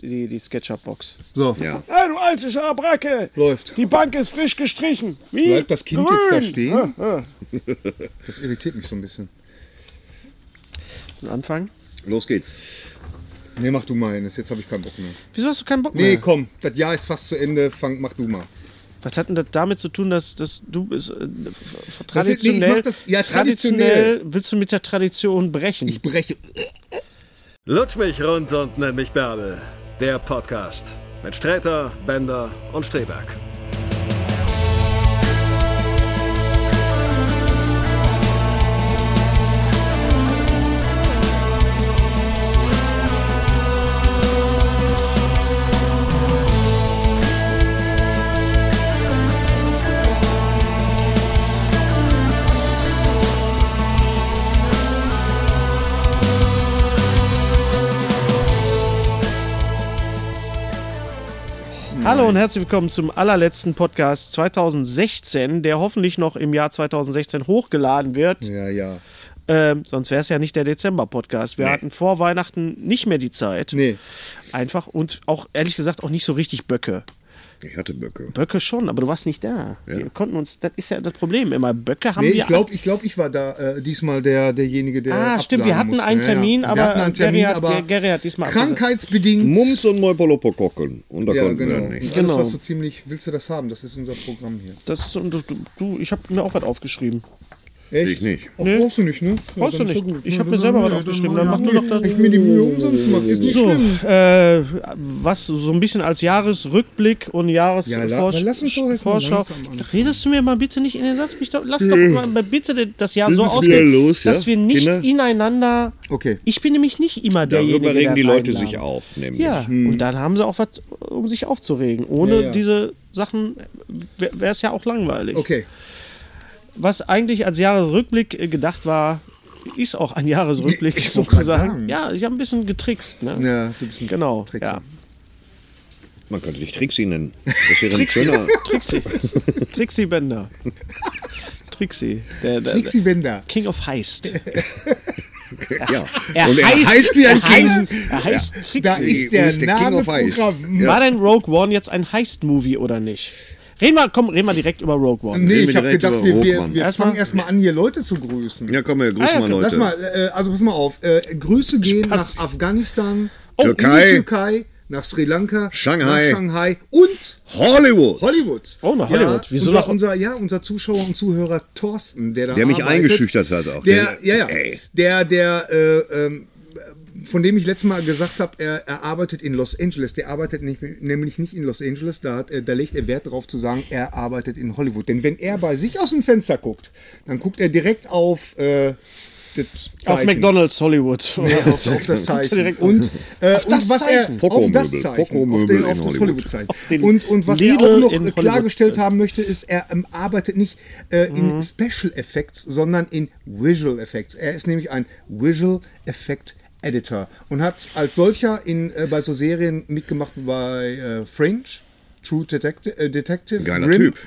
Die, die SketchUp-Box. So, Ja. Ah, du alte Schabracke! Läuft. Die Bank ist frisch gestrichen. Wie? Bleibt das Kind grün. jetzt da stehen? Ah, ah. das irritiert mich so ein bisschen. Ein Anfang? Los geht's. Nee, mach du mal eines, jetzt habe ich keinen Bock mehr. Wieso hast du keinen Bock Nee, mehr? komm, das Jahr ist fast zu Ende, fang, mach du mal. Was hat denn das damit zu tun, dass, dass du bist, äh, f- Das ist- nee, ich traditionell, mach das- ja, traditionell. willst du mit der Tradition brechen? Ich breche. Lutsch mich rund und nenn mich Bärbel. Der Podcast mit Sträter, Bender und Streberg. Hallo und herzlich willkommen zum allerletzten Podcast 2016, der hoffentlich noch im Jahr 2016 hochgeladen wird. Ja, ja. Ähm, sonst wäre es ja nicht der Dezember-Podcast. Wir hatten vor Weihnachten nicht mehr die Zeit. Nee, Einfach und auch ehrlich gesagt auch nicht so richtig Böcke. Ich hatte Böcke. Böcke schon, aber du warst nicht da. Wir konnten uns, das ist ja das Problem immer. Böcke haben nee wir. ich glaube, ich, glaub, ich war da äh, diesmal der, derjenige, der. Ah, stimmt, wir absagen hatten musste. einen Termin, aber äh, wir hatten einen Termin, Gary hat- aber der Gary hat diesmal also abgesagt. krankheitsbedingt. Mums und Neupolopokokken. Und da Ja, konnten genau. wir Und nicht. alles, Genau. was so ziemlich, willst du das haben? Das ist unser Programm hier. das ist, und du, du, ich habe mir auch was aufgeschrieben. Echt? Ich nicht. Oh, brauchst du nicht, ne? Ja, Brauchst dann du ist ja nicht. gut. Ich Ja, hab mir selber was ja, aufgeschrieben. mach Dann mach ja, du doch das- Ich mir die Mühe umsonst mache, ist nicht So, schlimm. äh, was so ein bisschen als Jahresrückblick und Ja, la- Jahresvorschau. aber lass uns doch jetzt mal langsam anfangen. Redest du mir mal bitte nicht in den Satz? Mich doch, lass doch mal bitte das Hm, Jahr so Wieder ausgehen, los, ja, dass wir nicht Kinder? ineinander. Okay. Ich bin nämlich nicht immer derjenige. Darüber regen der die das Leute einladen. sich auf, nämlich. Ja, und dann haben sie auch was, um sich aufzuregen. Ohne Hm. Ja, ja. diese Sachen wäre es ja auch langweilig. Okay. Was eigentlich als Jahresrückblick äh, gedacht war, ist auch ein Jahresrückblick Ich wollt grad sozusagen. sagen. Ja, ich habe ein bisschen getrickst. Ne? Ja, du bist ein Genau. Trickser. Ja. Man könnte dich Trixi nennen. Das wäre ein schöner. Trixie. Trixie Bender. Trixie. Der, der, Nixi Bender. der King of Heist. Ja. Er und er heißt, wie ein er heißt, King. Er heißt Da Trixie. ist Wo der, ist der King Name of Ice? Programm. War denn Rogue One jetzt ein Heist-Movie oder nicht? Reden wir, komm, reden wir direkt über Rogue One. Nee, Reden wir ich habe direkt gedacht, über wir, Hochmann. wir, wir Erstmal- fangen erstmal an, hier Leute zu grüßen. Ja, komm, wir grüßen Ah, ja, mal komm, Leute. Lass mal, äh, also pass mal auf. Äh, Grüße gehen Passt. nach Afghanistan, Oh, Türkei. in die Türkei, nach Sri Lanka, Shanghai. nach Shanghai und Hollywood. Hollywood. Oh, nach Hollywood. Ja, Wieso unser, nach- unser, ja, unser Zuschauer und Zuhörer Thorsten, der da Der mich arbeitet, eingeschüchtert hat auch. Ah, Der, Der- ja, ja. ey. Der, der, äh, ähm, von dem ich letztes Mal gesagt habe, er, er arbeitet in Los Angeles. Der arbeitet nicht, nämlich nicht in Los Angeles. Da, hat, er- da legt er Wert darauf zu sagen, er arbeitet in Hollywood. Denn wenn er bei sich aus dem Fenster guckt, dann guckt er direkt auf äh, das Auf Zeichen. McDonalds Hollywood. Nee, auf, auf das Zeichen. Direkt- Und, äh, Auf das und was er Zeichen. auf das Poco-Möbel. Zeichen, auf, Poco-Möbel den, auf in das Hollywood. Hollywood-Zeichen. den Und, und was Lidl er auch in noch Hollywood. klargestellt haben möchte, ist, er ähm, arbeitet nicht äh, in Special Effects, sondern in Visual Effects. Er ist nämlich ein Visual Effect Editor und hat als solcher in, äh, bei so Serien mitgemacht bei äh, Fringe, True Detective, äh, Detective Geiler Grimm, Typ.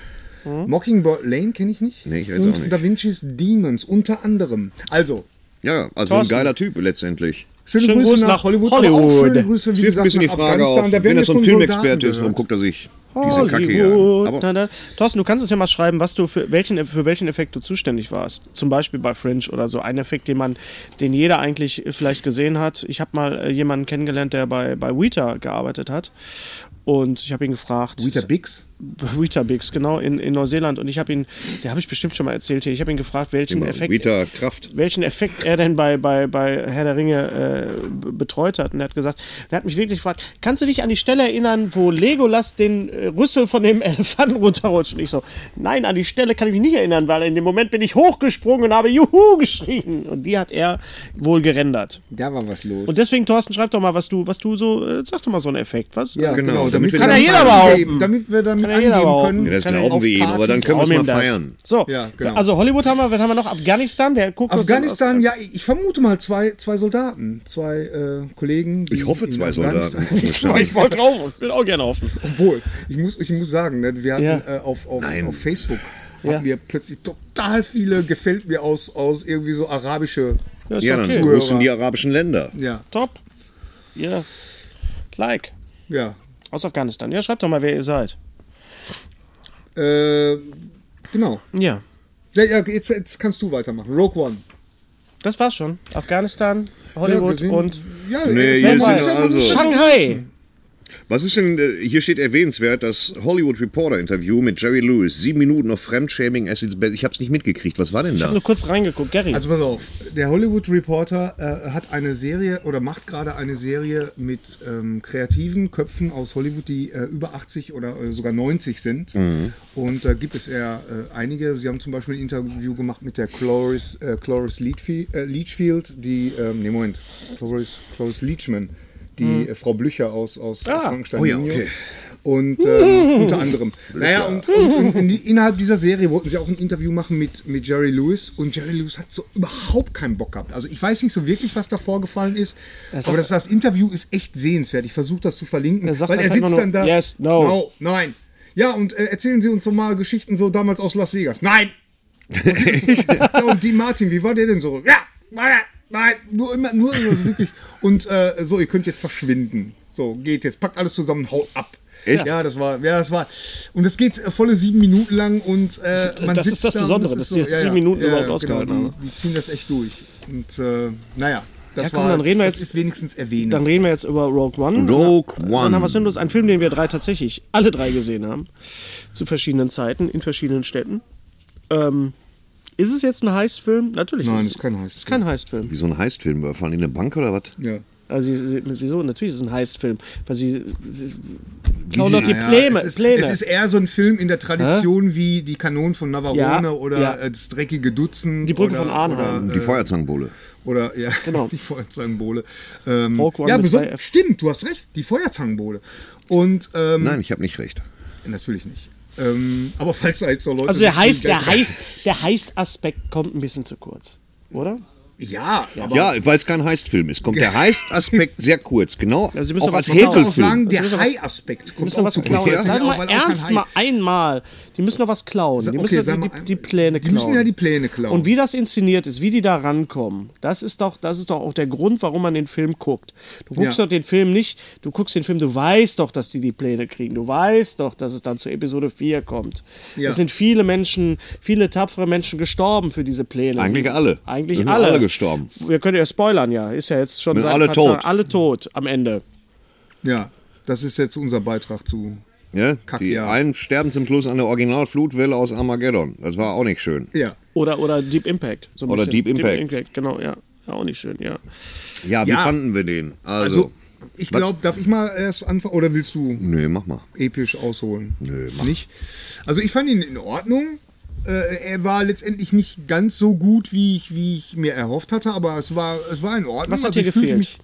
Mockingbird Lane kenne ich nicht. Nee, ich weiß und auch nicht. Da Vinci's Demons unter anderem. Also, Ja, also Thorsten. ein geiler Typ letztendlich. Schöne Schönen Grüße Gruß nach nach Hollywood. Hollywood. Aber auch schöne Grüße, wie Wirft ein gesagt, bisschen die nach Frage auf, Afghanistan. Da wenn werden das so ein jetzt von Filmexperte Soldaten ist, warum gehört. guckt er sich diese Kacke hier an? Hollywood. Aber Na, na. Thorsten, du kannst uns ja mal schreiben, was du für welchen, für welchen Effekt du zuständig warst. Zum Beispiel bei Fringe oder so. Ein Effekt, den man, den jeder eigentlich vielleicht gesehen hat. Ich habe mal äh, jemanden kennengelernt, der bei, bei Weta gearbeitet hat. Und ich habe ihn gefragt. Rita Bix? Weetabix, genau, in, in Neuseeland. Und ich habe ihn, der habe ich bestimmt schon mal erzählt hier, ich habe ihn gefragt, welchen Thema Effekt, Vita, Kraft. welchen Effekt er denn bei, bei, bei Herr der Ringe äh, b- betreut hat. Und er hat gesagt, er hat mich wirklich gefragt, kannst du dich an die Stelle erinnern, wo Legolas den äh, Rüssel von dem Elefanten runterrutscht? Und ich so, nein, an die Stelle kann ich mich nicht erinnern, weil in dem Moment bin ich hochgesprungen und habe Juhu geschrien. Und die hat er wohl gerendert. Da war was los. Und deswegen, Thorsten, schreib doch mal, was du, was du so, äh, sag doch mal so einen Effekt, was? ja, genau, damit damit wir wir Kann damit ja jeder angeben, behaupten. Damit wir damit Kann ja jeder angeben behaupten. können. Ja, das kann er glauben auf wir ihm, aber dann Partys- können wir Raum es mal ihm das. feiern. So, Ja, genau. also Hollywood haben wir, was haben wir noch? Afghanistan, wer guckt uns das Afghanistan, ja, ich vermute mal zwei, zwei Soldaten, zwei äh, Kollegen. die Ich hoffe, in zwei Afghanistan- Soldaten. aus? Ja, ich wollte drauf, ich will auch gerne hoffen. Obwohl, ich muss, ich muss sagen, ne, wir hatten Ja. äh, auf, auf, Nein. auf Facebook Ja. hatten wir plötzlich total viele gefällt mir aus, aus irgendwie so arabische. Ja, ist Ja, dann okay. gut. grüßen die arabischen Länder. Ja, Top. Ja. Like. ja. Aus Afghanistan. Ja, schreibt doch mal, wer ihr seid. Äh, genau. Ja. Ja, ja jetzt, jetzt kannst du weitermachen. Rogue One. Das war's schon. Afghanistan, Hollywood ja, wir sind- und Ja, Nee, jetzt- hier jetzt- sind jetzt- wir also. Shanghai. Was ist denn, äh, hier steht erwähnenswert, das Hollywood Reporter Interview mit Jerry Lewis, sieben Minuten auf Fremdshaming as its best. Ich hab's nicht mitgekriegt, was war denn da? Nur kurz reingeguckt, Gary. Also pass auf, der Hollywood Reporter äh, hat eine Serie oder macht gerade eine Serie mit ähm, kreativen Köpfen aus Hollywood, die äh, über 80 oder äh, sogar 90 sind. Mhm. Und da gibt es eher äh, einige. Sie haben zum Beispiel ein Interview gemacht mit der Cloris, äh, Cloris Leachfield, äh, Leachfield, die, ähm, nee Moment, Cloris, Cloris Leachman, die äh, Frau Blücher aus, aus Hm. Ah. Frankenstein. Oh ja, Junior. okay. Und Hm. ähm, unter anderem. Naja, und, und in, in, innerhalb dieser Serie wollten sie auch ein Interview machen mit, mit Jerry Lewis. Und Jerry Lewis hat so überhaupt keinen Bock gehabt. Also ich weiß nicht so wirklich, was da vorgefallen ist. aber das, das Interview ist echt sehenswert. Ich versuche das zu verlinken. Er sagt weil er einfach sitzt nur, dann da. yes, no. no nein. Ja, und äh, erzählen Sie uns doch mal Geschichten so damals aus Las Vegas. Nein! ja, und die Martin, wie war der denn so? Ja, nein, nein, nur immer, nur immer wirklich. Und äh, so, ihr könnt jetzt verschwinden. So, geht jetzt, packt alles zusammen, haut ab. Echt? Ja, das war, ja, das war. Und es geht äh, volle sieben Minuten lang und äh, man Das ist sitzt das da und Besondere, es dass die jetzt sieben Minuten überhaupt ausgehalten genau, die, die ziehen das echt durch. Und äh, naja, das Ja, komm, war, dann reden wir das jetzt- ist wenigstens erwähnt. Dann reden wir jetzt über Rogue One. Rogue Dann haben wir One. sinnlos ein Film, den wir drei tatsächlich alle drei gesehen haben. Zu verschiedenen Zeiten, in verschiedenen Städten. Ähm, ist es jetzt ein Heist-Film? Natürlich Nein, ist ist kein Heist. Ist kein Heist-Film. Wie so ein Heistfilm, überfallen die eine Bank oder was? Ja. Also, sie- sie- wieso? Natürlich ist es ein Heist-Film. Weil sie, sie sie- klauen doch die Ja, Pläne. es, ist, Pläne. es ist eher so ein Film in der Tradition wie die Kanonen von Navarone Ja, oder ja. äh, das dreckige Dutzend. Die Brücke oder, von Arnheim. Oder, Die Feuerzangenbowle. Oder ja, Genau. die Feuerzangenbowle. Ähm, Rogue One ja, mit beson- drei F. stimmt, du hast recht, die Feuerzangenbowle. Und ähm, Nein, ich habe nicht recht. natürlich nicht. Ähm, aber falls halt so Leute. also der sind, Heist, die- der Heist, der Heist-Aspekt kommt ein bisschen zu kurz, oder? Ja, aber Ja, weil es kein Heistfilm ist, kommt der Heist-Aspekt sehr kurz. Genau, Ja, Sie müssen auch was als machen. ich kann auch Häkelfilm. sagen, der müssen was- Hai-Aspekt Die kommt müssen noch auch was zu klauen. kurz. Jetzt Sag mal Genau, weil auch kein ernst Hai- mal einmal. Die müssen noch was klauen. Die okay, müssen sag die, mal, die, die Pläne die klauen. müssen ja die Pläne klauen. Und wie das inszeniert ist, wie die da rankommen, das ist doch, das ist doch auch der Grund, warum man den Film guckt. Du guckst Ja. doch den Film nicht, du guckst den Film, du weißt doch, dass die die Pläne kriegen. Du weißt doch, dass es dann zu Episode 4 kommt. Ja. Es sind viele Menschen, viele tapfere Menschen gestorben für diese Pläne. Eigentlich alle. Eigentlich Da sind alle. alle gestorben. Wir können ja spoilern, ja. Ist ja jetzt schon Sind seit ein alle paar tot. Tagen- alle tot am Ende. Ja, das ist jetzt unser Beitrag zu. Ja? Kack, Die ja. einen sterben zum Schluss an der Originalflutwelle aus Armageddon. Das war auch nicht schön. Ja. Oder, oder Deep Impact. so ein Oder bisschen. Deep Impact. genau, ja. ja. Auch nicht schön, ja. Ja, wie Ja. fanden wir den? Also, Also, ich glaube, darf ich mal erst anfangen oder willst du? nee, mach mal. episch ausholen. Nö, mach. nicht. Also ich fand ihn in Ordnung. Äh, er war letztendlich nicht ganz so gut, wie ich, wie ich mir erhofft hatte, aber es war, es war in Ordnung. Was hat also dir ich fühlte gefehlt? Mich,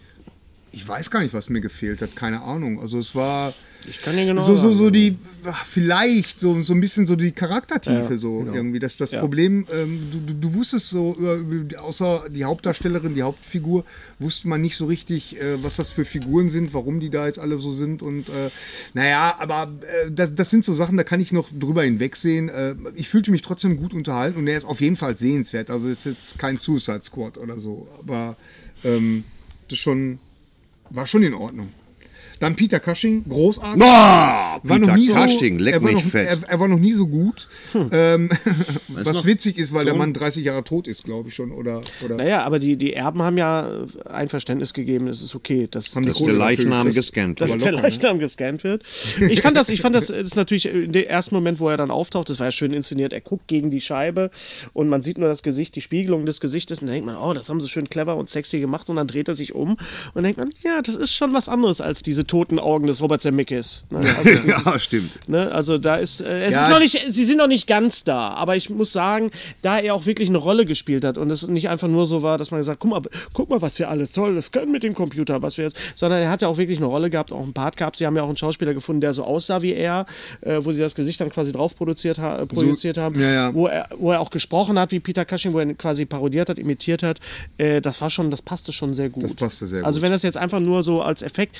ich weiß gar nicht, was mir gefehlt hat, keine Ahnung. Also es war Ich kann dir genau so, so, sagen. so die, ach, vielleicht so, so ein bisschen so die Charaktertiefe so irgendwie. Das, das Problem, ähm, du, du, du wusstest so, über, über, außer die Hauptdarstellerin, die Hauptfigur, wusste man nicht so richtig, äh, was das für Figuren sind, warum die da jetzt alle so sind und äh, naja, aber äh, das, das sind so Sachen, da kann ich noch drüber hinwegsehen. Äh, ich fühlte mich trotzdem gut unterhalten und er ist auf jeden Fall sehenswert. Also es ist jetzt kein Suicide Squad oder so, aber ähm, das schon, war schon in Ordnung. Dann Peter Cushing, großartig. Boah, War noch Peter nie so, Cushing, leck er war mich noch, fett. Er, er war noch nie so gut. Hm. Ähm, was noch? witzig ist, weil der Mann 30 Jahre tot ist, glaube ich schon. Oder, oder Naja, aber die, die Erben haben ja ein Verständnis gegeben, es ist okay, dass, Haben die dass, der Kohle Leichnam dafür. gescannt. dass wird. der Leichnam gescannt wird. Ich fand das, ich fand das, das ist natürlich im ersten Moment, wo er dann auftaucht, das war ja schön inszeniert, er guckt gegen die Scheibe und man sieht nur das Gesicht, die Spiegelung des Gesichtes und dann denkt man, oh, das haben sie schön clever und sexy gemacht und dann dreht er sich um und denkt man, ja, das ist schon was anderes als diese toten Augen des Robert Zemeckis. Ne? Also, ja, stimmt. Ne? Also da ist äh, es ist noch nicht, sie sind noch nicht ganz da, aber ich muss sagen, da er auch wirklich eine Rolle gespielt hat und es nicht einfach nur so war, dass man gesagt, guck mal, guck mal, was wir alles tolles können mit dem Computer, was wir jetzt, sondern er hat ja auch wirklich eine Rolle gehabt, auch einen Part gehabt. Sie haben ja auch einen Schauspieler gefunden, der so aussah wie er, äh, wo sie das Gesicht dann quasi drauf produziert, ha äh, projiziert haben, ja, ja. wo er wo er auch gesprochen hat wie Peter Cushing, wo er ihn quasi parodiert hat, imitiert hat. Äh, das war schon, das passte schon sehr gut. Das passte sehr Also gut. wenn das jetzt einfach nur so als Effekt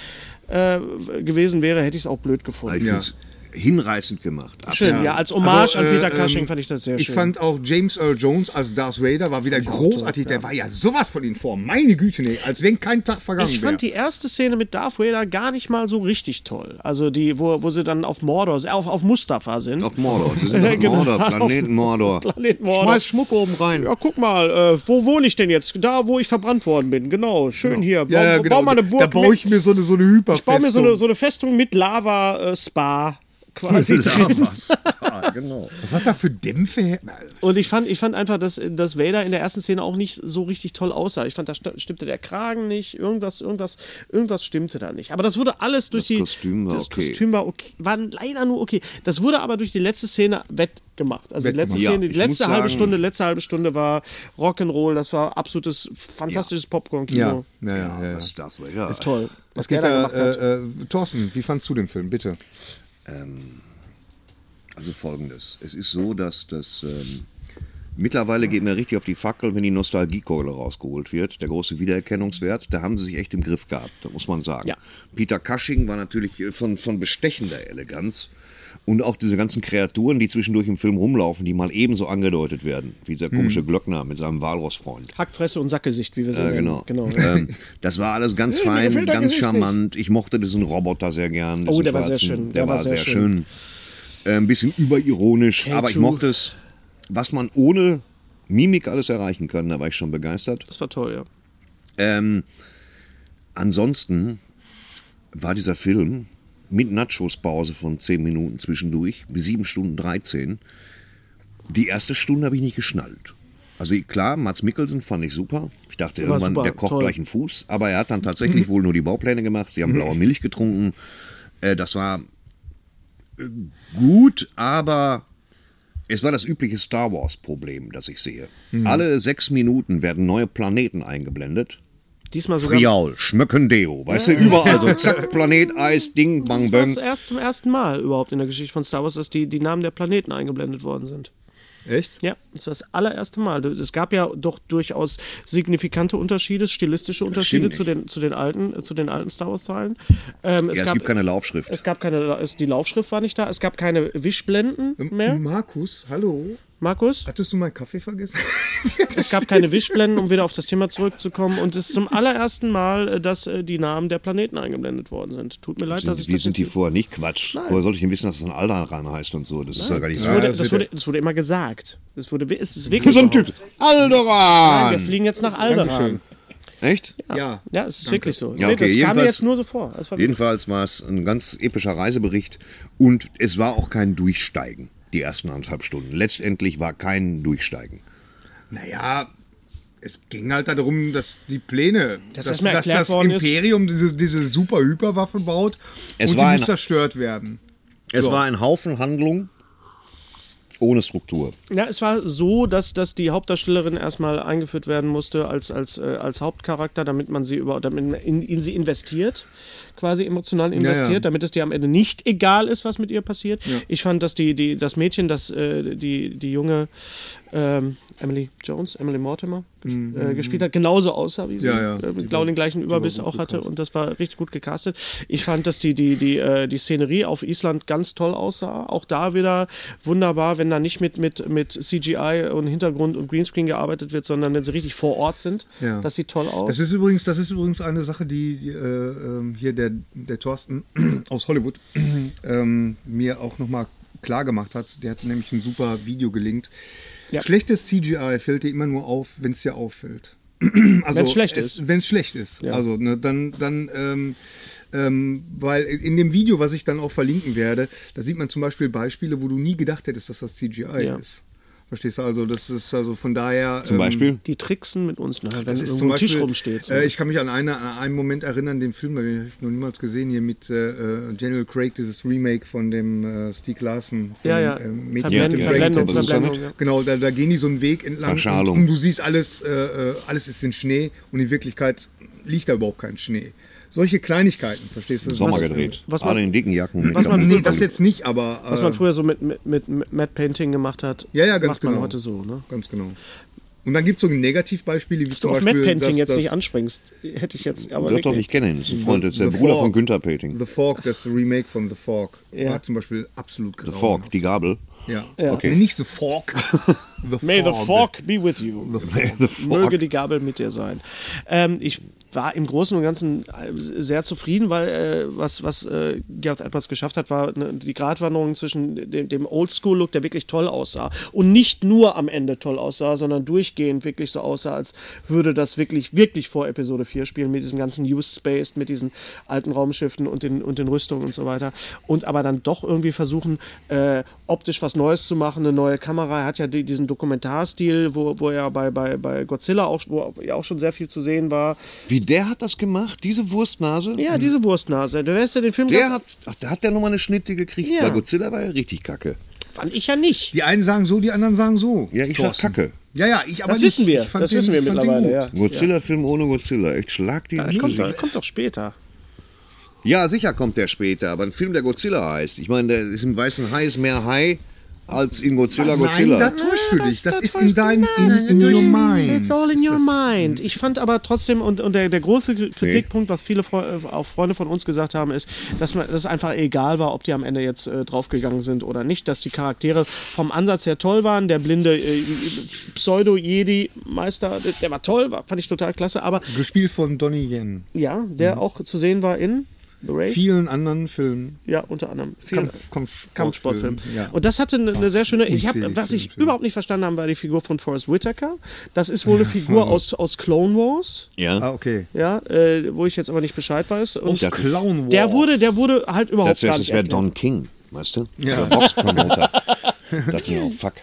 äh, gewesen wäre, hätte ich es auch blöd gefunden. Ich find's hinreißend gemacht. Ab- Schön, ja, als Hommage Also, an Peter äh, Cushing ähm, fand ich das sehr Ich schön. fand auch James Earl Jones als Darth Vader war wieder großartig. Der war ja sowas von in Form. Meine Güte, nee, als wenn kein Tag vergangen ich fand die wäre. erste Szene mit Darth Vader gar nicht mal so richtig toll. Also die, wo, wo sie dann auf Mordor, äh, auf, auf Mustafa sind. Auf Mordor. Sie sind auf Genau. Mordor, Planeten Mordor. Planet Mordor. Schmeiß Schmuck oben rein. ja, guck mal, äh, wo wohne ich denn jetzt? Da, wo ich verbrannt worden bin. Genau, schön hier. Bau, bau mal eine Burg. genau. da baue ich mit, mir so eine, so eine ich baue Hyperfestung. mir so eine, so eine Festung mit äh, Lava-Spa quasi drin. Ah, genau. Was hat da für Dämpfe? her- Und ich fand, ich fand einfach, dass, dass Vader in der ersten Szene auch nicht so richtig toll aussah. Ich fand, da st- stimmte der Kragen nicht, irgendwas, irgendwas, irgendwas stimmte da nicht. Aber das wurde alles durch die. Kostüm war das okay. Kostüm war okay. War leider nur okay. Das wurde aber durch die letzte Szene wettgemacht. Also die letzte Ja, Szene, die ich muss letzte halbe sagen- Stunde, letzte halbe Stunde war Rock'n'Roll, das war absolutes fantastisches Popcorn-Kino. Ja, ja, ja. ja, ja. Das Darth Vader. Ist toll. Was der geht da da? gemacht hat. Äh, äh, Thorsten, wie fandst du den Film? Bitte. Also folgendes. Es ist so, dass das. Ähm, Mittlerweile geht mir richtig auf die Fackel, wenn die Nostalgiekeule rausgeholt wird. Der große Wiedererkennungswert, da haben sie sich echt im Griff gehabt, da muss man sagen. Ja. Peter Cushing war natürlich äh, von, von bestechender Eleganz. Und auch diese ganzen Kreaturen, die zwischendurch im Film rumlaufen, die mal ebenso angedeutet werden, wie dieser komische Glöckner mit seinem Walrossfreund. Hackfresse und Sackgesicht, wie wir sie Ja, nennen. genau. genau. Ähm, das war alles ganz fein, ganz charmant. Ich mochte diesen Roboter sehr gern. Oh, diesen der war sehr schwarzen. schön. Der, war, sehr, schön. Äh, Ein bisschen überironisch, aber ich K2. mochte es. Was man ohne Mimik alles erreichen kann, da war ich schon begeistert. Das war toll, ja. Ähm, ansonsten war dieser Film mit Nachos-Pause von 10 Minuten zwischendurch, bis 7 Stunden 13. Die erste Stunde habe ich nicht geschnallt. Also klar, Mats Mikkelsen fand ich super. Ich dachte irgendwann, super, der kocht toll. gleich einen Fuß. Aber er hat dann tatsächlich wohl nur die Baupläne gemacht. Sie haben blaue Milch getrunken. Äh, das war äh, gut, aber es war das übliche Star Wars-Problem, das ich sehe. Mhm. Alle sechs Minuten werden neue Planeten eingeblendet. Diesmal sogar. Friaul, Schmöckendeo, weißt du, überall so zack, Planet, Eis, Ding, Bang, Das war das Bang. erst zum ersten Mal überhaupt in der Geschichte von Star Wars, dass die, die Namen der Planeten eingeblendet worden sind. Echt? Ja, das war das allererste Mal. Du- Es gab ja doch durchaus signifikante Unterschiede, stilistische Unterschiede stimmt zu den, zu, den alten, äh, zu den alten Star Wars-Teilen. Ähm, es, Ja, es gab, gibt keine Laufschrift. es gab keine, es, die Laufschrift war nicht da, es gab keine Wischblenden Ähm, mehr, Ähm, Markus, hallo. Markus. Hattest du meinen Kaffee vergessen? Es gab keine Wischblenden, um wieder auf das Thema zurückzukommen. Und es ist zum allerersten Mal, äh, dass äh, die Namen der Planeten eingeblendet worden sind. Tut mir leid, dass ich Wie das sind die jetzt- vorher? Nicht Quatsch. Woher sollte ich denn wissen, dass es ein Aldan heißt und so? Das ist ja gar nicht so. das wurde, das das, wird- wurde, das wurde immer gesagt. Das wurde, es ist wirklich Für so ein so. Typ. Nein, wir Alderan! fliegen jetzt nach Alderan. Dankeschön. Echt? Ja. Ja, es ist wirklich so. Ja, okay, das kam mir jedenfalls- jetzt nur so vor. Es war Jedenfalls war es ein ganz epischer Reisebericht und es war auch kein Durchsteigen, die ersten anderthalb Stunden. Letztendlich war kein Durchsteigen. Naja, es ging halt darum, dass die Pläne, Dass dass, das mal dass erklärt das worden ist. Imperium diese, diese super Hyperwaffe baut Es und war die ein- muss zerstört werden. Es So. war ein Haufen Handlung ohne Struktur. Ja, es war so, dass, dass die Hauptdarstellerin erstmal eingeführt werden musste als, als, äh, als Hauptcharakter, damit man sie über, damit man in, in sie investiert, quasi emotional investiert, ja. damit es dir am Ende nicht egal ist, was mit ihr passiert. Ich fand, dass die, die, das Mädchen, das, äh, die, die junge ähm, Emily Jones, Emily Mortimer ges äh, gespielt hat, genauso aussah wie sie. Mhm. Ja, ja. Äh, Die genau war- den gleichen Überbiss gut auch hatte gecastet. und das war richtig gut gecastet. Ich fand, dass die, die, die, äh, die Szenerie auf Island ganz toll aussah. Auch da wieder wunderbar, wenn da nicht mit, mit, mit CGI und Hintergrund und Greenscreen gearbeitet wird, sondern wenn sie richtig vor Ort sind. Ja. Das sieht toll aus. Das ist übrigens, das ist übrigens eine Sache, die, die äh, ähm, hier der, der Thorsten aus Hollywood ähm, mir auch nochmal klar gemacht hat. Der hat nämlich ein super Video gelinkt. Ja. Schlechtes CGI fällt dir immer nur auf, wenn es dir auffällt. also, Wenn's schlecht ist. Wenn es schlecht ist. Also, ne, dann, dann ähm, ähm, weil in dem Video, was ich dann auch verlinken werde, da sieht man zum Beispiel Beispiele, wo du nie gedacht hättest, dass das CGI Ja. ist. Verstehst du? Also, das ist also von daher. Ähm, Zum Beispiel? die tricksen mit uns, ne? wenn Das ist irgendwo zum ein Beispiel, Tisch rumsteht. Äh, ich kann mich an, eine, an einen Moment erinnern, den Film, den habe ich noch niemals gesehen, hier mit äh, äh, Daniel Craig, dieses Remake von dem äh, Stieg Larsen. Von ja, ja. dem, ähm, Mädchen Verblendung, mit dem Verblendung, Dragon Tattoo. Verblendung, ja. Genau, da, da gehen die so einen Weg entlang und, Verschalung. und du siehst alles, äh, äh, alles ist in Schnee und in Wirklichkeit liegt da überhaupt kein Schnee. Solche Kleinigkeiten, verstehst du? Sommer Was- gedreht. was man- Alle in dicken Jacken. Was man, nee, Kapuze. das jetzt nicht, aber... Äh, Was man früher so mit, mit, mit Matte Painting gemacht hat, ja, ja, ganz macht genau. man heute so. Ne? Ganz genau. Und dann gibt es so Negativbeispiele, wie Du zum auf Beispiel... Matte Painting dass- jetzt dass- nicht anspringst, hätte ich jetzt aber Wird doch wirklich- nicht kennen. Das ist ein Freund, das ist der The Bruder Fork. von Günther Peting. The Fork, das Remake von The Fork, Ja. war zum Beispiel absolut The grauenhaft. Fork, die Gabel. Ja. Ja. Okay. Nee, nicht The Fork. The May the fork be with you. The Fork. Möge die Gabel mit dir sein. Ähm, ich war im Großen und Ganzen äh, sehr zufrieden, weil äh, was, was äh, Gareth Edwards geschafft hat, war ne, die Gratwanderung zwischen dem, dem Oldschool-Look, der wirklich toll aussah und nicht nur am Ende toll aussah, sondern durchgehend wirklich so aussah, als würde das wirklich, wirklich vor Episode 4 spielen, mit diesem ganzen Used Space, mit diesen alten Raumschiffen und den, und den Rüstungen und so weiter. Und aber dann doch irgendwie versuchen, äh, optisch was Neues zu machen, eine neue Kamera. Er hat ja die, diesen Dokumentarstil, wo, wo er bei, bei, bei Godzilla auch, wo ja auch schon sehr viel zu sehen war. Wie der hat das gemacht? Diese Wurstnase? Ja, Mhm. diese Wurstnase. Du wärst ja den Film Der ganz- hat, ach, da hat der nochmal eine Schnitte gekriegt. Ja. Bei Godzilla war er richtig kacke. fand ich ja nicht. Die einen sagen so, die anderen sagen so. Ja, ich sag Thorsten. kacke. Ja, ja, ich aber Das nicht. wissen wir. Ich fand Das den, wissen wir ich fand den mittlerweile. gut. Ja. Godzilla-Film ohne Godzilla. Echt, schlag die Ja, ins kommt, halt. doch, Gesicht. kommt doch später. Ja, sicher kommt der später. Aber ein Film, der Godzilla heißt. Ich meine, der ist im Weißen Hai ist mehr Hai als in Godzilla Godzilla. Nein, da täuscht du dich. Das, ist in täuscht- deinem, Nein, in, das in täuscht- your mind. It's all in Ist your das- mind. Ich fand aber trotzdem, und, und der, der große Kritikpunkt, was viele Fre äh, auch Freunde von uns gesagt haben, ist, dass man- dass es einfach egal war, ob die am Ende jetzt äh, draufgegangen sind oder nicht, dass die Charaktere vom Ansatz her toll waren. Der blinde äh, Pseudo-Jedi-Meister, der- der war toll, war, fand ich total klasse, aber Gespielt von Donnie Yen. ja, der Mhm. auch zu sehen war in The Raid. Vielen anderen Filmen. Ja, unter anderem. Viel- Kampf- Kampf- Kampfsportfilm. Sportfilm, ja. Und das hatte eine, eine sehr schöne. Ich hab, Unzählig was ich Filme. überhaupt nicht verstanden habe, war die Figur von Forrest Whitaker. Das ist wohl eine Figur aus, aus Clone Wars, Ja. Ah, okay. ja, äh, wo ich jetzt aber nicht Bescheid weiß. Und Ja. Clown Wars. der wurde, der wurde halt überhaupt Das gar heißt, nicht es wäre erklärt. Don King, weißt du? Ja. Der Boxpromoter. dachte mir auch, fuck.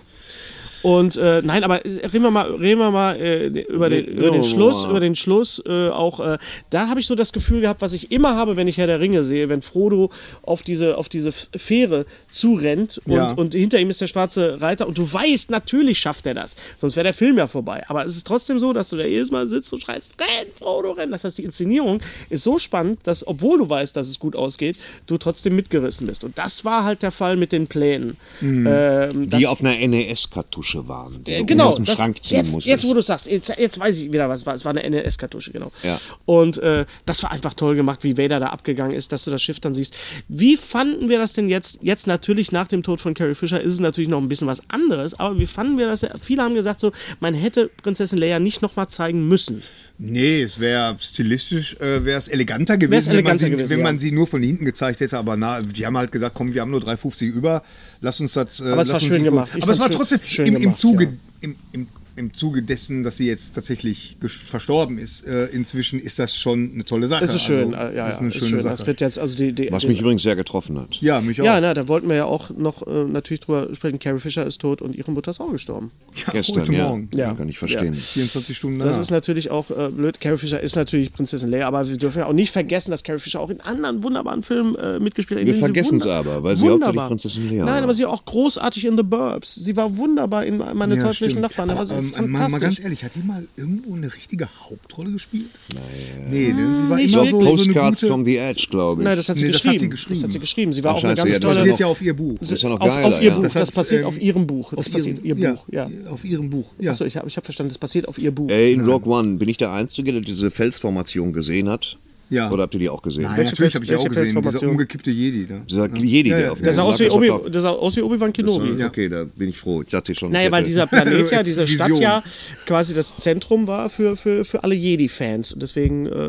Und äh, nein, aber reden wir mal, reden wir mal äh, über, den, über den Oh. Schluss, über den Schluss äh, auch. Äh, da habe ich so das Gefühl gehabt, was ich immer habe, wenn ich Herr der Ringe sehe, wenn Frodo auf diese auf diese F- Fähre zurennt und, Ja. und hinter ihm ist der schwarze Reiter und du weißt, natürlich schafft er das, sonst wäre der Film ja vorbei. Aber es ist trotzdem so, dass du da jedes Mal sitzt und schreist, renn, Frodo, renn. Das heißt, die Inszenierung ist so spannend, dass obwohl du weißt, dass es gut ausgeht, du trotzdem mitgerissen bist. Und das war halt der Fall mit den Plänen. Ähm, das Die auf einer NES-Kartusche waren, die äh, um du genau, aus dem das- Schrank ziehen jetzt, musstest. jetzt, wo du sagst, jetzt, jetzt weiß ich wieder, was war. Es war eine NS-Kartusche, genau. Ja. Und äh, das war einfach toll gemacht, wie Vader da abgegangen ist, dass du das Schiff dann siehst. Wie fanden wir das denn jetzt? Jetzt natürlich nach dem Tod von Carrie Fisher ist es natürlich noch ein bisschen was anderes, aber wie fanden wir das? Viele haben gesagt, so, man hätte Prinzessin Leia nicht nochmal zeigen müssen. Nee, es wäre stilistisch, äh, wäre es eleganter gewesen, Wär's eleganter wenn, man sie, gewesen, wenn ja. man sie nur von hinten gezeigt hätte. Aber na, die haben halt gesagt, komm, wir haben nur 3,50 über, lass uns das. Äh, Aber es lass war uns schön die- gemacht. Ich aber es war fand's schön- trotzdem schön im, im, gemacht, Zuge, ja. im, im, im Zuge dessen, dass sie jetzt tatsächlich gesch- verstorben ist, äh, inzwischen ist das schon eine tolle Sache. Es ist schön, Also, äh, ja, das ist ja, eine schöne Sache. Das wird jetzt, also die, die, Was die, mich übrigens sehr getroffen hat. ja, mich auch. ja, ne? na, da wollten wir ja auch noch äh, natürlich drüber sprechen. Carrie Fisher ist tot und ihre Mutter ist auch gestorben. Gestern, heute ja. Morgen. Ja. Kann ich verstehen. 24 Stunden Das Ah. danach. ist natürlich auch äh, blöd. Carrie Fisher ist natürlich Prinzessin Leia, aber wir dürfen ja auch nicht vergessen, dass Carrie Fisher auch in anderen wunderbaren Filmen äh, mitgespielt hat. in Wir denen sie vergessen's wunder- aber, weil sie hauptsächlich Prinzessin Leia Nein, war. aber sie war auch großartig in The Burbs. Sie war wunderbar in meine Ja, teuflischen stimmt. Nachbarn. Da war sie Aber, ähm, mal, mal Fantastisch. ganz ehrlich, hat die mal irgendwo eine richtige Hauptrolle gespielt? Nein. Nee, ne? sie war immer Doch, so, so eine Postcards gute... from the Edge, glaube ich. Nein, das hat sie, Nee, das geschrieben. hat sie geschrieben. Das hat sie geschrieben. Sie war Ach, auch eine scheiße, ganz ja, das tolle. ist basiert ja auf ihr Buch. Das ist ja noch auf, geiler, auf ihr ja. Buch. Das, Das hat, passiert ähm, auf ihrem Buch. Das auf passiert ihrem- ihr Buch. Ja. Auf ihrem Buch, ja. Achso, ich habe ich hab verstanden, das passiert auf ihr Buch. Ey, in Rock One, bin ich der Einzige, der diese Felsformation gesehen hat? Ja. Oder habt ihr die auch gesehen? Nein, Welche natürlich Fels- habe ich auch welche gesehen, dieser Felsformation? umgekippte Jedi. Ne? Dieser Jedi, der auf der, sah Ja, aus wie das hat Obi, doch- der sah aus wie Obi-Wan Kenobi. Ja. Okay, da bin ich froh. Ich dachte schon. Naja, ich weil hätte- dieser Planet ja, diese Stadt Exklusion. ja quasi das Zentrum war für, für, für alle Jedi-Fans. Und deswegen. Äh,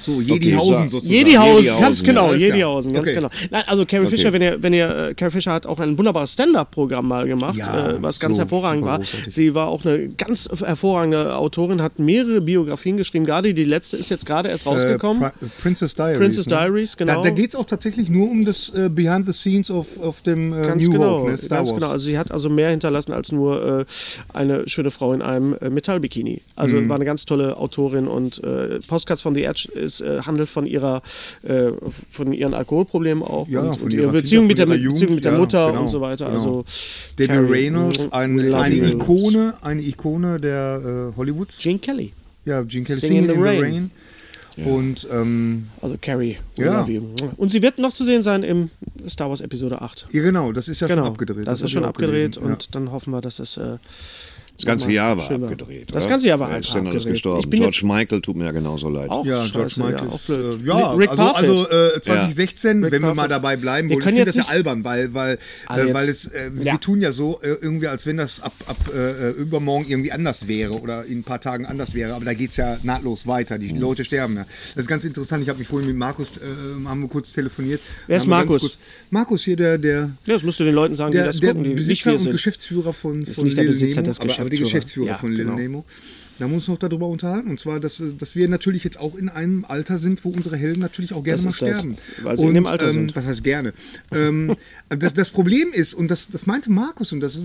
So, Jedihausen so- sozusagen. Jedihausen, Jedihausen, ganz ja, genau, alles klar. Jedihausen, ganz Okay. genau. Nein, also Carrie Okay. Fisher, wenn ihr, wenn ihr, äh, Carrie Fisher hat auch ein wunderbares Stand-Up-Programm mal gemacht, Ja, äh, was ganz so, hervorragend super war. großartig. Sie war auch eine ganz hervorragende Autorin, hat mehrere Biografien geschrieben, gerade die letzte ist jetzt gerade erst Äh, rausgekommen. Pri- Princess Diaries. Princess ne? Diaries, genau. Da, da geht es auch tatsächlich nur um das äh, Behind the Scenes auf, auf dem äh, Ganz New genau, Hope, ne? Star ganz Wars. genau. Also sie hat also mehr hinterlassen als nur äh, eine schöne Frau in einem äh, Metallbikini. Also Mhm. war eine ganz tolle Autorin und äh, Postcards von the Edge ist, äh, handelt von ihrer äh, von ihren Alkoholproblemen auch Ja, und, von und ihrer ihrer Beziehung mit der, Kindheit, von ihrer Beziehung mit der Jugend, Mutter ja, genau, und so weiter. genau. Also Debbie Carrie, Reynolds, mm, ein, we love eine you. Ikone, eine Ikone der äh, Hollywoods. Gene Kelly, ja, Gene Kelly, Singing in the Rain. Und ähm, also Carrie. we Ja. love you. Und sie wird noch zu sehen sein im Star Wars Episode 8. ja, genau, das ist ja Genau, schon abgedreht. das hab ist schon ich auch abgedreht gelesen, und dann hoffen wir, dass es äh, Das ganze Nochmal Jahr war schöner. abgedreht. Das oder? ganze Jahr war Wer einfach ist denn alles abgedreht. gestorben? Ich bin George Michael tut mir ja genauso leid. auch Ja, George scheiße, ja, auch Michaels. blöd. äh, Ja, Rick also, Parfitt. also äh, 2016, wenn wir Parfitt. mal dabei bleiben Wir wollen, ich können finde jetzt das ja nicht- albern, weil, weil, Also äh, weil jetzt- es, äh, Ja. wir tun ja so äh, irgendwie, als wenn das ab, ab äh, übermorgen irgendwie anders wäre oder in ein paar Tagen anders wäre, aber da geht es ja nahtlos weiter. Mhm. Die Leute sterben ja. Das ist ganz interessant. Ich habe mich vorhin mit Markus, äh, haben wir kurz telefoniert. Wer ist Haben wir ganz Markus? Kurz, Markus hier, der, der Ja, das musst du den Leuten sagen, die der, das der gucken, die nicht Besitzer wir und sind. Geschäftsführer von, Ist von nicht der Little Besitzer, Nemo, das aber, aber der Geschäftsführer. Geschäftsführer Ja, von Little genau. Nemo. Da haben wir uns noch darüber unterhalten. Und zwar, dass, dass wir natürlich jetzt auch in einem Alter sind, wo unsere Helden natürlich auch gerne Das mal ist das, sterben. weil sie in dem Alter ähm, sind. Was heißt gerne? ähm, das, das Problem ist, und das, das meinte Markus, und das,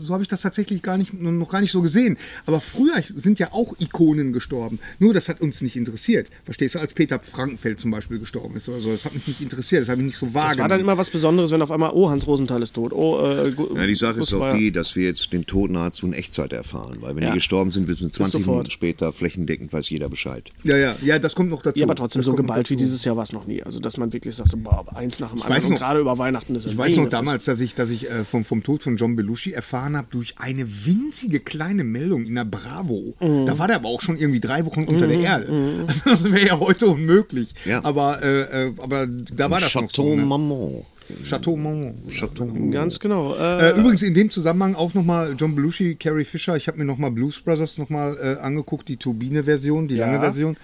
so habe ich das tatsächlich gar nicht, noch gar nicht so gesehen, aber früher sind ja auch Ikonen gestorben. Nur das hat uns nicht interessiert. Verstehst du, als Peter Frankenfeld zum Beispiel gestorben ist oder so. Das hat mich nicht interessiert, das habe ich nicht so wahrgenommen. Das war dann immer was Besonderes, wenn auf einmal, oh, Hans Rosenthal ist tot. Oh, äh, Gu- Ja, die Sache ist Gustav auch Meyer. die, dass wir jetzt den Tod nahezu in Echtzeit erfahren. Weil wenn Ja. die gestorben sind, wissen wir 20 sofort. Minuten später flächendeckend weiß jeder Bescheid. ja, ja, ja, das kommt noch dazu. Ja, aber trotzdem Das so kommt noch geballt wie dazu. dieses Jahr war es noch nie. Also, dass man wirklich sagt, so, boah, eins nach dem weiß anderen. Und noch- gerade über Weihnachten ist es Ich weiß noch mega. damals, dass ich, dass ich äh, vom, vom Tod von John Belushi erfahren habe durch eine winzige kleine Meldung in der Bravo. Mhm. Da war der aber auch schon irgendwie drei Wochen unter der Erde. Also, das wäre ja heute unmöglich. Ja. Aber, äh, äh, aber da war das noch Chateau so. Ne? Maman. Chateau Marmont. Chateau Ganz genau. Äh, Äh, übrigens in dem Zusammenhang auch nochmal John Belushi, Carrie Fisher. Ich habe mir nochmal Blues Brothers nochmal äh, angeguckt, die Turbine-Version, die lange Version.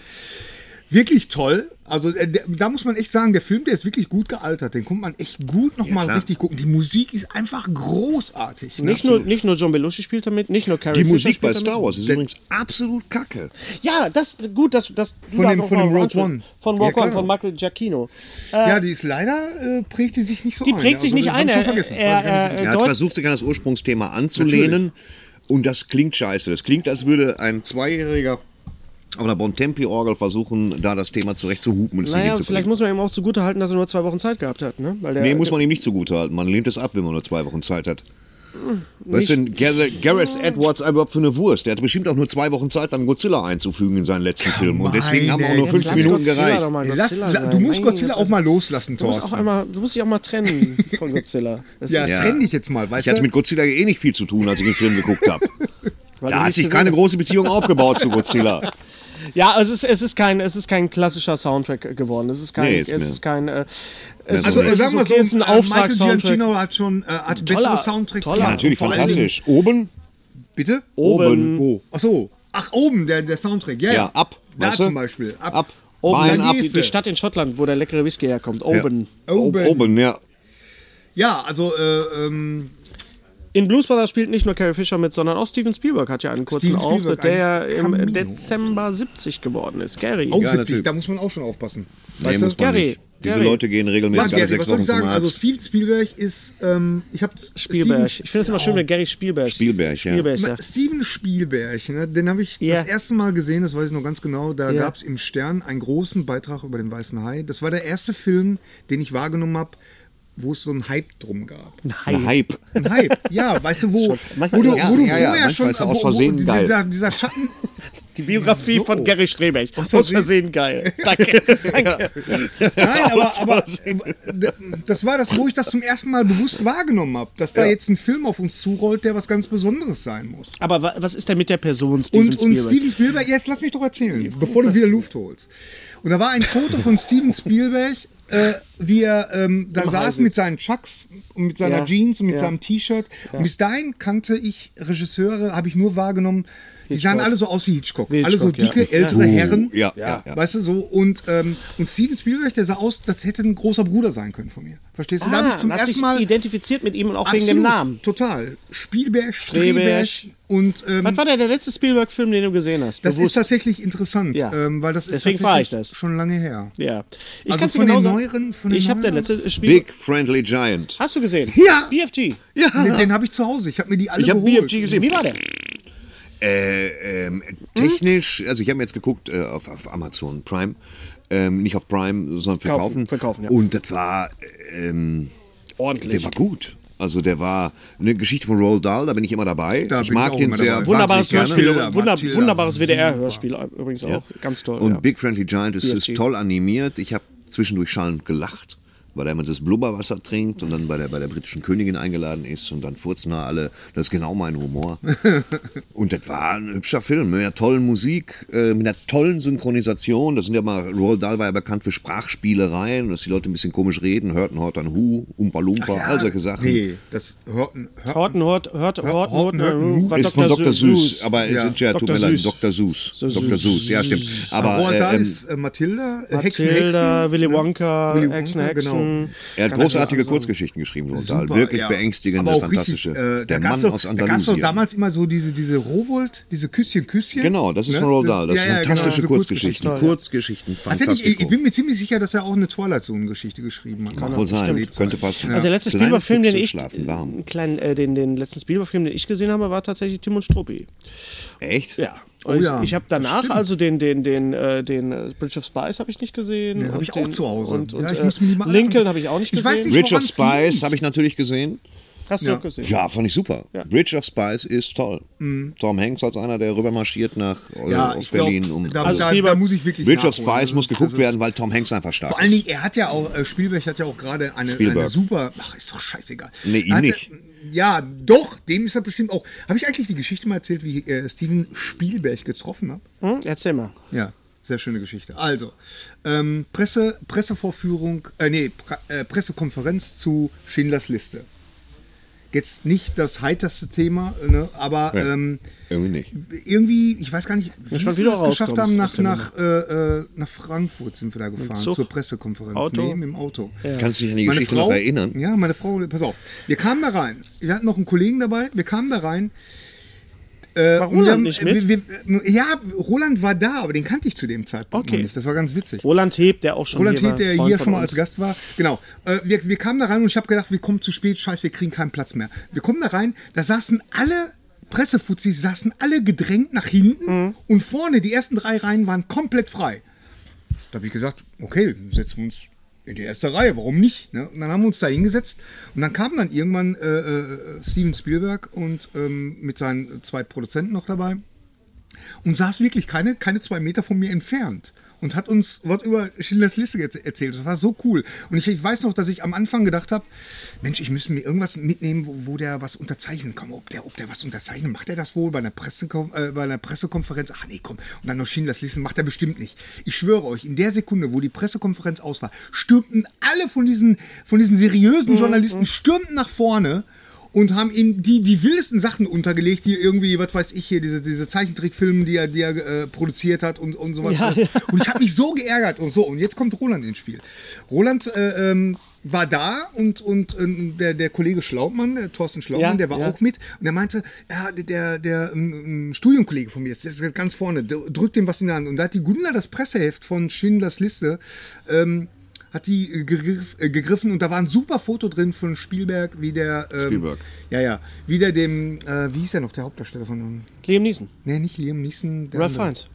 Wirklich toll. Also äh, der, da muss man echt sagen, der Film, der ist wirklich gut gealtert. Den konnte man echt gut nochmal klar. richtig gucken. Die Musik ist einfach großartig. nicht, nur, nicht nur John Belushi spielt damit, nicht nur Carrie Die Fisher Musik spielt bei damit. Star Wars ist übrigens absolut kacke. Ja, das, gut, dass, dass du Von da dem- noch von mal dem Rogue ansprichst. One. Von Rogue Ja, One, klar. von Michael Giacchino. ja, die ist leider, äh, prägt die sich nicht so Die ein. prägt sich Also, nicht hab ein. Ich schon Er, vergessen. er, äh, Weiß ich gar er, nicht. Er hat deut- versucht, sich an das Ursprungsthema anzulehnen. Und das klingt scheiße. Das klingt, als würde ein Zweijähriger auf einer Bontempi-Orgel versuchen, da das Thema zurecht zu hupen und es nicht naja, vielleicht hinzukriegen. muss man ihm auch zugutehalten, dass er nur zwei Wochen Zeit gehabt hat. Ne? Weil der, Nee, muss man ihm nicht zugutehalten. Man lehnt es ab, wenn man nur zwei Wochen Zeit hat. Hm, Was ist denn Gar- Gareth Edwards überhaupt für eine Wurst? Der hatte bestimmt auch nur zwei Wochen Zeit, dann Godzilla einzufügen in seinen letzten Film. Und deswegen haben auch nur ey, Jetzt fünf lass Minuten Godzilla doch gereicht. mal Ey, Lass, Godzilla la, sein. du musst Meine Godzilla Fresse. auch mal loslassen, Du musst, auch Thorsten. einmal, du musst dich auch mal trennen von Godzilla. Das ja, ist- Ja. trenn dich jetzt mal, weißt Ich hatte du? mit Godzilla eh nicht viel zu tun, als ich den Film geguckt habe. weil du Da hat nicht sich gesehen keine hast. große Beziehung aufgebaut zu Godzilla. Ja, es ist, es ist, kein, es ist kein klassischer Soundtrack geworden. Es ist kein. Nee, es ist mir- ist kein äh, es Also Also, ist, äh, es sagen wir ist so, okay, es ist ein äh, Michael Auftragssoundtrack. Giacchino hat schon äh, hat toller- bessere Soundtracks toller- gemacht. Natürlich, Vor allen Dingen- fantastisch. Oben? Bitte? Oben. Wo? Ach so. Ach, oben, der, der Soundtrack. Ja, Ja, ab. Da weißt du? zum Beispiel. Ab. Ab. Oben, Bein Oh, dann ab. die, die Stadt in Schottland, wo der leckere Whisky herkommt. Oben. Oben. Oben. Oben, ja. Ja, also äh, ähm, In Blues Brothers spielt nicht nur Carrie Fisher mit, sondern auch Steven Spielberg hat ja einen kurzen Steven Spielberg, Auftritt, der ein im Cameo. Oh, Dezember 70 geworden ist. Gary. auch Ja, 70, natürlich. da muss man auch schon aufpassen. Nee, Weißt du? muss man Gary, nicht. Diese Gary. Leute gehen Ja, regelmäßig alle Gary, sechs was soll Wochen ich zum sagen? Also Arzt. Steven Spielberg ist, ähm, ich habe Spielberg. Ich finde es immer schön, wenn Gary Spielberg. Spielberg, ja. Spielberg Ma- sagt. Steven Spielberg, ne, den habe ich Ja. das erste Mal gesehen, das weiß ich noch ganz genau. Da Ja. gab es im Stern einen großen Beitrag über den Weißen Hai. Das war der erste Film, den ich wahrgenommen habe, wo es so einen Hype drum gab. Ein Hype. Ein Hype, ja, weißt du, wo, schon- manchmal- wo du, ja, wo du ja, ja, vorher manchmal schon, ist er aus wo, wo, Versehen geil. dieser, dieser Schatten, Die Biografie So. von Gary Strebeck. Aus Versehen. Versehen geil. Danke. Danke. Nein, aber, aber d- das war das, wo ich das zum ersten Mal bewusst wahrgenommen habe, dass da jetzt ein Film auf uns zurollt, der was ganz Besonderes sein muss. Aber wa- was ist denn mit der Person Steven Und, und Spielberg? Steven Spielberg, jetzt lass mich doch erzählen, bevor du wieder Luft holst. Und da war ein Foto von Steven Spielberg, äh, wie er ähm, da saß mit seinen Chucks und mit seiner Ja, Jeans und mit ja. seinem T-Shirt. Und bis dahin kannte ich Regisseure, habe ich nur wahrgenommen, die sahen alle so aus wie Hitchcock. alle so Hitchcock, ja. dicke, ältere Herren. Ja, ja, ja. Weißt du, so. Und, ähm, und Steven Spielberg, der sah aus, das hätte ein großer Bruder sein können von mir. Verstehst du? da habe ich zum hast Ah, dich ersten Mal... identifiziert mit ihm und auch wegen Absolut, dem Namen. Total. Spielberg, Streberg. Streberg und... Ähm, Was war denn der letzte Spielberg-Film, den du gesehen hast? das ist Bewusst. tatsächlich interessant, Ja. ähm, weil das ist Deswegen frage ich tatsächlich das. schon lange her. ja. Ich Also kann's dir von den genau sagen. neueren- von den ich habe der neueren? letzte Spiel. Big Friendly Giant. Hast du gesehen? Ja. BFG. Den, den habe ich zu Hause. Ich habe mir die alle Ich habe geholt. BFG gesehen. Wie war der? Äh, ähm, technisch, also ich habe mir jetzt geguckt äh, auf, auf Amazon Prime, ähm, nicht auf Prime, sondern verkaufen. Kaufen, verkaufen, ja. Und das war, ähm, Ordentlich. der war gut. Also der war eine Geschichte von Roald Dahl, da bin ich immer dabei. Da ich bin ich mag auch den immer sehr. dabei. Wunderbares wahnsinnig Hörspiel. gerne. Wunder, Matilda, wunderbares super. WDR-Hörspiel übrigens auch. Ganz toll. Und ja. Big Friendly Giant ist, ist BFG. toll animiert. Ich habe zwischendurch schallend gelacht, weil er immer das Blubberwasser trinkt und dann bei der, bei der britischen Königin eingeladen ist und dann furzen da alle. Das ist genau mein Humor. und das war ein hübscher Film mit einer tollen Musik, äh, mit einer tollen Synchronisation. Das sind ja mal, Roald Dahl war ja bekannt für Sprachspielereien, dass die Leute ein bisschen komisch reden, hörten, horten, hu, umpa lumpa, all solche Sachen. Nee, das Hörten. Horten, Hörten. Hort, Hort, äh, Horten, Horten, Horten, Horten, war Ist von Dr. Süß, aber Ja. es ist ja, tut Dr. mir leid, Seuss. Dr. Süß. Dr. Süß, ja, stimmt. Aber, Roald Dahl äh, ähm, ist äh, Matilda, äh, Hexen, Matilda, Hexen. Willy Wonka, Willy Wonka, Hexen, Hexen. genau. Er hat Kann ich großartige sagen. Kurzgeschichten geschrieben, Roald Dahl. Super, Wirklich ja. beängstigende, Aber auch fantastische. Richtig, äh, der da gab's Mann doch, aus Da gab es doch Andalusien. damals immer so diese, diese Rowold, diese Küsschen, Küsschen. Ne? Genau, das ist von Roald Dahl. Das sind fantastische genau, so Kurzgeschichten. Kurzgeschichten. Kurzgeschichten, Tatsächlich, Also ich, ich fantastisch. bin mir ziemlich sicher, dass er auch eine Twilight Zone-Geschichte geschrieben hat. Kann wohl sein, könnte passen. Also der letzte Kleine Spielberg-Film, den Füchse ich Schlafen warm. einen kleinen, äh, den, den letzten Spielberg-Film, den ich gesehen habe, war tatsächlich Tim und Struppi. Echt? Ja. Oh ich ja, ich habe das danach stimmt. also den den den äh, den äh, Bridge of Spies habe ich nicht gesehen. Den habe und ich auch den- zu Hause. Und, und Ja, ich äh, muss mir die mal Lincoln angucken. habe ich auch nicht Ich gesehen. weiß nicht, Bridge of Woran's liegt? Spies habe ich natürlich gesehen. Hast du Ja. auch gesehen? Ja, fand ich super. Bridge of Spies ist toll. Tom Hanks als einer, der rübermarschiert nach äh, Mhm. Ja, aus ich glaub, Berlin. um da, also, da, da muss ich wirklich Bridge of nachholen. Also Spies Das muss ist- geguckt das ist- werden, weil Tom Hanks einfach stark Vor allen Dingen, er hat ja auch, äh, Spielberg hat ja auch gerade eine, eine Spielberg. super, ach, ist doch scheißegal. Nee, ihm Hat er- nicht. Ja, doch, dem ist er bestimmt auch. Habe ich eigentlich die Geschichte mal erzählt, wie ich äh, Steven Spielberg getroffen habe? Hm? Erzähl mal. Ja, sehr schöne Geschichte. Also, ähm, Presse, Pressevorführung, äh, nee, Pre äh, Pressekonferenz zu Schindlers Liste. Jetzt nicht das heiterste Thema, ne, aber Ja. ähm, ist. Irgendwie nicht. irgendwie, ich weiß gar nicht, wie schon, wie wir du das rauskommst geschafft haben, aus nach, dem nach, äh, äh, nach Frankfurt sind wir da gefahren, Zug? zur Pressekonferenz. Auto? Nee, im Auto. Kannst du dich an die Geschichte noch erinnern? Ja, meine Frau, pass auf. Wir kamen da rein. Wir hatten noch einen Kollegen dabei. Wir kamen da rein. Äh, War und wir Roland haben- nicht mit? Wir, wir, ja, Roland war da, aber den kannte ich zu dem Zeitpunkt Okay. noch nicht. Das war ganz witzig. Roland Heb, der auch schon Roland hier Heath, der war, Freund hier von schon mal uns. als Gast war. Genau. Äh, wir, wir kamen da rein und ich habe gedacht, wir kommen zu spät, scheiße, wir kriegen keinen Platz mehr. Wir kommen da rein, da saßen alle Pressefuzis, saßen alle gedrängt nach hinten Mhm. und vorne, die ersten drei Reihen waren komplett frei. Da habe ich gesagt, okay, setzen wir uns in die erste Reihe, warum nicht? Ne? Und dann haben wir uns da hingesetzt und dann kam dann irgendwann äh, äh, Steven Spielberg und ähm, mit seinen zwei Produzenten noch dabei und saß wirklich keine, keine zwei Meter von mir entfernt und hat uns was über Schindlers Liste jetzt erzählt. Das war so cool. Und ich, ich weiß noch, dass ich am Anfang gedacht habe, Mensch, ich müsste mir irgendwas mitnehmen, wo, wo der was unterzeichnen kann. Ob der, ob der was unterzeichnet, macht er das wohl bei einer, Pressekon äh, bei einer Pressekonferenz? Ach nee, komm. Und dann noch Schindlers Liste, macht er bestimmt nicht. Ich schwöre euch, in der Sekunde, wo die Pressekonferenz aus war, stürmten alle von diesen, von diesen seriösen Journalisten, stürmten nach vorne und haben ihm die, die wildesten Sachen untergelegt, hier irgendwie, was weiß ich hier, diese, diese Zeichentrickfilme, die er, die er äh, produziert hat und, und sowas. Ja, alles. ja. Und ich habe mich so geärgert und so. Und jetzt kommt Roland ins Spiel. Roland äh, ähm, war da und, und ähm, der, der Kollege Schlaubmann, der Thorsten Schlaubmann, Ja, der war ja. auch mit. Und er meinte, ja, der, der, der ähm, ähm, Studienkollege von mir ist, der ist ganz vorne, der drückt ihm was in die Hand. Und da hat die Gundler das Presseheft von Schindlers Liste ähm, hat die äh, gegriff, äh, gegriffen und da war ein super Foto drin von Spielberg, wie der ähm, Spielberg. ja ja, wie der dem äh, wie hieß er noch der Hauptdarsteller von Liam Neeson, ne nicht Liam Neeson, der Ralph andere. Fiennes.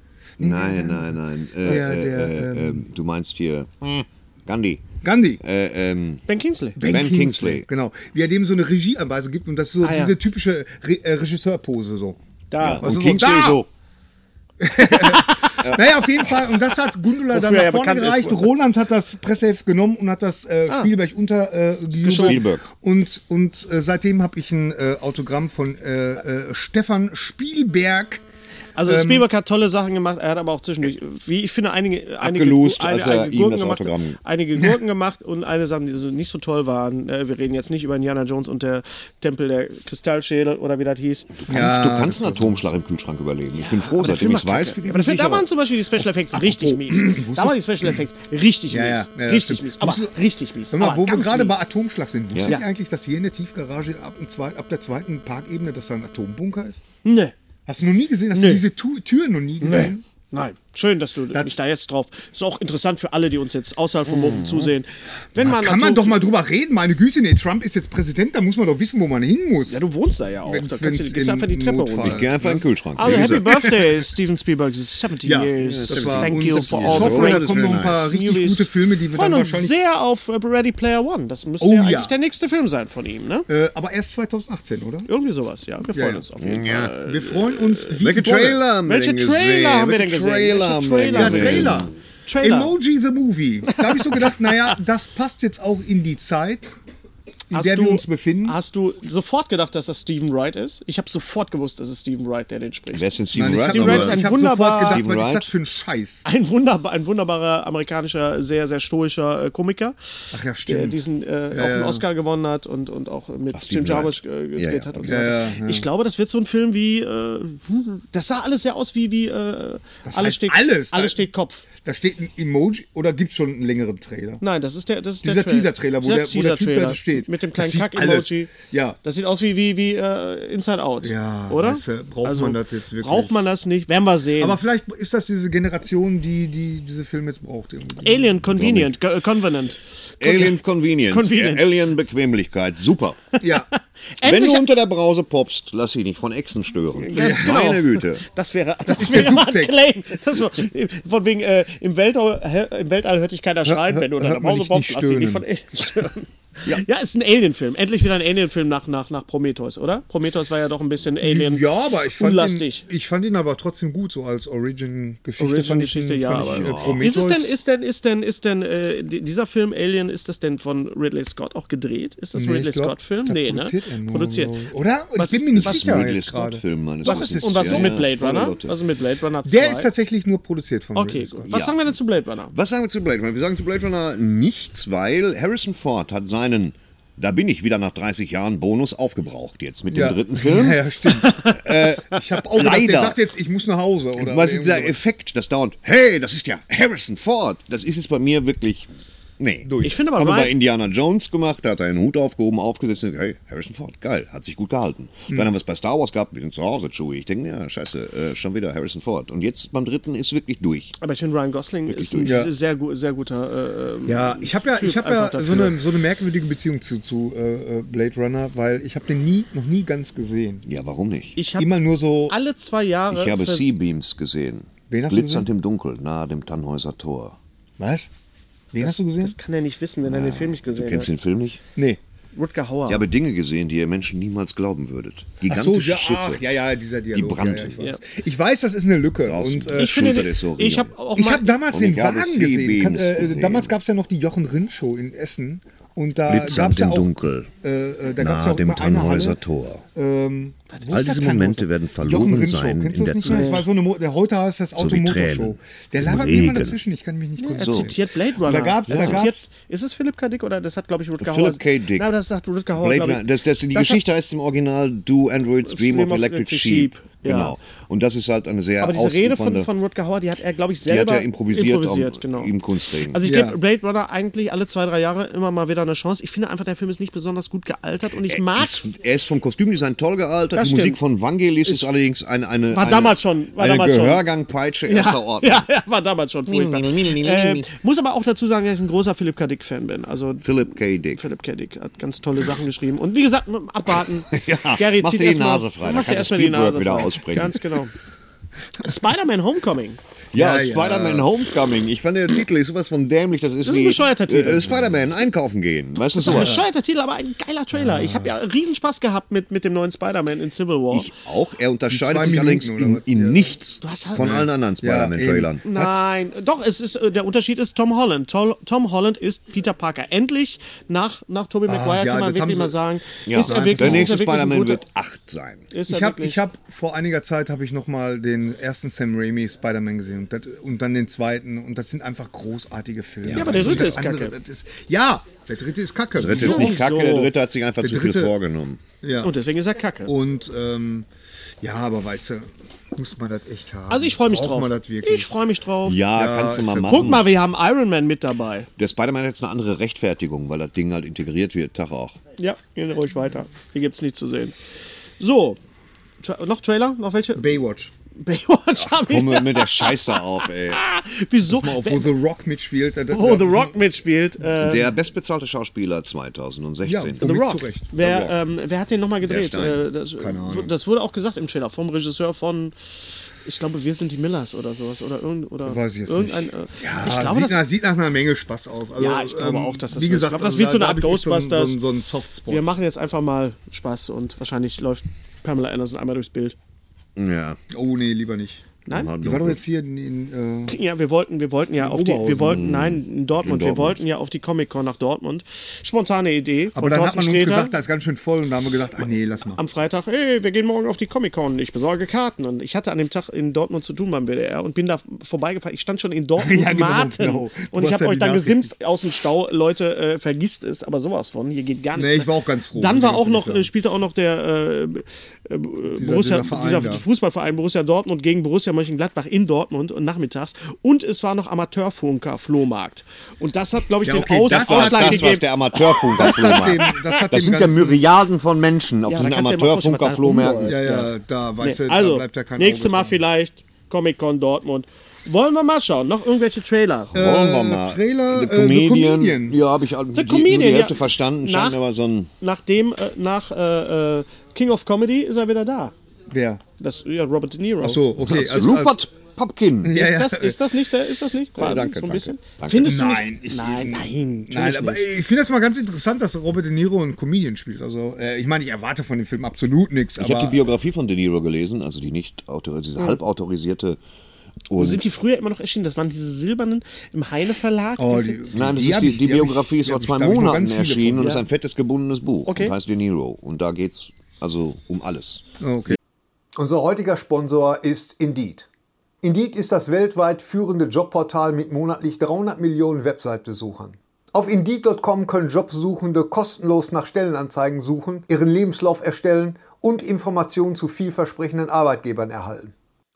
Nein, nein, nein. Äh, Der- äh, der, Hm. äh, äh, du meinst hier Gandhi. Gandhi. Äh, ähm, Ben Kingsley. Ben, Ben Kingsley. Kingsley. Genau. Wie er dem so eine Regieanweisung gibt und das ist so Ah, ja. diese typische Re äh, Regisseurpose so. Da. Was und ist so, Kingsley da! so. Naja, auf jeden Fall. Und das hat Gundula dann Wofür er nach ja vorne bekannt gereicht. ist. Roland hat das Presseheft genommen und hat das äh, Ah. Spielberg untergejubelt. Spielberg. Und, und äh, seitdem habe ich ein äh, Autogramm von äh, äh, Stefan Spielberg. Ähm, Also Spielberg hat tolle Sachen gemacht, er hat aber auch zwischendurch, wie ich finde, einige, einige, Abgelost, einige, als er einige ihm Gurken das gemacht, Autogramm- einige Gurken gemacht und eine Sachen, die so nicht so toll waren. Äh, Wir reden jetzt nicht über Indiana Jones und der Tempel der Kristallschädel oder wie das hieß. Kannst, du kannst einen Atomschlag im Kühlschrank überleben. Ich bin froh, seitdem ich es weiß. Aber das, da waren zum Beispiel die Special Effects richtig mies. Da waren die Special Effects richtig oh. Ja, ja, mies. ja, ja, richtig stimmt. mies. Aber Musst du- richtig mies. Sag mal, aber wo wir Ah, ganz gerade mies. bei Atomschlag sind, wusste Ja. ich eigentlich, dass hier in der Tiefgarage ab, dem zwei, ab der zweiten Parkebene, dass da ein Atombunker ist? Nö. Hast du noch nie gesehen? Hast Nö. du diese tu Tür noch nie gesehen? Nein, schön, dass du Das- mich da jetzt drauf. Ist auch interessant für alle, die uns jetzt außerhalb vom Mumpen zusehen. Wenn man Mhm. Kann man Atom- doch mal drüber reden, meine Güte. Nee, Trump ist jetzt Präsident, da muss man doch wissen, wo man hin muss. Ja, du wohnst da ja auch. Wenn's- da kannst du wenn's gehst du einfach die im Treppe Notfall- runter. Ich gehe einfach in den Kühlschrank. Also, Wie Happy gesagt, Birthday, Steven Spielberg. 70 ja, years. das war Thank uns. you for all ich the hoffe, great da kommen noch ein paar nice. richtig movies. gute Filme, die wir freuen dann uns wahrscheinlich. sehr auf äh, Ready Player One. Das müsste Oh, ja eigentlich ja. der nächste Film sein von ihm, ne? Äh, aber erst 2018, oder? Irgendwie sowas, ja. Wir freuen ja. uns auf jeden Fall. Wir freuen uns wie Welche Bolle. Trailer haben wir Welche denn gesehen? Trailer haben wir denn Welche gesehen? Welche Trailer Trailer haben wir denn Ja, haben wir gesehen? Trailer. Trailer. Emoji the Movie. Da habe ich so gedacht, naja, das passt jetzt auch in die Zeit, in der wir uns befinden. hast du sofort gedacht, dass das Steven Wright ist? Ich habe sofort gewusst, dass es Steven Wright, der den spricht. Wer ist denn Nein, Steven ich Wright? Steven Wright habe ist nochmal? ein hab sofort wunderbar- gedacht, Steven was ist Wright? das für ein Scheiß? Ein, wunderbar, ein wunderbarer amerikanischer, sehr, sehr stoischer äh, Komiker, Ach ja, der stimmt. diesen äh, auch einen Oscar gewonnen hat und, und auch mit Jim Steven Jarmusch Wright. äh, gedreht Ja, ja, hat. Und okay. so weiter. Ich glaube, das wird so ein Film wie, äh, hm, das sah alles sehr aus wie, wie äh, alles, heißt steht, alles? alles steht Kopf. Da steht ein Emoji oder gibt es schon einen längeren Trailer? Nein, das ist der, das ist Dieser der Trail- Teaser-Trailer, wo Dieser der- wo der Typ da Teaser-Trailer steht. Mit dem Das kleinen sieht Kack-Emoji. alles. Ja. Das sieht aus wie, wie, wie äh, Inside Out. Ja, oder? Also, weißt du, braucht man das jetzt wirklich? Braucht man das nicht? Werden wir sehen. Aber vielleicht ist das diese Generation, die, die diese Filme jetzt braucht. Irgendwie. Alien Convenient, Ge- äh, Convenant. Alien Convenience. Convenience. Äh, Alien Bequemlichkeit. Super. Ja. Wenn Endlich- du unter der Brause popst, lass dich nicht von Echsen stören. Ganz genau. Meine Güte. Das wäre, das ist wäre der mal ein Subtext. Claim. Das war, von wegen, äh, im, Weltall, hä, im Weltall hört dich keiner schreien, wenn du unter der hört man Pause dich bombst, nicht lass dich nicht von stöhnen. Aliens stören. Ja. ist ein Alien-Film. Endlich wieder ein Alien-Film nach, nach, nach Prometheus, oder? Prometheus war ja doch ein bisschen Alien. Ja, aber ich fand, ihn, Unlastig. ich fand ihn aber trotzdem gut, so als Origin-Geschichte. fand ich ihn- Origin-Geschichte, ja, fand ich, aber- äh, Prometheus. Ist es denn, ist denn, ist denn, ist denn, äh, di- dieser Film Alien, ist das denn von Ridley Scott auch gedreht? Ist das ein Nee, ich Ridley glaub, Scott-Film? da Nee, ne? produziert er nur, Produziert. glaub ich. Oder? Ich Was bin ist- mir nicht Was ist ein sicher. Ridley jetzt gerade. Scott-Film meines Was Wissens. ist- Und was Ja, ist mit ja, Blade volle Runner? Lotte. Was ist mit Blade Runner 2? Der ist tatsächlich nur produziert von Okay, gut. Ridley Scott. Was Ja. sagen wir denn zu Blade Runner? Was sagen wir zu Blade Runner? Wir sagen zu Blade Runner nichts, weil Harrison Ford hat seinen, da bin ich wieder nach 30 Jahren, Bonus aufgebraucht jetzt mit dem Ja. dritten Film. Ja, ja stimmt. ich habe auch gedacht, leider. der sagt jetzt, ich muss nach Hause. Oder Was ist irgendwie dieser sowas. Effekt, das dauert, hey, das ist ja Harrison Ford. Das ist jetzt bei mir wirklich, nee. Ich finde aber Haben wir bei Ryan, Indiana Jones gemacht, da hat er einen Hut aufgehoben, aufgesetzt und hey, Harrison Ford, geil, hat sich gut gehalten. Hm. Dann haben wir es bei Star Wars gehabt, wir sind zu Hause, Chewie. Ich denke, ja, scheiße, äh, schon wieder Harrison Ford. Und jetzt beim dritten ist wirklich durch. aber ich finde Ryan Gosling ist ein durch. sehr, sehr, gu- sehr guter. Äh, ähm, Ja, ich habe ja, ich hab ja einfach so, dafür. eine, so eine merkwürdige Beziehung zu, zu äh, äh, Blade Runner, weil ich habe den nie, noch nie ganz gesehen. Ja, warum nicht? ich habe Immer nur so. alle zwei Jahre. Ich habe vers- Seabeams gesehen. Wen hast du Glitzernd im Dunkel, nahe dem Tannhäuser Tor. Was? Wen hast du gesehen? Das kann er nicht wissen, wenn er den Film nicht Du gesehen kennst hat. den Film nicht? Nee. Rutger Hauer. Ich habe Dinge gesehen, die ihr Menschen niemals glauben würdet. Ach so, Gigantische ja, Schiffe. ach, ja, ja, dieser Dialog. brannten. Ja, ja, ich, weiß. ich weiß, das ist eine Lücke. und, äh, ich finde, Schulter den- ist so ich riesig. habe auch ich mal- habe damals Und den ich habe Wagen Sea gesehen. Kann, Beams äh, gesehen. Damals gab es ja noch die Jochen Rindt Show in Essen. Und da gab Blitzend es ja im auch. Dunkel. Äh, äh, da gab's ja Nahe auch dem immer eine Halle. Tannhäuser Tor. Oh, Ähm, wo All ist der diese Tannhäuser? Momente werden verloren Jochen Rindt Show, sein kennst du in das der nicht mehr? Zeit. Das war so eine, Mo der heute heißt das wie Automotor-Show. Tränen Der im labert mir immer Regen. dazwischen, ich kann mich nicht Er konzentrieren. zitiert Blade Runner. Da gab's- er da zitiert, gab's- ist es Philipp K. Dick oder das hat, glaube ich, Rutger Philip Hauer. K. Dick. Nein, das sagt Rutger Hauer. Blade glaub ich. Runner, das, das, die Das Geschichte heißt im Original Do Androids Dream of Electric Sheep. Ja. Genau. Und das ist halt eine sehr hat, aber diese Rede von, ausufernde- von Rutger Hauer, die hat er, glaube ich, die selber hat er improvisiert, um improvisiert, am, genau. im Kunstregen. Also ich Ja. gebe Blade Runner eigentlich alle zwei, drei Jahre immer mal wieder eine Chance. Ich finde einfach, der Film ist nicht besonders gut gealtert und ich mag... ist, er ist vom Kostümdesign toll gealtert. Das die Musik stimmt. von Vangelis ist allerdings eine, eine, War eine, damals schon, war eine damals schon. Gehörgangpeitsche erster ne? ja, Ordnung. ja, ja, war damals schon furchtbar. äh, muss aber auch dazu sagen, dass ich ein großer Philipp K. Dick-Fan bin. Also Philip K. Dick. Philipp K. Dick hat ganz tolle Sachen geschrieben. Und wie gesagt, abwarten. Ja, mach dir die erst mal- Nase frei, dann macht dir kannst erst du mal Spielberg wieder frei. aussprechen. Ganz genau. Spider-Man Homecoming. Ja, Ja, ja. Spider-Man Homecoming. Ich fand der Titel ist sowas von dämlich. Das ist, Das ist ein wie, bescheuerter Titel. Äh, Spider-Man einkaufen gehen. Weißt du Das ist ein sowas? bescheuerter Titel, aber ein geiler Trailer. Ich habe ja riesen Spaß gehabt mit, mit dem neuen Spider-Man in Civil War. Ah. Ich auch. Er unterscheidet zwei sich Minuten allerdings oder in, was? in Ja. nichts hast halt- von allen anderen Spider-Man-Trailern. Nein, doch, es ist, äh, der Unterschied ist Tom Holland. Tol, Tom Holland ist Peter Parker. Endlich, nach, nach Tobey Ah, Maguire, ja, kann man das haben wirklich sie- mal sagen, Ja. ist er Nein, wirklich, der ist nächste er wirklich ein Spider-Man guter, wird 8 sein. ist er Ich habe wirklich- ich hab vor einiger Zeit habe ich noch mal den ersten Sam Raimi Spider-Man gesehen und, das, und dann den zweiten und das sind einfach großartige Filme. Ja, aber der Also dritte das ist kacke. das ist, ja, der dritte ist kacke. Der dritte ist Wieso? nicht kacke, der Wieso? dritte hat sich einfach Der zu viel dritte- vorgenommen. Ja. Und deswegen ist er kacke. Und ähm, ja, aber weißt du, muss man das echt haben. also ich freue mich Braucht drauf. Man das wirklich? Ich freue mich drauf. Ja, kannst du mal machen. Guck mal, wir haben Iron Man mit dabei. Der Spider-Man hat jetzt eine andere Rechtfertigung, weil das Ding halt integriert wird. Tag auch. Ja, gehen ruhig weiter. Hier gibt's nichts zu sehen. So. Tra noch Trailer? Noch welche? Baywatch. Baywatch habe ich. Komm mir mit der Scheiße auf, ey. Wieso? Mal auf, wo The Rock mitspielt. Da, da, Wo The Rock mitspielt. Äh, Der bestbezahlte Schauspieler 2016. Ja, The womit Rock. zu Recht. Wer, ähm, wer hat den nochmal gedreht? Stein. Äh, das, das wurde auch gesagt im Trailer. Vom Regisseur von, ich glaube, wir sind die Millers oder sowas. Oder, irgend, oder Weiß ich jetzt irgendein. nicht. Äh, Ja, ich glaube, sieht, das, nach, sieht nach einer Menge Spaß aus. Also, Ja, ich glaube ähm, auch, dass das wie wird. Ich gesagt, glaube, das also wird da- so eine da Art hab ich echt so einen- Ghostbusters. So, einen- so ein Softspot. wir machen jetzt einfach mal Spaß und wahrscheinlich läuft Pamela Anderson einmal durchs Bild. Ja. Oh nee, lieber nicht. Nein? Die war doch jetzt hier in, in äh, Ja, wir wollten, wir wollten ja auf die, wir Oberhausen. wollten, nein, in Dortmund, In wir Dortmund. wollten ja auf die Comic-Con nach Dortmund. Spontane Idee von Aber dann hat Thorsten man uns Sträter. gesagt, da ist ganz schön voll und da haben wir gedacht, ach nee, lass mal. am Freitag, hey, wir gehen morgen auf die Comic-Con, ich besorge Karten. Und ich hatte an dem Tag in Dortmund zu tun beim WDR und bin da vorbeigefahren. Ich stand schon in Dortmund Ja, genau, Maten. genau. Du Und ich hast habe ja euch die dann Nachrichten. gesimst aus dem Stau, Leute, äh, vergisst es, aber sowas von, hier geht gar nichts. Nee, ich war auch ganz froh, Dann muss war ich auch ganz noch, ehrlich äh, spielte auch noch der äh, äh, Borussia, dieser Verein dieser da. Fußballverein Borussia Dortmund gegen Borussia Mönchengladbach in Dortmund und nachmittags. Und es war noch Amateurfunker Flohmarkt. Und das hat, glaube ich, Ja, okay, den Aus das Das war Ausschlag das, was gegeben. der Amateurfunker Das hat macht. dem- das hat dem sind ja Ganzen- Myriaden von Menschen auf Ja, diesen da kannst du dir mal vorstellen, was da Amateurfunker-Flohmärkten. Ja, ja, da, weißt Nee, du, da also, bleibt ja kein nächste Auge Mal dran. vielleicht Comic-Con Dortmund. Wollen wir mal schauen. Noch irgendwelche Trailer? Äh. Wollen wir mal. Trailer, The äh, The Comedian. Comedian. Ja, habe ich all- die, Comedian, nur die Hälfte ja. verstanden. Nach- Scheint mir aber so ein. Nachdem, äh, nach äh, äh, King of Comedy ist er wieder da. Wer? Das, ja, Robert De Niro. Ach so, okay. als- als- Rupert Popkin. Ja, Ist ja. das, ist das nicht der, ist das nicht? quasi so danke, ein danke, bisschen? danke. Findest du Nein, nicht? ich- nein, nein, Nein, natürlich aber nicht. ich finde das mal ganz interessant, dass Robert De Niro einen Comedian spielt. Also, äh, ich meine, ich erwarte von dem Film absolut nichts, Ich habe die aber Biografie von De Niro gelesen, also die nicht autorisierte, diese halb autorisierte. Und Sind die früher immer noch erschienen? Das waren diese silbernen im Heine Verlag. diese- Nein, das Oh, die ist hab die, ich- die die hab ich- Biografie ist die vor hab ich- zwei da hab ich nur Monaten ganz viele erschienen von, und ja. ist ein fettes gebundenes Buch Okay. und heißt De Niro. Und da geht es also um alles. Oh, Okay. Unser heutiger Sponsor ist Indeed. Indeed ist das weltweit führende Jobportal mit monatlich 300 Millionen Website-Besuchern. Auf Indeed.com können Jobsuchende kostenlos nach Stellenanzeigen suchen, ihren Lebenslauf erstellen und Informationen zu vielversprechenden Arbeitgebern erhalten.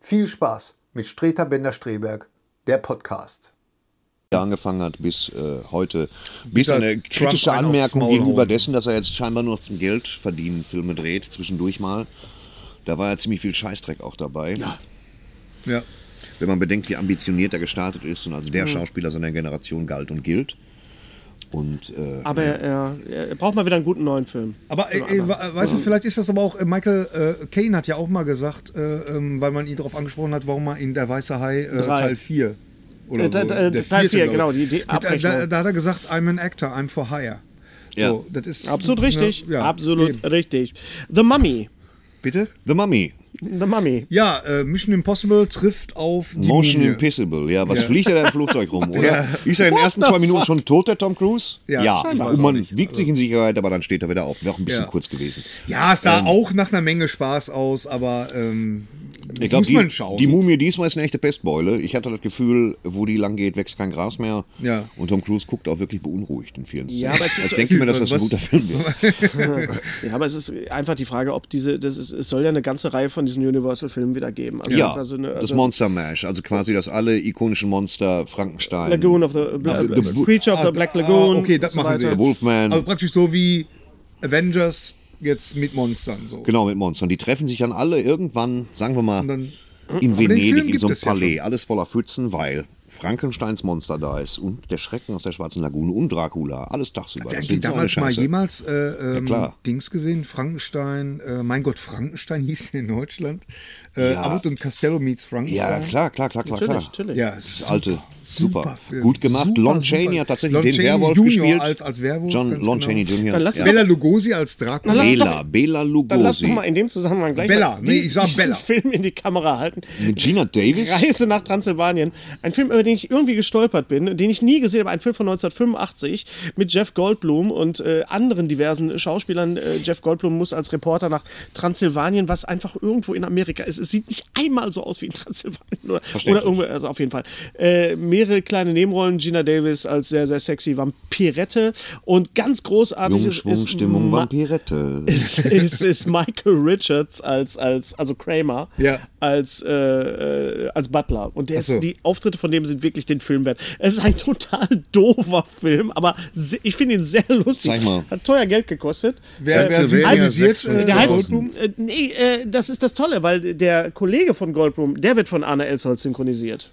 viel Spaß mit Streter Bender-Streberg, der Podcast. Der angefangen hat bis äh, heute. Bis Dieser eine Trump kritische einen aufs Anmerkung Maul gegenüber hauen. dessen, dass er jetzt scheinbar nur noch zum Geld verdienen Filme dreht, zwischendurch mal. Da war ja ziemlich viel Scheißdreck auch dabei. Ja. Wenn man bedenkt, wie ambitioniert er gestartet ist und also der Mhm. Schauspieler seiner Generation galt und gilt. Und äh, Aber er, er, er braucht mal wieder einen guten neuen Film. Aber äh, äh, wa- weißt du, vielleicht ist das aber auch, äh, Michael äh, Caine hat ja auch mal gesagt, äh, ähm, weil man ihn darauf angesprochen hat, warum man in Der Weiße Hai äh, Drei. Teil 4 oder Äh, so, da- da- Teil vierte, vier, glaub ich. genau, die- die Mit, äh, Abrechnung. da, da hat er gesagt, I'm an actor, I'm for hire. Ja. So, das ist, ne, Absolut richtig. Ja, ja, Absolut eben. richtig. The Mummy. Bitte? The Mummy. The Mummy. Ja, äh, Mission Impossible trifft auf die Motion Mumie. Impossible, ja. Was fliegt er da im Flugzeug rum, oder? Ist er in den ersten zwei Minuten schon tot, der Tom Cruise? Ja, scheinbar. Und man Weiß auch nicht. Also wiegt sich in Sicherheit, aber dann steht er wieder auf. Wäre auch ein bisschen Ja. kurz gewesen. Ja, es Ähm. sah auch nach einer Menge Spaß aus, aber ähm, Ich glaube, muss man die, schauen. die Mumie diesmal ist eine echte Pestbeule. Ich hatte das Gefühl, wo die lang geht, wächst kein Gras mehr. Ja. Und Tom Cruise guckt auch wirklich beunruhigt in vielen Szenen. Ja, aber es ist ich so- denke mir, dass das ein Was- guter Film wird. Ja, aber es ist einfach die Frage, ob diese, das ist, es soll ja eine ganze Reihe von diesen Universal-Filmen wieder geben. Also Ja, also eine, das also Monster Mash, also quasi, dass alle ikonischen Monster, Frankenstein, Lagoon of the, Bla- the- the- Creature of the Black Lagoon. Ah, okay, das und so machen sie weiter. jetzt. Wolfman. Also praktisch so wie Avengers jetzt mit Monstern. So. genau mit Monstern, die treffen sich dann alle irgendwann, sagen wir mal, dann- äh, in den Film Venedig, in gibt so einem es ja Palais, alles voller Pfützen, weil Frankensteins Monster da ist und der Schrecken aus der Schwarzen Lagune und Dracula, alles tagsüber. Habt Das ihr eigentlich wird so eine damals mal Scheiße. jemals äh, ähm, klar. Dings gesehen? Frankenstein, äh, mein Gott, Frankenstein hieß der in Deutschland. Äh, Ja. Abbott und Costello meets Frankenstein. Ja, klar, klar, klar, klar, Natürlich, klar. natürlich. Ja, Das super, alte, super. Film. Gut gemacht. Super, Lon super. Chaney hat tatsächlich Lon den Chaney Werwolf Junior gespielt. Als, als Werwolf. John ganz Lon genau. Chaney Jr. Dann lass ja. doch- Bela Lugosi als Dracula. Dann lass doch- Bela, Bela Dann lass doch mal Lugosi. in dem Zusammenhang gleich Bella, mal nee, ich sag diesen Bella. Film in die Kamera halten. Mit Gina Davis? Reise nach Transsilvanien. Ein Film, über den ich irgendwie gestolpert bin, den ich nie gesehen habe. Ein Film von 1985 mit Jeff Goldblum und äh, anderen diversen Schauspielern. Äh, Jeff Goldblum muss als Reporter nach Transsilvanien, was einfach irgendwo in Amerika ist. Es sieht nicht einmal so aus wie in Transsilvanien oder, oder irgendwo, also auf jeden Fall. Äh, mehrere kleine Nebenrollen. Gina Davis als sehr, sehr sexy Vampirette und ganz großartig Jung, ist, Schwung, ist Stimmung, Ma- Vampirette. ist, ist, ist Michael Richards als, als also Kramer, Ja. als, äh, äh, als Butler. Und der Ach so. ist, die Auftritte von dem sind wirklich den Film wert. Es ist ein total doofer Film, aber se- ich finde ihn sehr lustig. Zeig mal. Hat teuer Geld gekostet. Wer, wer Also, synchronisiert? wer- äh, Der heißt, Goldblum? äh, nee, äh, das ist das Tolle, weil der Kollege von Goldblum, der wird von Arne Elsholz synchronisiert.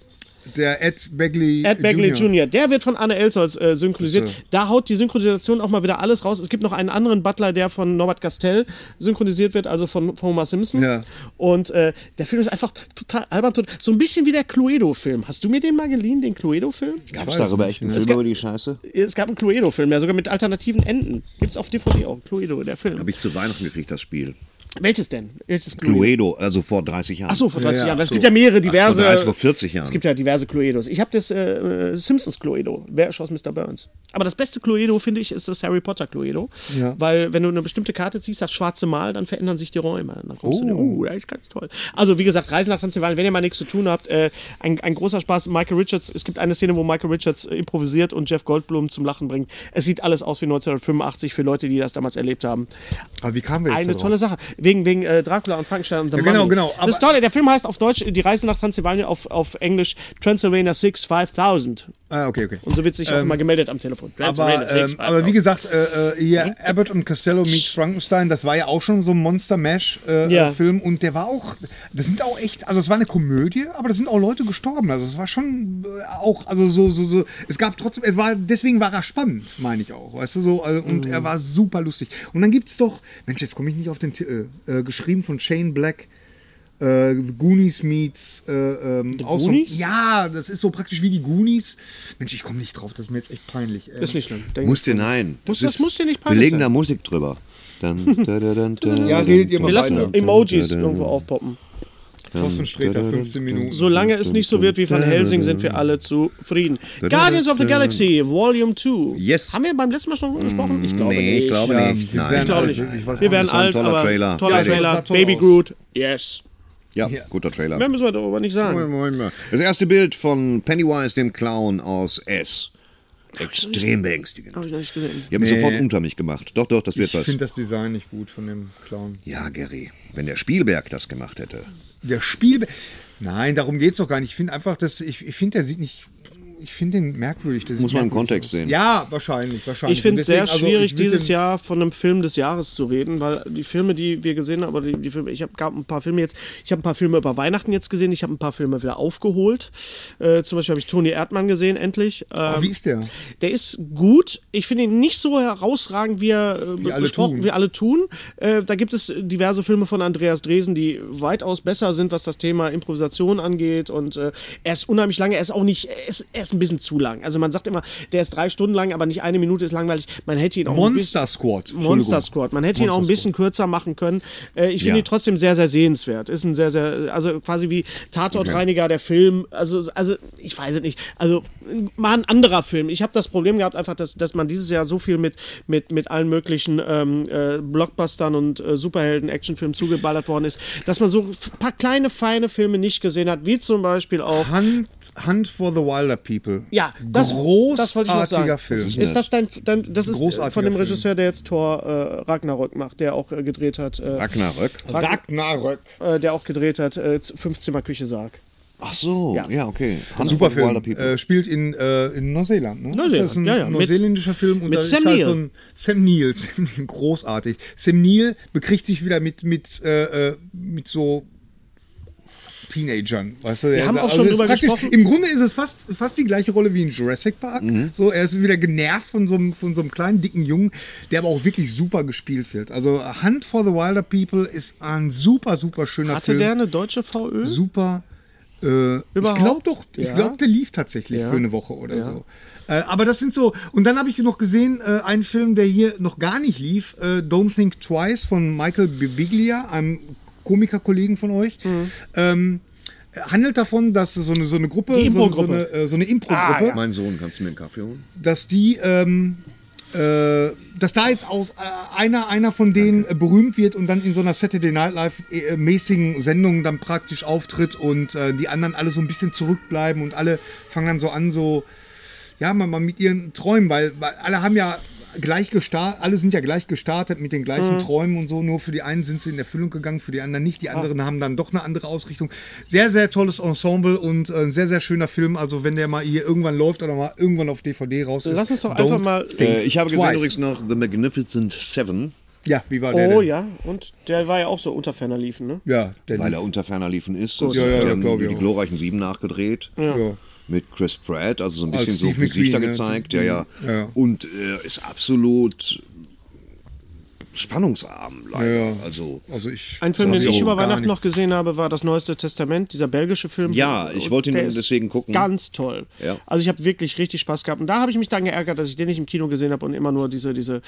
Der Ed Begley Ed Begley Jr. Jr., der wird von Anne Elsholz äh, synchronisiert. Da haut die Synchronisation auch mal wieder alles raus. Es gibt noch einen anderen Butler, der von Norbert Castell synchronisiert wird, also von, von Homer Simpson. Ja. Und äh, der Film ist einfach total albern. tot- So ein bisschen wie der Cluedo-Film. Hast du mir den mal geliehen, den Cluedo-Film? Gab es darüber echt einen Film gab- über die Scheiße? Es gab einen Cluedo-Film, ja, sogar mit alternativen Enden. Gibt's auf DVD auch. Cluedo, der Film. Habe ich zu Weihnachten gekriegt, das Spiel. Welches denn? Welches Cluedo, also vor 30 Jahren. Ach so, vor 30 Ja, Jahren. Es so. gibt ja mehrere Ach, vor diverse. 30, vor 40 Jahren. Es gibt ja diverse Cluedos. Ich habe das äh, äh, Simpsons Cluedo. Wer erschoss Mr. Burns? Aber das beste Cluedo, finde ich, ist das Harry Potter Cluedo. Weil, wenn du eine bestimmte Karte ziehst, das schwarze Mal, dann verändern sich die Räume. Dann kommst du, in- oh, das ist ganz toll. Also, wie gesagt, Reise nach Transsilvanien, wenn ihr mal nichts zu tun habt, äh, ein, ein großer Spaß. Michael Richards, es gibt eine Szene, wo Michael Richards äh, improvisiert und Jeff Goldblum zum Lachen bringt. Es sieht alles aus wie 1985 für Leute, die das damals erlebt haben. Aber Ah, wie kamen wir jetzt Eine da drauf? tolle Sache. Wegen, wegen äh, Dracula und Frankenstein und The Ja, genau, Mummy. genau, Das aber- Tolle, der Film heißt auf Deutsch äh, Die Reise nach Transsilvanien, auf, auf Englisch Transylvania 6 5000. Ah, okay, okay. Und so wird sich auch immer gemeldet am Telefon. Aber, ähm, aber wie gesagt, äh, äh, Hm? hier Abbott und Costello meets Frankenstein, das war ja auch schon so ein Monster-Mash-Film äh, Ja. Film und der war auch, das sind auch echt, also es war eine Komödie, aber da sind auch Leute gestorben. Also es war schon äh, auch, also so, so, so, es gab trotzdem, es war, deswegen war er spannend, meine ich auch, weißt du, so, also, und Mhm. er war super lustig. Und dann gibt's doch, Mensch, jetzt komme ich nicht auf den Titel, äh, geschrieben von Shane Black, äh, The Goonies meets äh, ähm, auch so- Goonies? Ja, das ist so praktisch wie die Goonies. Mensch, ich komme nicht drauf, das ist mir jetzt echt peinlich. Ähm, Ist nicht schlimm. Denk- Muss dir nein. Muss- das muss dir nicht Wir peinlich legen sein. da Musik drüber. Dann, da, da, da, da, Ja, da, redet ihr da, mal Wir da, lassen da, da, Emojis da, da, irgendwo da. aufpoppen. Thorsten Sträter, 15 Minuten. Solange es nicht so wird wie Van Helsing, sind wir alle zufrieden. Guardians of the Galaxy, Volume 2. Yes. Haben wir beim letzten Mal schon drüber gesprochen? Mm, Ich glaube Nee, nicht. ich glaube Ja, nicht. wir Nein. werden Ich glaube alt, nicht. wirklich, was Wir werden Das war ein alt, toller aber Trailer. toller Ja, der Trailer. sah toll Baby aus. Groot. Yes. Ja, guter Trailer. Mehr müssen wir darüber nicht sagen. Das erste Bild von Pennywise, dem Clown aus S. Extrem Oh. beängstigend. Habe ich noch nicht gesehen. Die haben es sofort unter mich gemacht. Doch, doch, das wird Ich was. finde das Design nicht gut von dem Clown. Ja, Gary, wenn der Spielberg das gemacht hätte. Der Spiel. Nein, darum geht's doch gar nicht. Ich finde einfach, dass ich, ich finde, der sieht nicht. Ich finde den merkwürdig. Der sieht Muss man im merkwürdig Kontext sehen. aus. Ja, wahrscheinlich, wahrscheinlich. Ich finde es Und deswegen, sehr also, schwierig, ich würd dieses den- Jahr von einem Film des Jahres zu reden, weil die Filme, die wir gesehen haben, oder die, die Filme, ich habe ein paar Filme jetzt, ich habe ein paar Filme über Weihnachten jetzt gesehen, ich habe ein paar Filme wieder aufgeholt. Äh, zum Beispiel habe ich Toni Erdmann gesehen, endlich. Oh, Ähm, wie ist der? der ist gut. Ich finde ihn nicht so herausragend, wie er äh, alle besprochen, tun. wie alle tun. Äh, da gibt es diverse Filme von Andreas Dresen, die weitaus besser sind, was das Thema Improvisation angeht. Und äh, er ist unheimlich lange. Er ist auch nicht, er ist, er ist ein bisschen zu lang. Also man sagt immer, der ist drei Stunden lang, aber nicht eine Minute ist langweilig. Man hätte ihn auch ein Monster bisschen, Squad. Monster Squad. Man hätte ihn auch ein Monster bisschen kürzer machen können. Äh, ich finde Ja. ihn trotzdem sehr, sehr sehenswert. Ist ein sehr, sehr, also quasi wie Tatortreiniger der Film. Also, also ich weiß es nicht. Also mal ein anderer Film. Ich habe das Problem gehabt, einfach, dass, dass man dieses Jahr so viel mit, mit, mit allen möglichen ähm, äh, Blockbustern und äh, Superhelden-Actionfilmen zugeballert worden ist, dass man so ein paar kleine, feine Filme nicht gesehen hat, wie zum Beispiel auch. Hunt, Hunt for the Wilder People. Ja, das, das wollte ich noch großartiger sagen. Film. Ist das dein, dein das ist äh, Großartiger von dem Film. Regisseur, der jetzt Thor äh, Ragnarök macht, der auch äh, gedreht hat, äh, Ragnarök. Ragnarök. äh, der auch gedreht hat, äh, 15 Küche Sarg. Ach so, ja, Ja. okay. Hand Super of the Wilder Film. People. Äh, spielt in, äh, in Neuseeland. Ne? Neuseeland, das ist ein ja, ja. Mit- neuseeländischer Film. Und mit da Sam ist halt Neill. so ein Sam Neill. Sam Neill, großartig. Sam Neill bekriegt sich wieder mit, mit, äh, äh, mit so Teenagern. Weißt du? Wir haben auch schon drüber gesprochen. Im Grunde ist es fast, fast die gleiche Rolle wie in Jurassic Park. Mhm. So, er ist wieder genervt von so, einem, von so einem kleinen, dicken Jungen, der aber auch wirklich super gespielt wird. Also Hunt for the Wilder People ist ein super, super schöner Hatte Film der eine deutsche VÖ? super. Äh, ich Mhm. Überhaupt? glaube doch, ich Ja. glaube, der lief tatsächlich Ja. für eine Woche oder so. Äh, aber das sind so. Und dann habe ich noch gesehen, äh, einen Film, der hier noch gar nicht lief: äh, Don't Think Twice von Michael Bibiglia, einem Komikerkollegen von euch. Mhm. Ähm, handelt davon, dass so eine, so eine Gruppe, Die so, so eine, Impro-Gruppe. Ah, äh, so eine Impro-Gruppe, Mein Sohn, kannst du mir einen Kaffee holen? dass die, ähm, äh, dass da jetzt aus äh, einer, einer von denen äh, berühmt wird und dann in so einer Saturday Night Live-mäßigen Sendung dann praktisch auftritt und äh, die anderen alle so ein bisschen zurückbleiben und alle fangen dann so an, so, ja, mal, mal mit ihren Träumen, weil, weil alle haben ja gleich gestartet, alle sind ja gleich gestartet mit den gleichen Mhm. Träumen und so, nur für die einen sind sie in Erfüllung gegangen, für die anderen nicht, Ah. die anderen haben dann doch eine andere Ausrichtung. Sehr, sehr tolles Ensemble und äh, ein sehr, sehr schöner Film, also wenn der mal hier irgendwann läuft oder mal irgendwann auf DVD raus ist. Lass uns doch don't einfach mal- think Äh, ich habe gesehen twice. übrigens noch The Magnificent Seven, Ja, wie war der Oh denn? ja, und der war ja auch so unter Ferner liefen, ne? Ja, der weil lief. er unter ferner liefen ist. Und Ja, ja, die ja, haben glaub ich die auch. glorreichen Sieben nachgedreht. Ja. Mit Chris Pratt, also so ein Als bisschen so Steve McQueen, Gesichter ne? gezeigt. Ja, ja. Ja. Und äh, ist absolut spannungsarm, leider. Ja. Also, Also ich Ein Film, sag den so ich über gar Weihnachten noch nichts. gesehen habe, war Das Neueste Testament, dieser belgische Film. Ja, ich wollte ihn der nur ist deswegen gucken. Ganz toll. Ja. Also ich habe wirklich richtig Spaß gehabt. Und da habe ich mich dann geärgert, dass ich den nicht im Kino gesehen habe und immer nur diese, diese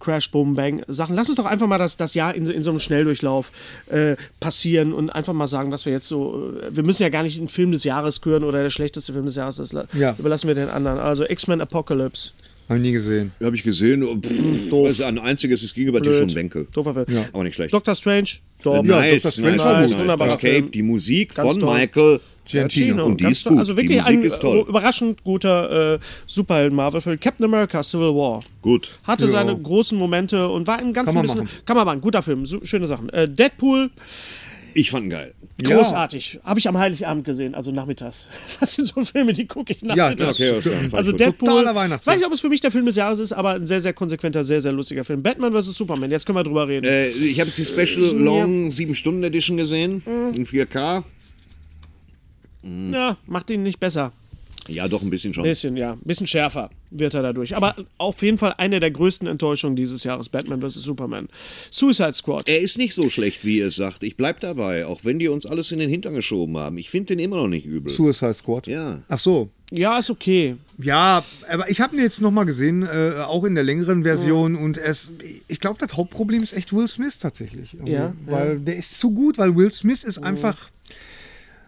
Crash-Boom-Bang-Sachen. Lass uns doch einfach mal das, das Jahr in, so- in so einem Schnelldurchlauf äh, passieren und einfach mal sagen, was wir jetzt so. äh, Wir müssen ja gar nicht den Film des Jahres küren oder der schlechteste Film des Jahres. Das la- Ja. überlassen wir den anderen. Also X-Men Apocalypse. Hab ich nie gesehen. habe ich gesehen. oh, Pff, also ein einziges, es ging über Tisch Blöd. und Bänke. Doofer Film. Aber nicht schlecht. Äh, Doctor Strange. Doof. Ja, Dr. nice, nice, Strange nice, war gut. nice. Wunderbarer Escape, Film. die Musik Ganz von toll. Michael Giacchino. Und die Ganz ist toll. gut. Also die wirklich Musik ein ist toll. äh, überraschend guter äh, Superhelden-Marvel-Film. Captain America Civil War. Gut. Hatte Ja. seine großen Momente und war ein ganz Kann man bisschen. machen. Kann man machen. Guter Film. So, schöne Sachen. Äh, Deadpool, Ich fand ihn geil. großartig. Habe ich am Heiligabend gesehen, also nachmittags. Das sind so Filme, die gucke ich nachmittags. das- Okay, alles klar, fand ich Also gut. Deadpool, Totaler Weihnachtsfilm. weiß nicht, ob es für mich der Film des Jahres ist, aber ein sehr, sehr konsequenter, sehr, sehr lustiger Film. Batman vs. Superman, jetzt können wir drüber reden. Äh, ich habe jetzt die Special Long 7-Stunden Edition gesehen, Mhm. in 4K. Ja, macht ihn nicht besser. Ja, doch, ein bisschen schon. Bisschen, ja. Bisschen schärfer wird er dadurch. Aber auf jeden Fall eine der größten Enttäuschungen dieses Jahres, Batman vs. Superman. Suicide Squad. Er ist nicht so schlecht, wie ihr es sagt. Ich bleib dabei, auch wenn die uns alles in den Hintern geschoben haben. Ich finde den immer noch nicht übel. Suicide Squad. Ja. Ach so, Ja, ist okay. Ja, aber ich habe ihn jetzt nochmal gesehen, äh, auch in der längeren Version. Und es, ich glaube, das Hauptproblem ist echt Will Smith tatsächlich. irgendwie. Ja, Mhm. weil der ist zu gut, weil Will Smith ist einfach.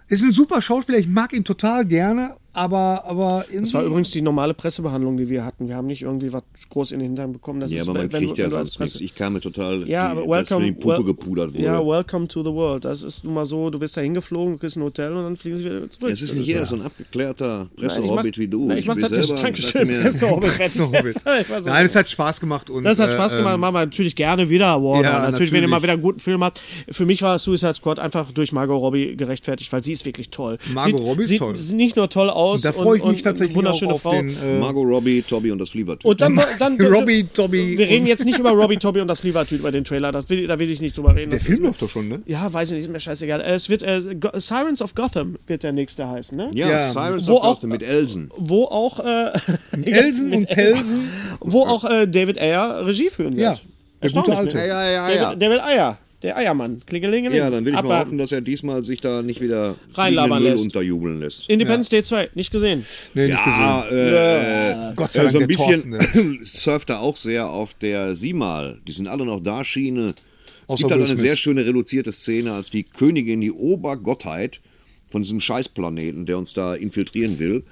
Ist ein super Schauspieler, ich mag ihn total gerne, aber. aber Das war übrigens die normale Pressebehandlung, die wir hatten. Wir haben nicht irgendwie was groß in den Hintern bekommen. Das ja, ist, aber man wenn- kriegt wenn ja du als sonst nichts. Ich kam mir total, ja, die, aber dass mir welcome, die Puppe wel- gepudert wurde. Ja, welcome to the world. Das ist nun mal so, du wirst da hingeflogen, du kriegst ein Hotel und dann fliegen sie wieder zurück. es ist nicht jeder so ein abgeklärter Presseorbit mach- wie du. Nein, ich mach bin das jetzt. selber- Dankeschön, dachte mir, Presseorbit. werd ich so mit. jetzt. Ich weiß auch Nein, nicht. es hat Spaß gemacht. Und, Das hat äh, Spaß gemacht, ähm, machen wir natürlich gerne wieder Warner. Ja, natürlich, wenn ihr natürlich. mal wieder einen guten Film habt. Für mich war Suicide Squad einfach durch Margot Robbie gerechtfertigt, weil sie ist wirklich toll. Margot sieht, Robbie ist sieht toll. Sieht nicht nur toll aus, Da freue ich und, mich und tatsächlich wunderschöne auch auf Frau. den. Äh, Margot Robbie, Toby und das Fliebertüte. und dann, dann, Robbie, Tobby Wir reden und- jetzt nicht über Robbie, Tobby und das Levertüt über den Trailer. Das will, da will ich nicht drüber reden. der Das- Film läuft doch schon, ne? ja, weiß ich nicht, ist mir scheißegal. Es wird äh, Go Sirens of Gotham wird der nächste heißen, ne? ja, Ja. Sirens Wo of Gotham auch- mit Elsen. Wo auch äh, Elsen und Pelsen. wo auch äh, David Ayer Regie führen wird. Ja, der gute Erstaunlich, Alte. ne? Ah, Ja, ja, ja, ja. David, David Ayer. Der Eiermann. Klingelingeling. Ja, dann will ich mal Abwarten. hoffen, dass er diesmal sich da nicht wieder Reinlabern fliegenden Müll lässt. unterjubeln lässt. Independence Day 2, nicht gesehen. Nee, nicht gesehen. ja, äh, äh, Gott sei Dank so ein der Thorsten, ne? bisschen surft er auch sehr auf der Simal. Die sind alle noch da, Schiene. Es Außer gibt halt Will eine Smith. sehr schöne reduzierte Szene, als die Königin, die Obergottheit von diesem Scheißplaneten, der uns da infiltrieren will,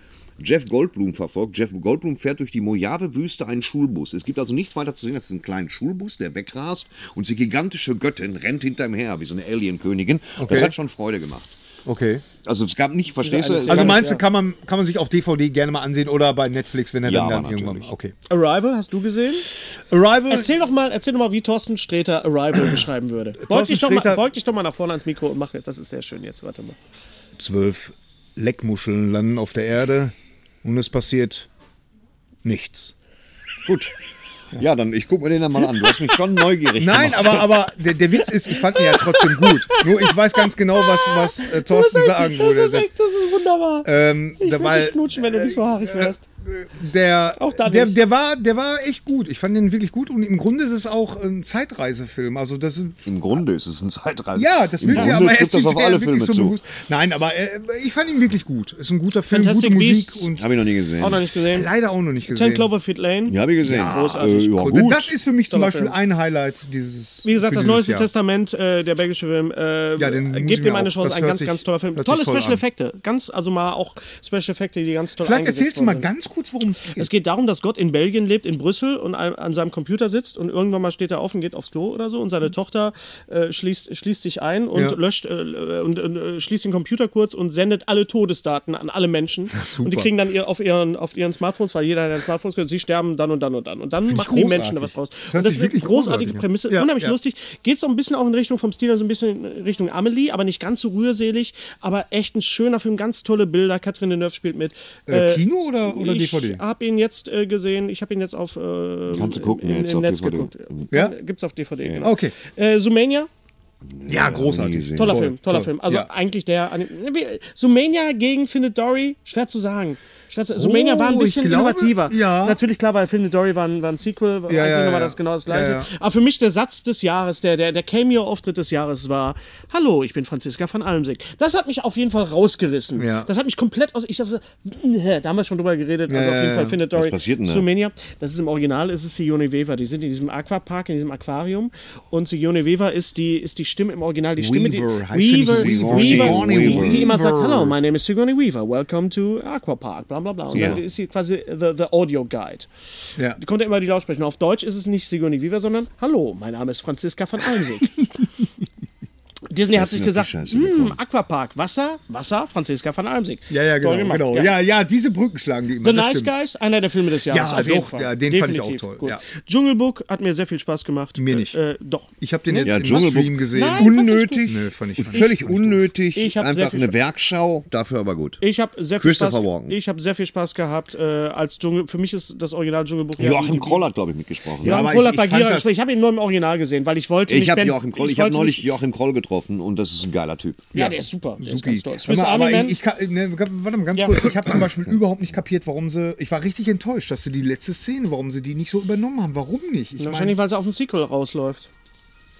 Jeff Goldblum verfolgt. Jeff Goldblum fährt durch die Mojave-Wüste einen Schulbus. Es gibt also nichts weiter zu sehen als einen kleinen Schulbus, der wegrast und die gigantische Göttin rennt hinter ihm her, wie so eine Alien-Königin. Okay. Das hat schon Freude gemacht. Okay. Also es gab nicht, verstehst du? alles Also Ja, meinst du, ja. kann man, kann man sich auf DVD gerne mal ansehen oder bei Netflix, wenn er Ja, dann, aber dann irgendwann. natürlich. Okay. Arrival, hast du gesehen? Arrival. Erzähl doch mal, erzähl doch mal, wie Thorsten Sträter Arrival beschreiben würde. Beug Thorsten dich, doch mal, Sträter- beug dich doch mal nach vorne ans Mikro und mach jetzt. Das ist sehr schön jetzt. Warte mal. Zwölf Leckmuscheln landen auf der Erde und es passiert nichts. Gut. Ja, dann ich guck mir den dann mal an. Du hast mich schon neugierig Nein, gemacht. aber, aber der, der Witz ist, ich fand ihn ja trotzdem gut. Nur ich weiß ganz genau, was, was äh, Thorsten sagen das, ist würde. echt, das ist wunderbar. Ähm, ich würde da, dich weil Äh, knutschen, wenn du nicht so haarig wärst. der, Auch da der, nicht. der, war, der war echt gut. Ich fand den wirklich gut und im Grunde ist es auch ein Zeitreisefilm. Also das ist, Im Grunde ist es ein Zeitreise. ja, das Im will ja Grunde aber trifft erst das auf hinterher alle wirklich Filme so zu. bewusst. Nein, aber äh, ich fand ihn wirklich gut. Ist ein guter Film, Fantastic gute Musik Beasts. und Habe ich noch nie gesehen. Auch noch nicht gesehen. leider auch noch nicht 10 gesehen. Cloverfield Lane. Ja, habe ich gesehen. Großartig. Äh, ja, Und gut. das ist für mich zum Toller Beispiel Film. ein Highlight dieses. Wie gesagt, für das dieses neueste Jahr. Testament, äh, der belgische Film, äh, Ja, den muss ich gebt mir ihm eine auch- Chance, das ein hört ganz, sich- ganz toller Film. hört sich Tolle toll Special an. Effekte, ganz, also mal auch Special Effekte, die ganz toll Vielleicht eingesetzt erzählst du mal worden sind. ganz kurz, worum es geht. Es geht darum, dass Gott in Belgien lebt, in Brüssel und an, an seinem Computer sitzt und irgendwann mal steht er auf und geht aufs Klo oder so und seine Tochter äh, schließt, schließt sich ein und Mhm. Ja. löscht äh, und, und äh, schließt den Computer kurz und sendet alle Todesdaten an alle Menschen und die kriegen dann ihr, auf, ihren, auf ihren Smartphones, weil jeder hat ein Smartphone, sie sterben dann und dann und dann und dann ich machen die Menschen großartig. da was draus. Das und hört das sich ist eine wirklich großartige großartig an. Prämisse, Ja, unheimlich ja. lustig. Geht so ein bisschen auch in Richtung vom Stil, her, so ein bisschen in Richtung Amelie, aber nicht ganz so rührselig, aber echt ein schöner Film, ganz tolle Bilder. Katrin Deneuve spielt mit. Äh, Kino oder, oder ich DVD? habe ihn jetzt äh, gesehen, ich habe ihn jetzt auf äh, Kannst du gucken im, jetzt im auf Netz DVD. geguckt. Ja? Gibt's auf DVD. Genau. Okay. Äh, Sumania, Ja, nie großartig. gesehen. toller Toll, Film, toller toll. Film. Also Ja. eigentlich der Anim wie- Sumania gegen Findet Dory, schwer zu sagen. Schwer zu, Sumania war ein Oh, ich bisschen glaube, innovativer. ja. Natürlich klar, weil Findet Dory war ein, war ein Sequel, war Ja, eigentlich ja, nochmal ja. das genau das gleiche. Ja, ja. Aber für mich der Satz des Jahres, der, der, der Cameo-Auftritt des Jahres war: Hallo, ich bin Franziska von Almsig. Das hat mich auf jeden Fall rausgerissen. Ja. Das hat mich komplett aus. Ich dachte, da haben wir schon drüber geredet. also auf ja, jeden Fall ja. Findet Dory. passiert denn da? Sumania. Das ist im Original, ist es Sione Weaver. Die sind in diesem Aquapark, in diesem Aquarium. Und Sione Weaver ist die, ist die Stimme im Original, die Stimme, die, Weaver, heißt sie nicht Weaver, Weaver? Weaver, Sigourney die, die immer sagt, Weaver. hello, my name is Sigourney Weaver, welcome to Aquapark, bla bla bla. Und dann Ja. ist sie quasi the, the Audio Guide. Ja. Die konnte immer die Lautsprecher. Auf Deutsch ist es nicht Sigourney Weaver, sondern, hallo, mein Name ist Franziska von Almsig. Disney hat ist sich denn auf gesagt, die Scheiße gekommen? "Hm, Aquapark, Wasser, Wasser, Franziska von Almsig. Ja, ja, Toll genau. gemacht. genau. Ja. ja, diese Brücken schlagen die immer. The das Nice stimmt. Guys, einer der Filme des Jahres. Ja, auf jeden doch, Fall. ja, den fand ich auch Definitiv. toll, Gut. ja. Dschungelbook hat mir sehr viel Spaß gemacht. Mir nicht. Äh, äh, doch. Ich habe den jetzt Ja, im Dschungelbuch. Stream gesehen. Nein, Unnötig. Nee, fand ich- fand ich- völlig fand ich doof. unnötig. Ich hab sehr Einfach viel eine Spaß- Werkschau, dafür aber gut. Ich habe sehr viel Christopher Spaß. Walken. Ich habe sehr viel Spaß gehabt äh, als Dschungel. Für mich ist das Original Dschungelbuch. ja Joachim die- Kroll hat, glaube ich, mitgesprochen. Joachim aber Kroll ich- hat bei ich fand Gira das- gesprochen. Ich habe ihn nur im Original gesehen, weil ich wollte. Ich nicht habe Ben- Joachim Kroll, ich habe wollte neulich nicht- Joachim Kroll getroffen und das ist ein geiler Typ. Ja, der ist super. Der ist Supi. ganz toll. Hör Swiss mal, Army aber Man. ich, ich kann, ne, warte mal ganz Ja. kurz. Ich habe zum Beispiel überhaupt nicht kapiert, warum sie. Ich war richtig enttäuscht, dass sie die letzte Szene, warum sie die nicht so übernommen haben. Warum nicht? Ich wahrscheinlich, meine, weil es auf ein Sequel rausläuft.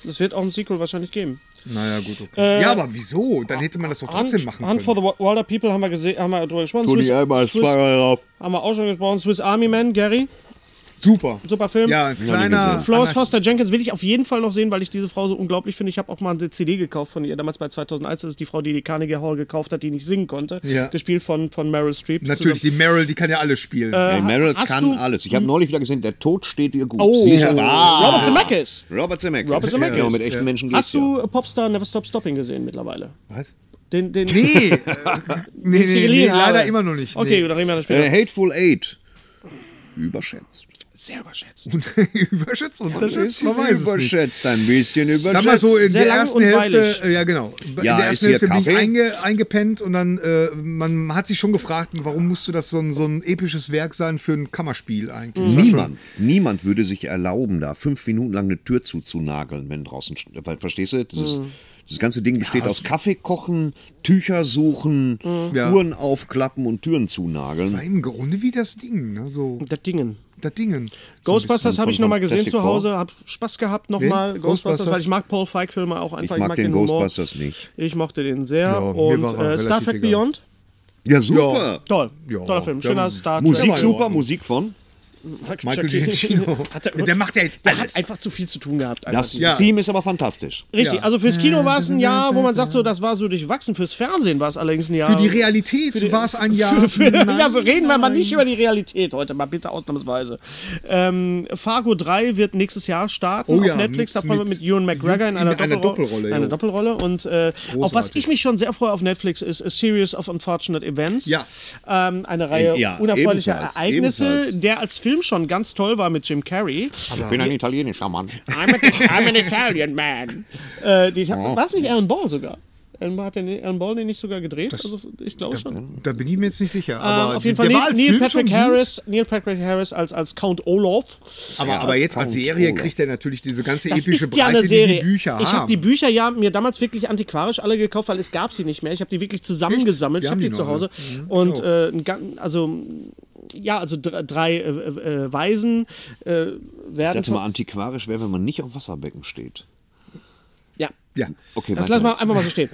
Es wird auch ein Sequel wahrscheinlich geben. naja, gut, Äh, okay. ja, aber wieso? Dann hätte man das doch trotzdem Hunt, machen Hunt for können. the Wilder People haben wir gesehen, haben wir drüber gesprochen. Tony Swiss- Elmer, Swiss- zweimal drauf. haben wir auch schon gesprochen. Swiss Army Man, Gary, Super. super Film. Ja, ein kleiner. Florence Foster Jenkins will ich auf jeden Fall noch sehen, weil ich diese Frau so unglaublich finde. Ich habe auch mal eine CD gekauft von ihr, damals bei 2001. Das ist die Frau, die die Carnegie Hall gekauft hat, die nicht singen konnte. Ja. Gespielt von, von Meryl Streep. Natürlich, die Meryl, die kann ja alle spielen. Äh, Ey, Meryl hast kann du- alles. Ich habe neulich wieder gesehen, der Tod steht ihr gut. Oh, Sie ist- Robert ah, Zemeckis. Robert Zemeckis. Robert Zemeckis. Ja, mit echten Menschen geht's Hast du äh, Popstar Never Stop Stopping gesehen mittlerweile? Was? Den, den Nee, äh, nee, den ich nee, hier nee, geliehen leider habe. immer noch nicht. Okay, nee. da reden wir dann ja. später. Äh, Hateful Eight. Überschätzt. Sehr überschätzt. überschätzt, unterschätzt, man weiß es nicht. überschätzt, ein bisschen überschätzt. Sag mal so, in Sehr der lang ersten und Hälfte, weilig. äh, ja genau, in Ja, der ist ersten hier Hälfte bin ich Kaffee? einge, eingepennt und dann, äh, man hat sich schon gefragt, warum musste das so ein, so ein episches Werk sein für ein Kammerspiel eigentlich? Mhm. Niemand, niemand würde sich erlauben, da fünf Minuten lang eine Tür zuzunageln, wenn draußen. st- Ver- äh, Verstehst du? Das ist, Das ganze Ding besteht aus Kaffee kochen, Tücher suchen, Ja. Uhren aufklappen und Türen zunageln. War im Grunde wie das Ding, ne? So, Das Dingen. das Dingen. Ghostbusters bisschen habe ich von- nochmal von gesehen Plastic zu Hause, Four. habe Spaß gehabt nochmal. Wen? Ghostbusters, Ghostbusters? weil ich mag Paul Feig-Filme auch einfach. Ich mag den Humor. Ghostbusters nicht. Ich mochte den sehr. Ja, mir und war er äh, Star relativ Trek egal. Beyond, Ja, super. toll. Ja, Toller Film, der- schöner Star Trek. Musik Ja, super, ja. Musik von. Michael Giacchino. Hat er- Der macht ja jetzt Der alles. hat einfach zu viel zu tun gehabt. einfach Das die- Ja. Theme ist aber fantastisch. Richtig, Ja. also fürs Kino war es ein Jahr, wo man sagt, so, das war so durchwachsen. Fürs Fernsehen war es allerdings ein Jahr. Für die Realität war es ein Ähm, Jahr. Für, für, Nein, ja, wir reden wir mal nein. nicht über die Realität heute, mal bitte ausnahmsweise. Ähm, Fargo 3 wird nächstes Jahr starten Oh auf ja, Netflix, mit- davon mit, mit- mit Ewan McGregor in, in einer, einer Doppelrolle. Doppelrolle, Eine jo. Doppelrolle. Und äh, auf was Großartig. ich mich schon sehr freue auf Netflix ist A Series of Unfortunate Events. Ja. Ähm, eine Reihe Ja, unerfreulicher ebenfalls, Ereignisse, ebenfalls. der als Film schon ganz toll war mit Jim Carrey. Ich bin ein italienischer Mann. I'm, a, I'm an Italian man. Äh, die, oh. War es nicht Alan Ball sogar? Alan Ball, hat den, Alan Ball den nicht sogar gedreht? also, ich glaube schon. Da bin ich mir jetzt nicht sicher. Ähm, Aber auf jeden der Fall war Neil, als Neil Film Patrick schon Harris, Neil Patrick Harris als, als Count Olaf. Gut, aber, aber jetzt als Serie kriegt er natürlich diese ganze Das epische ist ja Breite, eine Serie. die die Bücher ich habe haben. die Bücher ja mir damals wirklich antiquarisch alle gekauft, weil es gab sie nicht mehr. Ich habe die wirklich zusammengesammelt. Wir Ich haben habe die, die zu noch, ne? Mhm. Hause. Und äh, ein gan- also ja, also dr- drei äh, äh, Waisen äh, Ich werden. dachte mal, Von, antiquarisch wäre, wenn man nicht auf Wasserbecken steht. ja. ja. Okay, Das weiter. lassen wir einfach mal so stehen.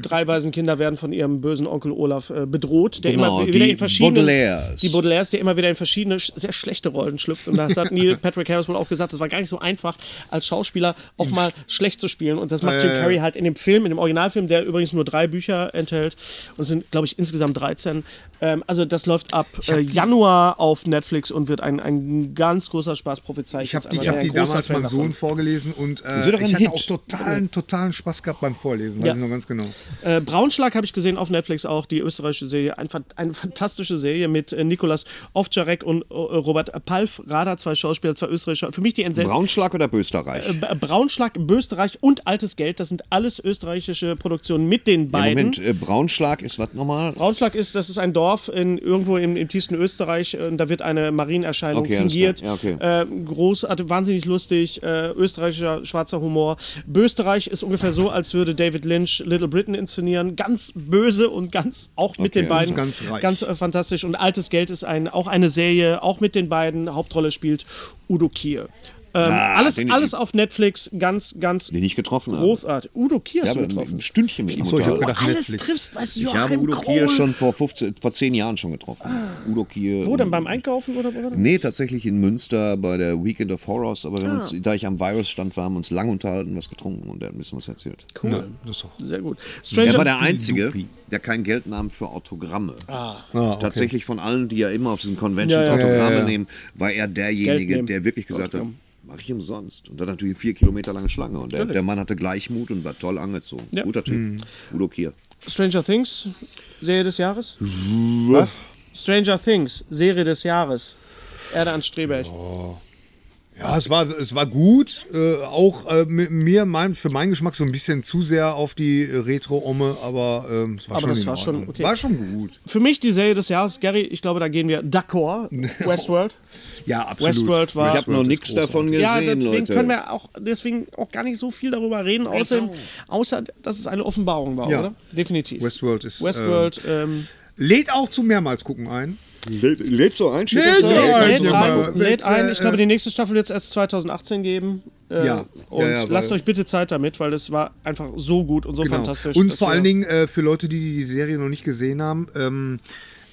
Drei Waisenkinder werden von ihrem bösen Onkel Olaf äh, bedroht, der Genau, immer wieder die in verschiedene Baudelaires. die Baudelaires, der immer wieder in verschiedene sch- sehr schlechte Rollen schlüpft. Und das hat Neil Patrick Harris wohl auch gesagt, das war gar nicht so einfach als Schauspieler auch mal schlecht zu spielen. Und das macht Äh. Jim Carrey halt in dem Film, in dem Originalfilm, der übrigens nur drei Bücher enthält und es sind glaube ich insgesamt 13. Ähm, also das läuft ab äh, Januar auf Netflix und wird ein, ein ganz großer Spaß prophezeit. Ich habe die, ich hab die damals meinem Sohn vorgelesen und Das wird doch äh, ein ich hatte Hit. auch totalen, totalen Spaß gehabt beim Vorlesen, weiß Ja. ich noch ganz genau. Äh, Braunschlag habe ich gesehen auf Netflix auch, die österreichische Serie. Ein, fan- eine fantastische Serie mit äh, Nikolas Ovtcharek und äh, Robert Palf, Radar, zwei Schauspieler, zwei Österreicher. Für mich die entsetzten. Braunschlag oder Bösterreich? Äh, Braunschlag, Österreich und Altes Geld, das sind alles österreichische Produktionen mit den ja, beiden. Moment, äh, Braunschlag ist was nochmal? Braunschlag ist, das ist ein Dorf in, irgendwo im, im tiefsten Österreich. äh, Und da wird eine Marienerscheinung Okay, alles fingiert. klar. Ja, okay. äh, großartig, wahnsinnig lustig. Äh, österreichischer schwarzer Humor. Österreich ist ungefähr so, als würde David Lynch Little Britain inszenieren. Ganz böse und ganz auch mit Okay, also den beiden. das ist ganz reich. äh, fantastisch. Und Altes Geld ist ein, auch eine Serie, auch mit den beiden. Hauptrolle spielt Udo Kier. Ähm, Ah, alles den ich- alles auf Netflix. Ganz, ganz Den ich getroffen habe. großartig. Udo Kier Ich hast du habe getroffen. ein Stündchen mit ihm Achso, ich habe unterhalten. gedacht, Alles Netflix. triffst, weißt du, Ich habe Joachim Udo Kier Kroll. schon vor, 15, vor zehn Jahren schon getroffen. Udo Kier. Ah. Wo denn und- beim Einkaufen oder wo? war das? Nee, tatsächlich in Münster bei der Weekend of Horrors. Aber wir Ah. haben uns, da ich am Virus stand, wir haben uns lang unterhalten, was getrunken und er hat ein bisschen was erzählt. Cool. Ja, das ist doch- Sehr gut. Er Stranger, war der Einzige, der kein Geld nahm für Autogramme. Ah, okay. Tatsächlich von allen, die ja immer auf diesen Conventions Ja, ja. Autogramme Ja, ja, ja. nehmen, war er Geld derjenige, nehmen. der wirklich gesagt hat, mach ich umsonst. Und dann natürlich eine vier Kilometer lange Schlange. Und der, der Mann hatte Gleichmut und war toll angezogen. Ja. Guter Typ. Hm. Udo Kier. Stranger Things, Serie des Jahres? Äh. Was? Stranger Things, Serie des Jahres. Erde an Streberg. Oh. Ja, es war, es war gut. Äh, auch äh, mi- mir, mein, für meinen Geschmack, so ein bisschen zu sehr auf die äh, Retro-Omme, aber ähm, es war Aber schon das in war schon Ordnung. okay. War schon gut. Für mich die Serie des Jahres, Gary, ich glaube, da gehen wir d'accord. Westworld. Ja, absolut. Westworld war- Ich habe noch Westworld ist nichts großartig. davon ja, gesehen, deswegen Leute. können wir auch deswegen auch gar nicht so viel darüber reden, außer, außer dass es eine Offenbarung war, Ja. oder? Definitiv. Westworld ist, äh, Westworld, ähm, Lädt auch zu mehrmals gucken ein. Lädt- Lädst du ein? Steht Nee, das da? nee, Lädt man nee, lädt so nee. mal- ein, mal. lädt ein. Ich Äh, glaube, äh, die nächste Staffel wird es erst 2018 geben. Äh, Ja. Und Ja, ja, lasst weil- Genau. euch bitte Zeit damit, weil es war einfach so gut und so fantastisch. Und dass vor wir- allen Dingen äh, für Leute, die die Serie noch nicht gesehen haben, ähm,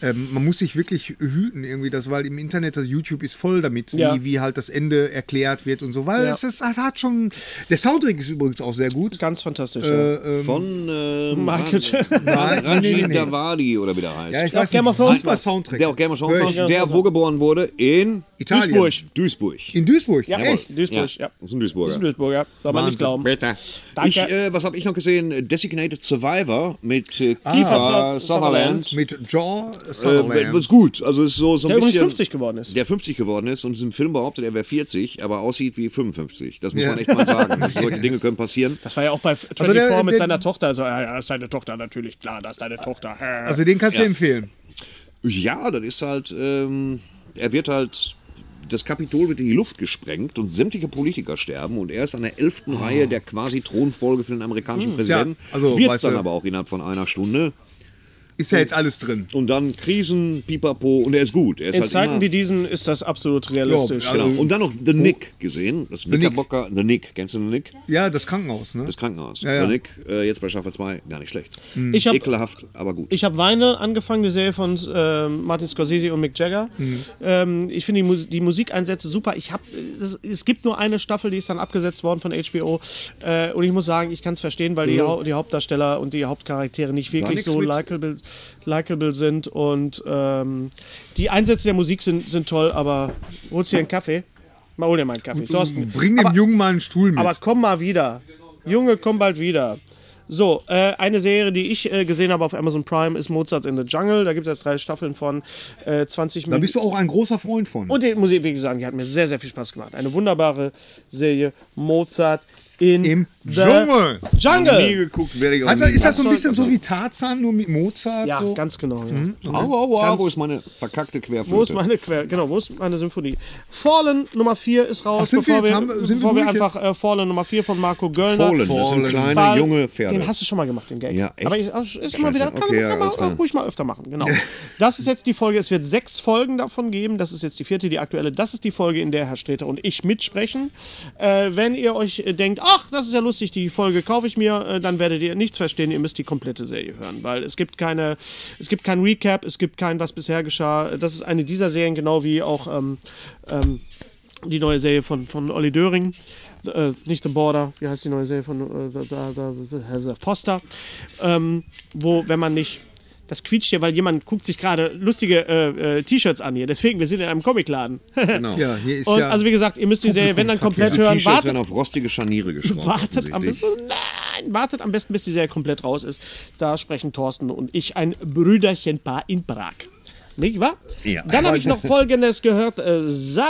ähm, man muss sich wirklich hüten irgendwie, das, weil im Internet, das YouTube ist voll damit, Ja. wie, wie halt das Ende erklärt wird und so, weil Ja. es, ist, es hat schon, der Soundtrack ist übrigens auch sehr gut. Ganz fantastisch. ja. Äh, ähm, Von äh, Michael Jackson. nein, nein, Ranjit nee, nee, nee. Davadi oder wie der heißt. Ja, ich Ja, weiß Game nicht, of Thrones super Soundtrack. der auch gerne mal Hör schauen ich kann, der wo geboren wurde? In Italien. Duisburg. Duisburg. In Duisburg? Ja, echt? Duisburg, ja. Ist ein Duisburger. Ist ein Duisburger, soll man nicht glauben. Bitte. Danke. Ich, äh, was habe ich noch gesehen? Designated Survivor mit äh, Kiefer Kiefer Ah. Sutherland. Sutherland. Mit Jaw Äh, Sutherland. ist gut. Also ist so, so ein Der übrigens bisschen, 50 geworden ist. Der 50 geworden ist und ist im Film behauptet, er wäre 40, aber aussieht wie 55. Das muss Ja. man echt mal sagen. Solche Dinge können passieren. Das war ja auch bei 24 Also der- mit der- seiner Tochter. Also, ja, ja, das ist deine Tochter, natürlich, klar, das ist deine Tochter. Äh. also den kannst du empfehlen. Ja, das ist halt, ähm, er wird halt das Kapitol wird in die Luft gesprengt und sämtliche Politiker sterben und er ist an der elften Reihe der quasi Thronfolge für den amerikanischen Präsidenten. Tja, also, wird weißt dann du- aber auch innerhalb von einer Stunde. Ist ja jetzt alles drin. Und dann Krisen, Pipapo und er ist gut. Er ist In halt Zeiten immer, wie diesen ist das absolut realistisch. Ja, genau. also- Und dann noch The Nick gesehen, das Nick. Knickerbocker, The Nick, kennst du The Nick? Ja, das Krankenhaus, ne? Das Krankenhaus. ja. The Nick, äh, jetzt bei Staffel 2, gar nicht schlecht. Ich hab- Ekelhaft, aber gut. Ich habe Weine angefangen, die Serie von ähm, Martin Scorsese und Mick Jagger. Ähm, ich finde die, Mus die Musikeinsätze super. Ich hab, es, es gibt nur eine Staffel, die ist dann abgesetzt worden von HBO. Äh, und ich muss sagen, ich kann es verstehen, weil die, Hau die Hauptdarsteller und die Hauptcharaktere nicht wirklich nix so mit- likable, likable sind. Und ähm, die Einsätze der Musik sind, sind toll, aber holst dir einen Kaffee? Mal hol dir mal einen Kaffee. Thorsten, Bring dem aber- Jungen mal einen Stuhl mit. aber komm mal wieder. Junge, komm bald wieder. So, äh, eine Serie, die ich äh, gesehen habe auf Amazon Prime, ist Mozart in the Jungle. Da gibt es jetzt drei Staffeln von äh, 20 da Minuten. bist du auch ein großer Freund von. Und den muss ich wirklich sagen, die hat mir sehr, sehr viel Spaß gemacht. Eine wunderbare Serie, Mozart in Im the Dschungel. nie Jungle. geguckt, werde ich auch Also nie ist das so ein machen. bisschen so wie Tarzan, nur mit Mozart? Ja, so? Mhm. ganz genau. Ja. Au, au, au, wo ist meine verkackte Querflöte? Wo ist meine Quer genau, wo ist meine Symphonie? Fallen Nummer 4 ist raus, Ach, sind bevor wir jetzt- wir, haben wir- sind wir bevor wir, durch einfach äh, Fallen Nummer 4 von Marco Göllner. Fohlen, das sind Fohlen. kleine, Weil- junge Pferde. Den hast du schon mal gemacht, den Gag. Ja, echt? Aber ich, also, ist immer Scheiße. wieder, kann, Okay, ja, kann man alles klar. auch ruhig mal öfter machen, genau. Das ist jetzt die Folge, es wird sechs Folgen davon geben, das ist jetzt die vierte, die aktuelle, das ist die Folge, in der Herr Streter und ich mitsprechen. Äh, wenn ihr euch äh, denkt, ach, das ist ja lustig, die Folge kaufe ich mir, äh, dann werdet ihr nichts verstehen, ihr müsst die komplette Serie hören, weil es gibt keine, es gibt kein Recap, es gibt kein, was bisher geschah. Das ist eine dieser Serien, genau wie auch ähm, ähm, die neue Serie von, von Olli Döring. Äh, nicht The Border, wie heißt die neue Serie von äh, da, da, da, da, da, Foster? Ähm, wo, wenn man nicht. Das quietscht hier, weil jemand guckt sich gerade lustige äh, äh, T-Shirts an hier. Deswegen, wir sind in einem Comicladen. Genau. Ja, hier ist Und ja. also wie gesagt, ihr müsst die Serie, wenn dann komplett Diese hören, T-Shirts wartet, werden auf rostige Scharniere geschraubt. wartet am offensichtlich. besten. Nein, wartet am besten, bis die Serie komplett raus ist. Da sprechen Thorsten und ich ein Brüderchenpaar in Prag. Nicht wahr? Ja. Dann habe ich noch folgendes gehört: äh,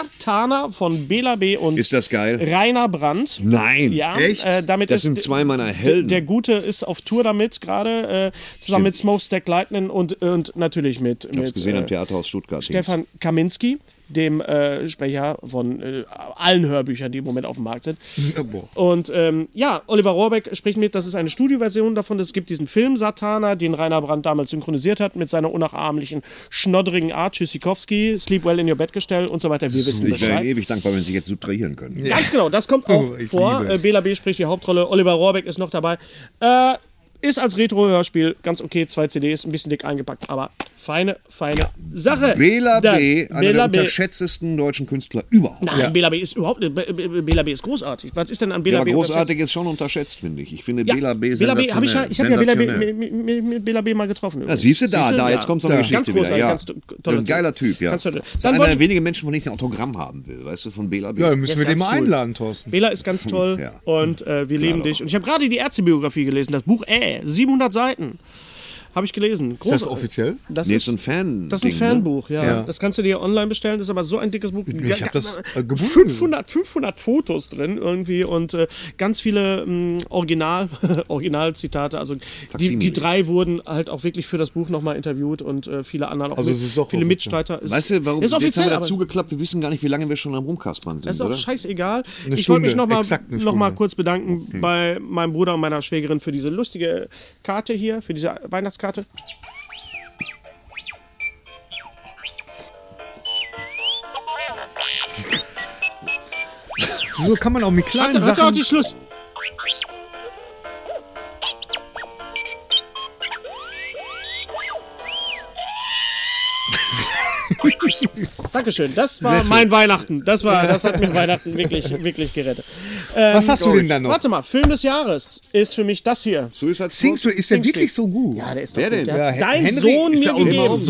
Satana von Bela B. und Ist das geil? Rainer Brandt. Nein. Ja, Echt? Äh, damit Das ist sind zwei meiner Helden. Der Gute ist auf Tour damit gerade, äh, zusammen mit Smokestack Lightning und, und natürlich mit, Ich hab's mit gesehen am äh, Theaterhaus Stuttgart. Stefan Kaminski, dem äh, Sprecher von äh, allen Hörbüchern, die im Moment auf dem Markt sind. Ja, boah. Und ähm, ja, Oliver Rohrbeck spricht mit, das ist eine Studioversion davon. Es gibt diesen Film Satana, den Rainer Brandt damals synchronisiert hat, mit seiner unnachahmlichen, schnoddrigen Art, Tschüssikowski, Sleep Well in Your Bettgestell und so weiter. Wir wissen Ich wäre Bescheid. Ihnen ewig dankbar, wenn Sie jetzt subtrahieren können. Ganz genau, das kommt auch Oh, ich vor. liebe Äh, es. Bela B. spricht die Hauptrolle, Oliver Rohrbeck ist noch dabei. Äh, ist als Retro-Hörspiel ganz okay, zwei CDs, ein bisschen dick eingepackt, aber feine, feine Sache. Bela Das- B., einer Bela der B. unterschätztesten deutschen Künstler überhaupt. Nein, Bela B. ist überhaupt nicht- B- B- Bela B. ist großartig. Was ist denn an Bela Ja, aber B. großartig ist schon unterschätzt, finde ich. Ich finde Bela B. Bela B. Hab ich ja, sensationell. ich habe ja Bela B. Sensationell. mit- mit- mit Bela B. mal getroffen. Ja, siehst du da, da, jetzt kommt so eine Ja. Geschichte ganz großartig, wieder. Ja. Ganz to- toller ein geiler Typ, ja. Ganz toll. Ist Dann einer der wollte wenigen Menschen, von denen ich ein Autogramm haben will, weißt du, von Bela B. Ja, dann müssen ist wir ganz den mal cool. einladen, Thorsten. Bela ist Hm, ganz toll Ja. und äh, wir lieben doch. dich. Und ich habe gerade die Ärztebiografie gelesen, das Buch Äh, 700 Seiten. Habe ich gelesen. Groß, Ist das offiziell? Das Nee, ist, ist ein Fan. ne? das ist ein Fanbuch, ja. Ja. Das kannst du dir online bestellen, das ist aber so ein dickes Buch. Ich hab das, äh, gebunden. 500, 500 Fotos drin irgendwie und äh, ganz viele mh, Original, Originalzitate. Also die, Faksimile. die drei wurden halt auch wirklich für das Buch nochmal interviewt und äh, viele andere auch. Also mit- es ist auch viele offiziell. Mitstreiter. Ist- Weißt du, warum ist jetzt haben offiziell, wir aber- dazu geklappt? Wir wissen gar nicht, wie lange wir schon am Rumkastband sind, das ist auch oder? scheißegal. Eine ich wollte mich Stunde, nochmal exakt eine noch mal Stunde. kurz bedanken bei meinem Bruder und meiner Schwägerin für diese lustige Karte hier, für diese Weihnachtskarte. So kann man auch mit kleinen Warte, warte, Sachen. warte, Schluss. Dankeschön, das war mein Weihnachten. Das, war, das hat mir Weihnachten wirklich, wirklich gerettet. Ähm, was hast du denn da noch? Warte mal, Film des Jahres ist für mich das hier. Suicide Sing Street ist ja Sing Street. wirklich so gut. Ja, der ist Wer doch denn? gut. Der Ja, hat Hen- dein Henry Sohn ist ja mir auch immer gegeben. Sing Home, super,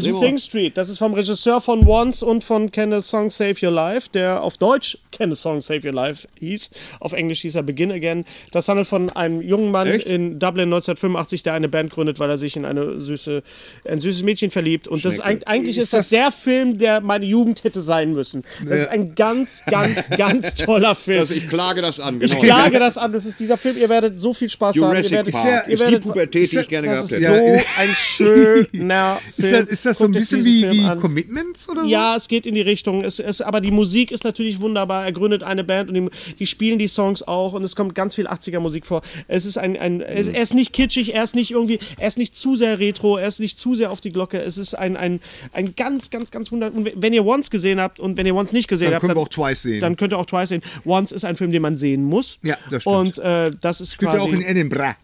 Sing super. Home. Sing Street, das ist vom Regisseur von Once und von Can a Song Save Your Life, der auf Deutsch Can a Song Save Your Life hieß. Auf Englisch hieß er Begin Again. Das handelt von einem jungen Mann Echt? in Dublin 1985, der eine Band gründet, weil er sich in eine süße, ein süßes Mädchen verliebt. Und das ist, eig- eigentlich ist, Ist das, das- der Film, der meine Jugend hätte sein müssen. Das ist ein ganz, ganz, ganz toller Film. Also ich klage das an. Ich klage das an, das ist dieser Film, ihr werdet so viel Spaß Jurassic haben. Ihr werdet, Park ihr ist die werdet- Pubertät, die ich gerne das gehabt ist hätte. So ein schöner Film. Ist das, ist das so ein Guckt euch bisschen wie, diesen wie Film an. Commitments oder so? Ja, es geht in die Richtung. Es, es, aber die Musik ist natürlich wunderbar. Er gründet eine Band und die, die spielen die Songs auch und es kommt ganz viel 80er Musik vor. Es ist ein, ein es, er ist nicht kitschig, er ist nicht irgendwie, er ist nicht zu sehr retro, er ist nicht zu sehr auf die Glocke. Es ist ein, ein, ein ganz, ganz, ganz wunder. Und wenn ihr Once gesehen habt und wenn ihr Once nicht gesehen Dann habt, können wir auch Twice sehen. Dann könnt ihr auch Twice sehen. Once ist ein Film, den man sehen muss. Ja, das stimmt. Und äh, das ist Spielt quasi. er auch in Edinburgh.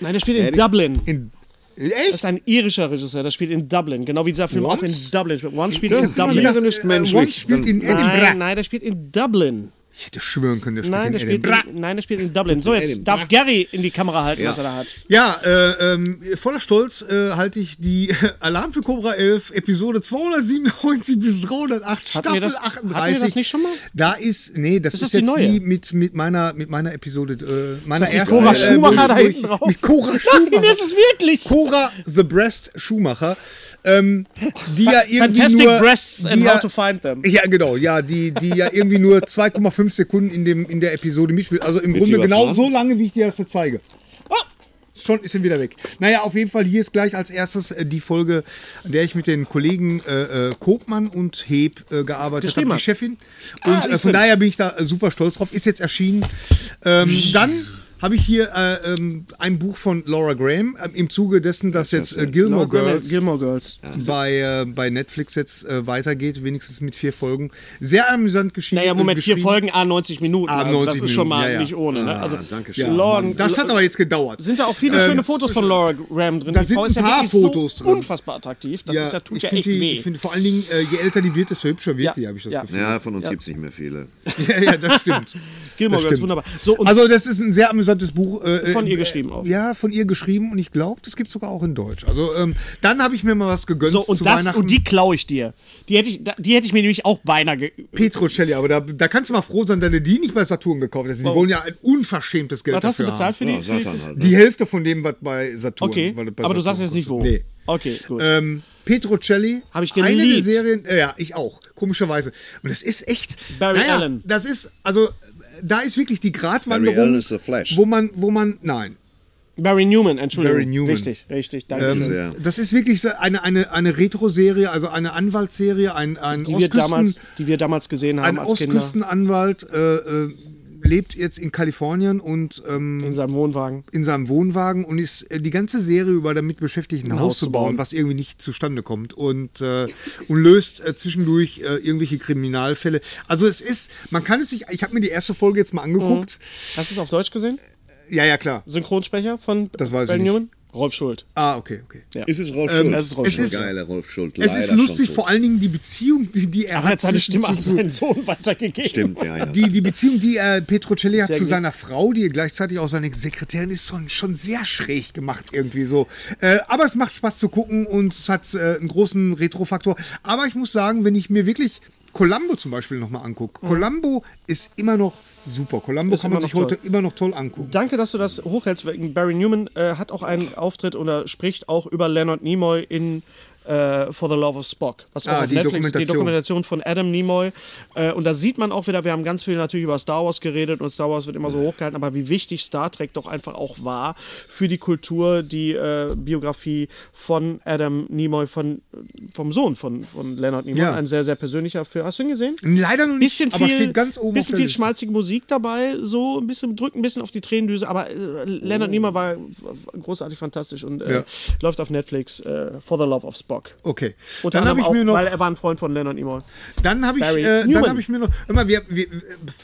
nein, der spielt in Dublin. In, Das echt? ist ein irischer Regisseur, der spielt in Dublin, genau wie dieser Film auch in Once? Dublin spielt. One spielt in Dublin. Iren ist menschlich. äh, One spielt in Edinburgh. Nein, nein, der spielt in Dublin. Ich hätte schwören können, der spielt Nein, in der spielt Edinburgh. in, nein, der spielt in Dublin. So, jetzt Edinburgh. darf Gary in die Kamera halten, was er da hat. Ja, äh, ähm, voller Stolz äh, halte ich die Alarm für Cobra 11, Episode 297 bis 308, Hatten wir Staffel das- 38. hatten wir das nicht schon mal? Da ist, nee, das Ist ist, das die jetzt die, neue? mit, mit, meiner, mit meiner Episode, äh, meiner das nicht ersten. Cora äh, Schumacher wo ich- da wo ich- hinten drauf? Mit Cora Nein, Schumacher. das ist wirklich. Cora the Breast Schumacher, ähm, die ja irgendwie Fantastic nur, Breasts die and ja, How to Find Them. ja, genau, ja, die, die ja irgendwie nur 2,5 Sekunden in, dem, in der Episode mitspielt. Also im Willst du Grunde genau ne? so überfahren? lange, wie ich dir das jetzt zeige. Ah, Schon ist er wieder weg. Naja, auf jeden Fall, hier ist gleich als erstes äh, die Folge, an der ich mit den Kollegen äh, äh, Kopmann und Heb äh, gearbeitet Geschrieben habe, hat. die Ah, Chefin. Und äh, von daher bin ich da äh, super stolz drauf. Ist jetzt erschienen. Ähm, dann habe ich hier äh, ähm, ein Buch von Laura Graham äh, im Zuge dessen, dass jetzt äh, Gilmore Girls Gilmore Girls. bei, äh, bei Netflix jetzt äh, weitergeht, wenigstens mit vier Folgen. Sehr amüsant geschrieben. Naja, Moment, vier geschrieben. Folgen, A 90 Minuten. Ah, also, das 90 ist schon mal Minuten, ja, ja. nicht ohne. Ne? Also, Ja, Lorne- das hat aber jetzt gedauert. äh, sind da auch viele schöne Fotos von Laura Graham drin. da Die sind Frau ist ein ja paar wirklich Fotos so drin. unfassbar attraktiv. Das ist ja, tut ich ja find echt die, weh. Ich finde vor allen Dingen, äh, je älter die wird, desto hübscher wird Ja, die, habe ich das ja. Gefühl. Ja, von uns gibt's nicht mehr viele. Ja, ja, das stimmt. Gilmore Girls, stimmt. wunderbar. So, und also das ist ein sehr amüsantes Buch. äh, Von äh, ihr geschrieben auch. Ja, von ihr geschrieben und ich glaube, das gibt es sogar auch in Deutsch. Also ähm, dann habe ich mir mal was gegönnt So, und, zu das, Weihnachten. und die klaue ich dir. Die hätte ich, da- die hätte ich mir nämlich auch beinahe. Ge Petrocelli, aber da, da kannst du mal froh sein, dass du die nicht bei Saturn gekauft hast. Die wollen ja ein unverschämtes Geld was hast du dafür bezahlt für die? Ja, Satan halt. haben. Die Hälfte von dem, was bei Saturn. okay, was bei aber du Saturn sagst jetzt nicht wo. kostet. Nee. Okay, gut. Ähm, Petrocelli. Hab ich Eine der geliebt. Serien, äh, ja, ich auch, komischerweise. Und das ist echt. Barry naja, Allen. Das ist, also, da ist wirklich die Barry Allen Gratwanderung, ist The Flash. wo man, wo man, nein. Barry Newman, Entschuldigung. Barry Newman. Richtig, richtig, danke. Ähm, schön. sehr. Ja. Das ist wirklich so eine, eine, eine Retro-Serie, also eine Anwaltsserie, ein, ein die, wir Ostküsten- damals, die wir damals genau- gesehen haben ein als Kinder. Ostküstenanwalt äh, äh, lebt jetzt in Kalifornien und ähm, In seinem Wohnwagen. in seinem Wohnwagen und ist äh, die ganze Serie über damit beschäftigt, ein Haus zu bauen, was irgendwie nicht zustande kommt und, äh, und löst äh, zwischendurch äh, irgendwelche Kriminalfälle. Also es ist, man kann es sich, ich habe mir die erste Folge jetzt mal angeguckt. Hast du es auf Deutsch gesehen? Ja, ja, klar. Synchronsprecher von Das weiß ich Barry nicht. Newman? Rolf Schuld. Ah, okay, okay. Ist es Rolf Schulz? das ist Rolf es Schuld. ist- Geiler Rolf Schulz. Es leider ist schon lustig, tot. vor allen Dingen die Beziehung, die, die er Er hat seine zwischen- Stimme an zu- zu- seinen Sohn weitergegeben. Stimmt, ja, ja. Die, die Beziehung, die äh, Petrocelli hat Sehr zu gut. seiner Frau, die gleichzeitig auch seine Sekretärin ist, schon, schon sehr schräg gemacht irgendwie so. Äh, aber es macht Spaß zu gucken und es hat äh, einen großen Retro-Faktor. Aber ich muss sagen, wenn ich mir wirklich Columbo zum Beispiel nochmal angucke, Columbo ist immer noch super. Columbo Mhm. Ist kann man immer sich noch heute immer noch toll angucken. Danke, dass du das hochhältst. wegen Barry Newman äh, hat auch einen Auftritt oder spricht auch über Leonard Nimoy in äh, For the Love of Spock. Was auch Ah, auf die Netflix die Dokumentation. Dokumentation von Adam Nimoy. Äh, und da sieht man auch wieder, wir haben ganz viel natürlich über Star Wars geredet und Star Wars wird immer so hochgehalten, aber wie wichtig Star Trek doch einfach auch war für die Kultur, die äh, Biografie von Adam Nimoy, von, vom Sohn von, von Leonard Nimoy. Ja. Ein sehr, sehr persönlicher Film. Hast du ihn gesehen? Leider noch nicht, bisschen aber viel, steht ganz oben bisschen auf der viel Liste. schmalzige Musik dabei, so ein bisschen drückt ein bisschen auf die Tränendüse, aber äh, Leonard Nimoy war äh, großartig fantastisch und äh, Oh. Ja. läuft auf Netflix äh, For the Love of Spock. Okay. Unter Dann habe anderem ich mir auch, noch weil er war ein Freund von Leonard Nimoy. Dann habe ich, Barry äh, dann Newman. hab ich mir noch. Immer, wir, wir,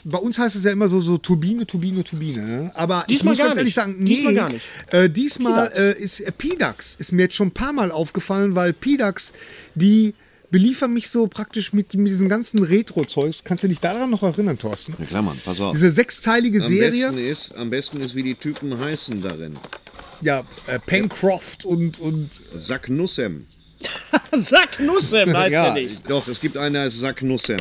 bei uns heißt es ja immer so, so Turbine, Turbine, Turbine. Ne? Aber Diesmal ich muss gar ganz ehrlich nicht. sagen, nee, Diesmal gar nicht. Äh, diesmal äh, ist äh, Pidax ist mir jetzt schon ein paar Mal aufgefallen, weil Pidax, die beliefern mich so praktisch mit, mit diesen ganzen Retro-Zeugs. Kannst du dich daran noch erinnern, Thorsten? Na klar, Mann, pass auf. Diese sechsteilige Am besten, Serie, ist, am besten ist, wie die Typen heißen darin. ja, äh, Pencroft und, und Sack Nussem. Sack Nussem heißt Ja. er nicht. Doch, es gibt einen, der ist Sack Nussem.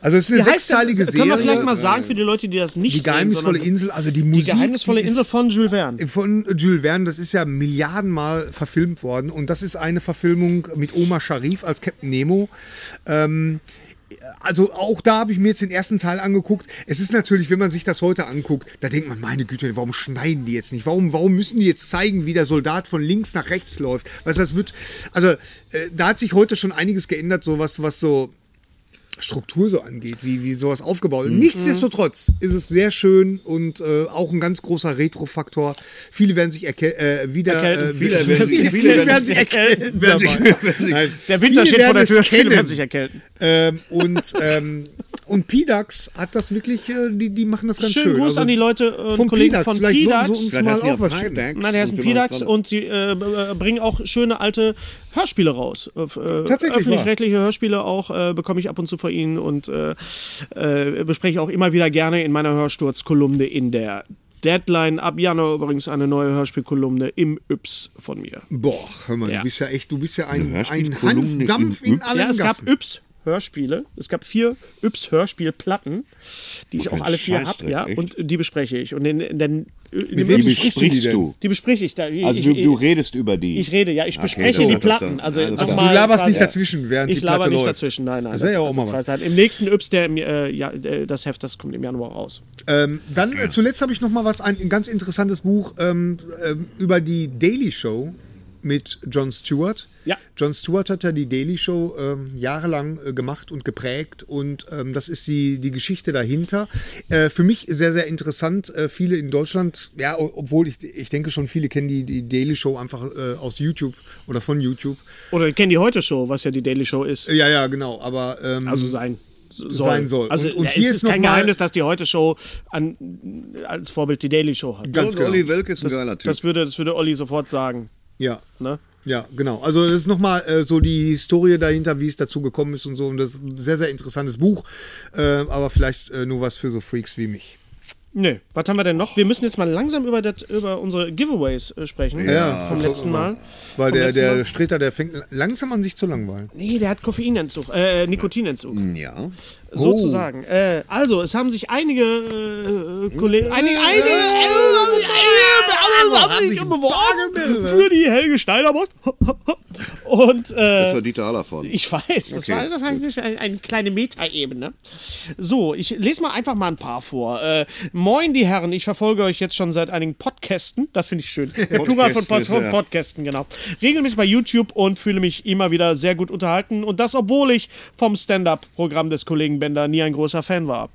also es ist eine Wie heißt der? sechsteilige Können wir vielleicht Serie. mal sagen für die Leute, die das nicht Die sehen, geheimnisvolle sondern- Insel, also die Die Musik. geheimnisvolle die Insel ist- von Jules Verne. Von Jules Verne, das ist ja Milliardenmal verfilmt worden. Und das ist eine Verfilmung mit Omar Sharif als Captain Nemo. Ähm, also auch da habe ich mir jetzt den ersten Teil angeguckt. Es ist natürlich, wenn man sich das heute anguckt, da denkt man, meine Güte, warum schneiden die jetzt nicht? Warum, warum müssen die jetzt zeigen, wie der Soldat von links nach rechts läuft? Was das wird. Also, äh, da hat sich heute schon einiges geändert, so was, was so Struktur so angeht, wie, wie sowas aufgebaut ist. Nichtsdestotrotz ist es sehr schön und äh, auch ein ganz großer Retro-Faktor. Viele werden sich erke- äh, wieder. Erkälten. Äh, Viele werden sich- viele, viele werden sich erkennen. erkälten dabei. sich- Nein, Der Winter viele steht vor werden der es Tür, viele kennen. werden sich erkälten. Ähm, und ähm, und Pidax hat das wirklich, äh, die, die machen das ganz schön. Schönen Gruß Also an die Leute äh, und vom Kollegen Pidax, von vielleicht sollten Pidax. sie uns Vielleicht mal heißen die auch ja was schicken. Pidax Nein, der heißt und ein wir machen es Pidax gerade- und sie äh, b- äh, bringen auch schöne alte Hörspiele raus. Äh, äh, Tatsächlich wahr. Öffentlich-rechtliche Hörspiele auch äh, bekomme ich ab und zu von ihnen und äh, äh, bespreche ich auch immer wieder gerne in meiner Hörsturz-Kolumne in der Deadline. Ab Januar übrigens eine neue Hörspielkolumne im Yps von mir. Boah, hör mal, Ja. du bist ja echt, du bist ja ein, Eine ein Hörspielkolumne Hans Dampf im in Yps. allen Ja, es gab Gassen. Yps. Hörspiele. Es gab vier Yps Hörspielplatten, die ich auch kein alle vier habe, Scheißdreck, ja, echt? und die bespreche ich. Und in, in, den- in, wem dem Wie Yps- sprichst du die besprichst denn? du? die bespreche ich da. Also Ich- du, ich- du redest über die. Ich rede, ja, ich bespreche so, die das Platten. dann. Also, Alles also klar. Du laberst nicht quasi- dazwischen, während Ich die Platte laber nicht läuft. dazwischen, nein, nein. Das wäre ja auch mal also was. zwei Seiten. Im nächsten Yps, der im, äh, ja, äh, das Heft, das kommt im Januar raus. Ähm, dann Genau. äh, zuletzt habe ich noch mal was, ein, ein ganz interessantes Buch ähm, ähm, über die Daily Show mit Jon Stewart. Ja. Jon Stewart hat ja die Daily Show ähm, jahrelang äh, gemacht und geprägt und ähm, das ist die, die Geschichte dahinter. Äh, für mich sehr, sehr interessant. Äh, viele in Deutschland, ja, o- obwohl ich, ich denke schon, viele kennen die, die Daily Show einfach äh, aus YouTube oder von YouTube. Oder kennen die heute Show, was ja die Daily Show ist. Äh, ja, ja, genau, aber... Ähm, Also sein. Soll. Sein soll. Also Und- und ja, hier es ist ist noch kein mal- Geheimnis, dass die heute Show an, als Vorbild die Daily Show hat. Ganz Ganz genau. Olli Welke ist ein geiler Typ. Das würde, das würde Olli sofort sagen. ja. Ne? Ja, genau. Also das ist nochmal äh, so die Historie dahinter, wie es dazu gekommen ist und so. Und das ist ein sehr, sehr interessantes Buch. Äh, aber vielleicht äh, nur was für so Freaks wie mich. Nö, was haben wir denn noch? Wir müssen jetzt mal langsam über, das, über unsere Giveaways äh, sprechen. Ja. vom letzten Mal. Weil Vom der, letzten der Mal- Streter, der fängt langsam an sich zu langweilen. Nee, der hat Koffeinentzug, äh, Nikotinentzug. ja. sozusagen. Äh, also, es haben sich einige äh, Kollegen, einige, einige, äh, haben sich einige, aber es haben sich beworben für die Helge Schneider Post. Und Das äh, war Dieter Hallervorden. ich weiß, das Okay, war, das war gut. eigentlich eine, eine kleine Metaebene. So, ich lese mal einfach mal ein paar vor. Äh, Moin, die Herren, ich verfolge euch jetzt schon seit einigen Podcasten. Das finde ich schön. Der Plural von, Pod, Podcast ist, von ja. Podcasten, genau. Regelmäßig bei YouTube und fühle mich immer wieder sehr gut unterhalten. Und das, obwohl ich vom Stand-Up-Programm des Kollegen Bender nie ein großer Fan war.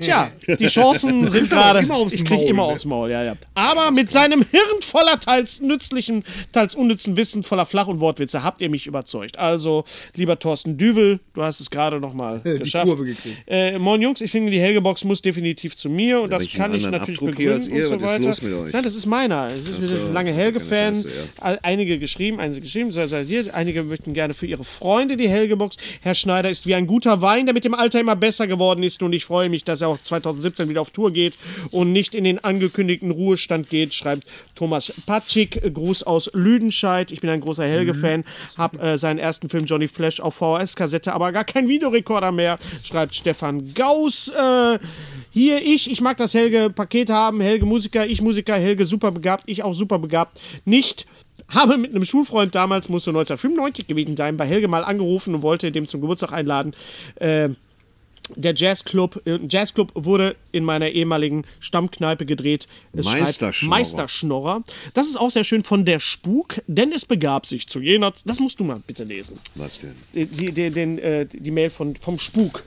Tja, die Chancen sind kriegst aber gerade. immer aufs Ich krieg Maul, immer ne? aufs Maul, ja, ja. Aber mit seinem Hirn voller teils nützlichen, teils unnützen Wissen, voller Flach- und Wortwitze habt ihr mich überzeugt. Also, lieber Thorsten Düvel, du hast es gerade nochmal die geschafft. Kurve gekriegt. Äh, moin Jungs, ich finde, die Helgebox muss definitiv zu mir und das welchen kann ich anderen natürlich Abdruck hier begründen als ihr? und so Was ist weiter. los mit Nein, euch? ne, das ist meiner. Es ist, wir sind lange Helge-Fan. keine Scheiße, Einige geschrieben, einige geschrieben, sehr, sehr, sehr. einige möchten gerne für ihre Freunde die Helgebox. Herr Schneider ist wie ein guter Wein, der mit dem Alter immer besser geworden ist und ich freue mich, dass er auch 2017 wieder auf Tour geht und nicht in den angekündigten Ruhestand geht, schreibt Thomas Patschik. Gruß aus Lüdenscheid. Ich bin ein großer Helge-Fan, habe äh, seinen ersten Film Johnny Flash auf VHS-Kassette, aber gar keinen Videorekorder mehr, schreibt Stefan Gauss. Äh, hier ich, ich mag das Helge-Paket haben, Helge Musiker, ich Musiker, Helge super begabt, ich auch super begabt. Nicht habe mit einem Schulfreund damals, musste 1995 gewesen sein, bei Helge mal angerufen und wollte dem zum Geburtstag einladen. Äh, der Jazzclub, äh, ein Jazzclub wurde in meiner ehemaligen Stammkneipe gedreht. Es schreibt Meisterschnorrer. Meisterschnorrer. Das ist auch sehr schön von der Spuk, denn es begab sich zu jener. Das musst du mal bitte lesen. Was denn? Die, die, die, den, äh, die Mail von, vom Spuk.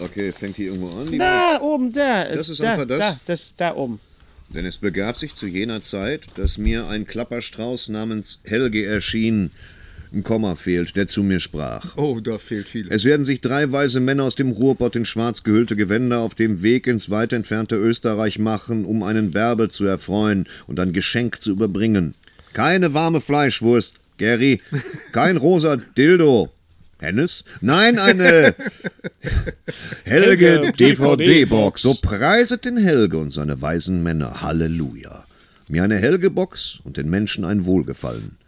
Okay, fängt hier irgendwo an. die Mail. Da oben, da. Das ist da, einfach das? Da, das, da oben. Denn es begab sich zu jener Zeit, dass mir ein Klapperstrauß namens Helge erschien. Ein Komma fehlt, der zu mir sprach. Oh, da fehlt viel. Es werden sich drei weise Männer aus dem Ruhrpott in schwarz gehüllte Gewänder auf dem Weg ins weit entfernte Österreich machen, um einen Bärbel zu erfreuen und ein Geschenk zu überbringen. Keine warme Fleischwurst, Gary. Kein rosa Dildo. Hennes? Nein, eine Helge Helge DVD-Box. DVD-Box. So preiset den Helge und seine weisen Männer. Halleluja. Mir eine Helge-Box und den Menschen ein Wohlgefallen.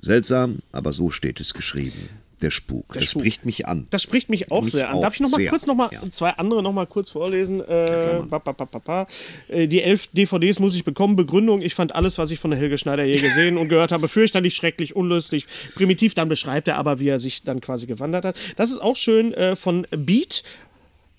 Seltsam, aber so steht es geschrieben. Der Spuk. Der das Spuk. spricht mich an. Das spricht mich auch Mich sehr an. auch Darf ich noch mal sehr. kurz noch mal Ja. zwei andere noch mal kurz vorlesen? Äh, ba, ba, ba, ba, ba. Äh, Die elf DVDs muss ich bekommen. Begründung: Ich fand alles, was ich von der Helge Schneider je gesehen und gehört habe, fürchterlich, schrecklich, unlöslich, primitiv. Dann beschreibt er aber, wie er sich dann quasi gewandert hat. Das ist auch schön äh, von Beat.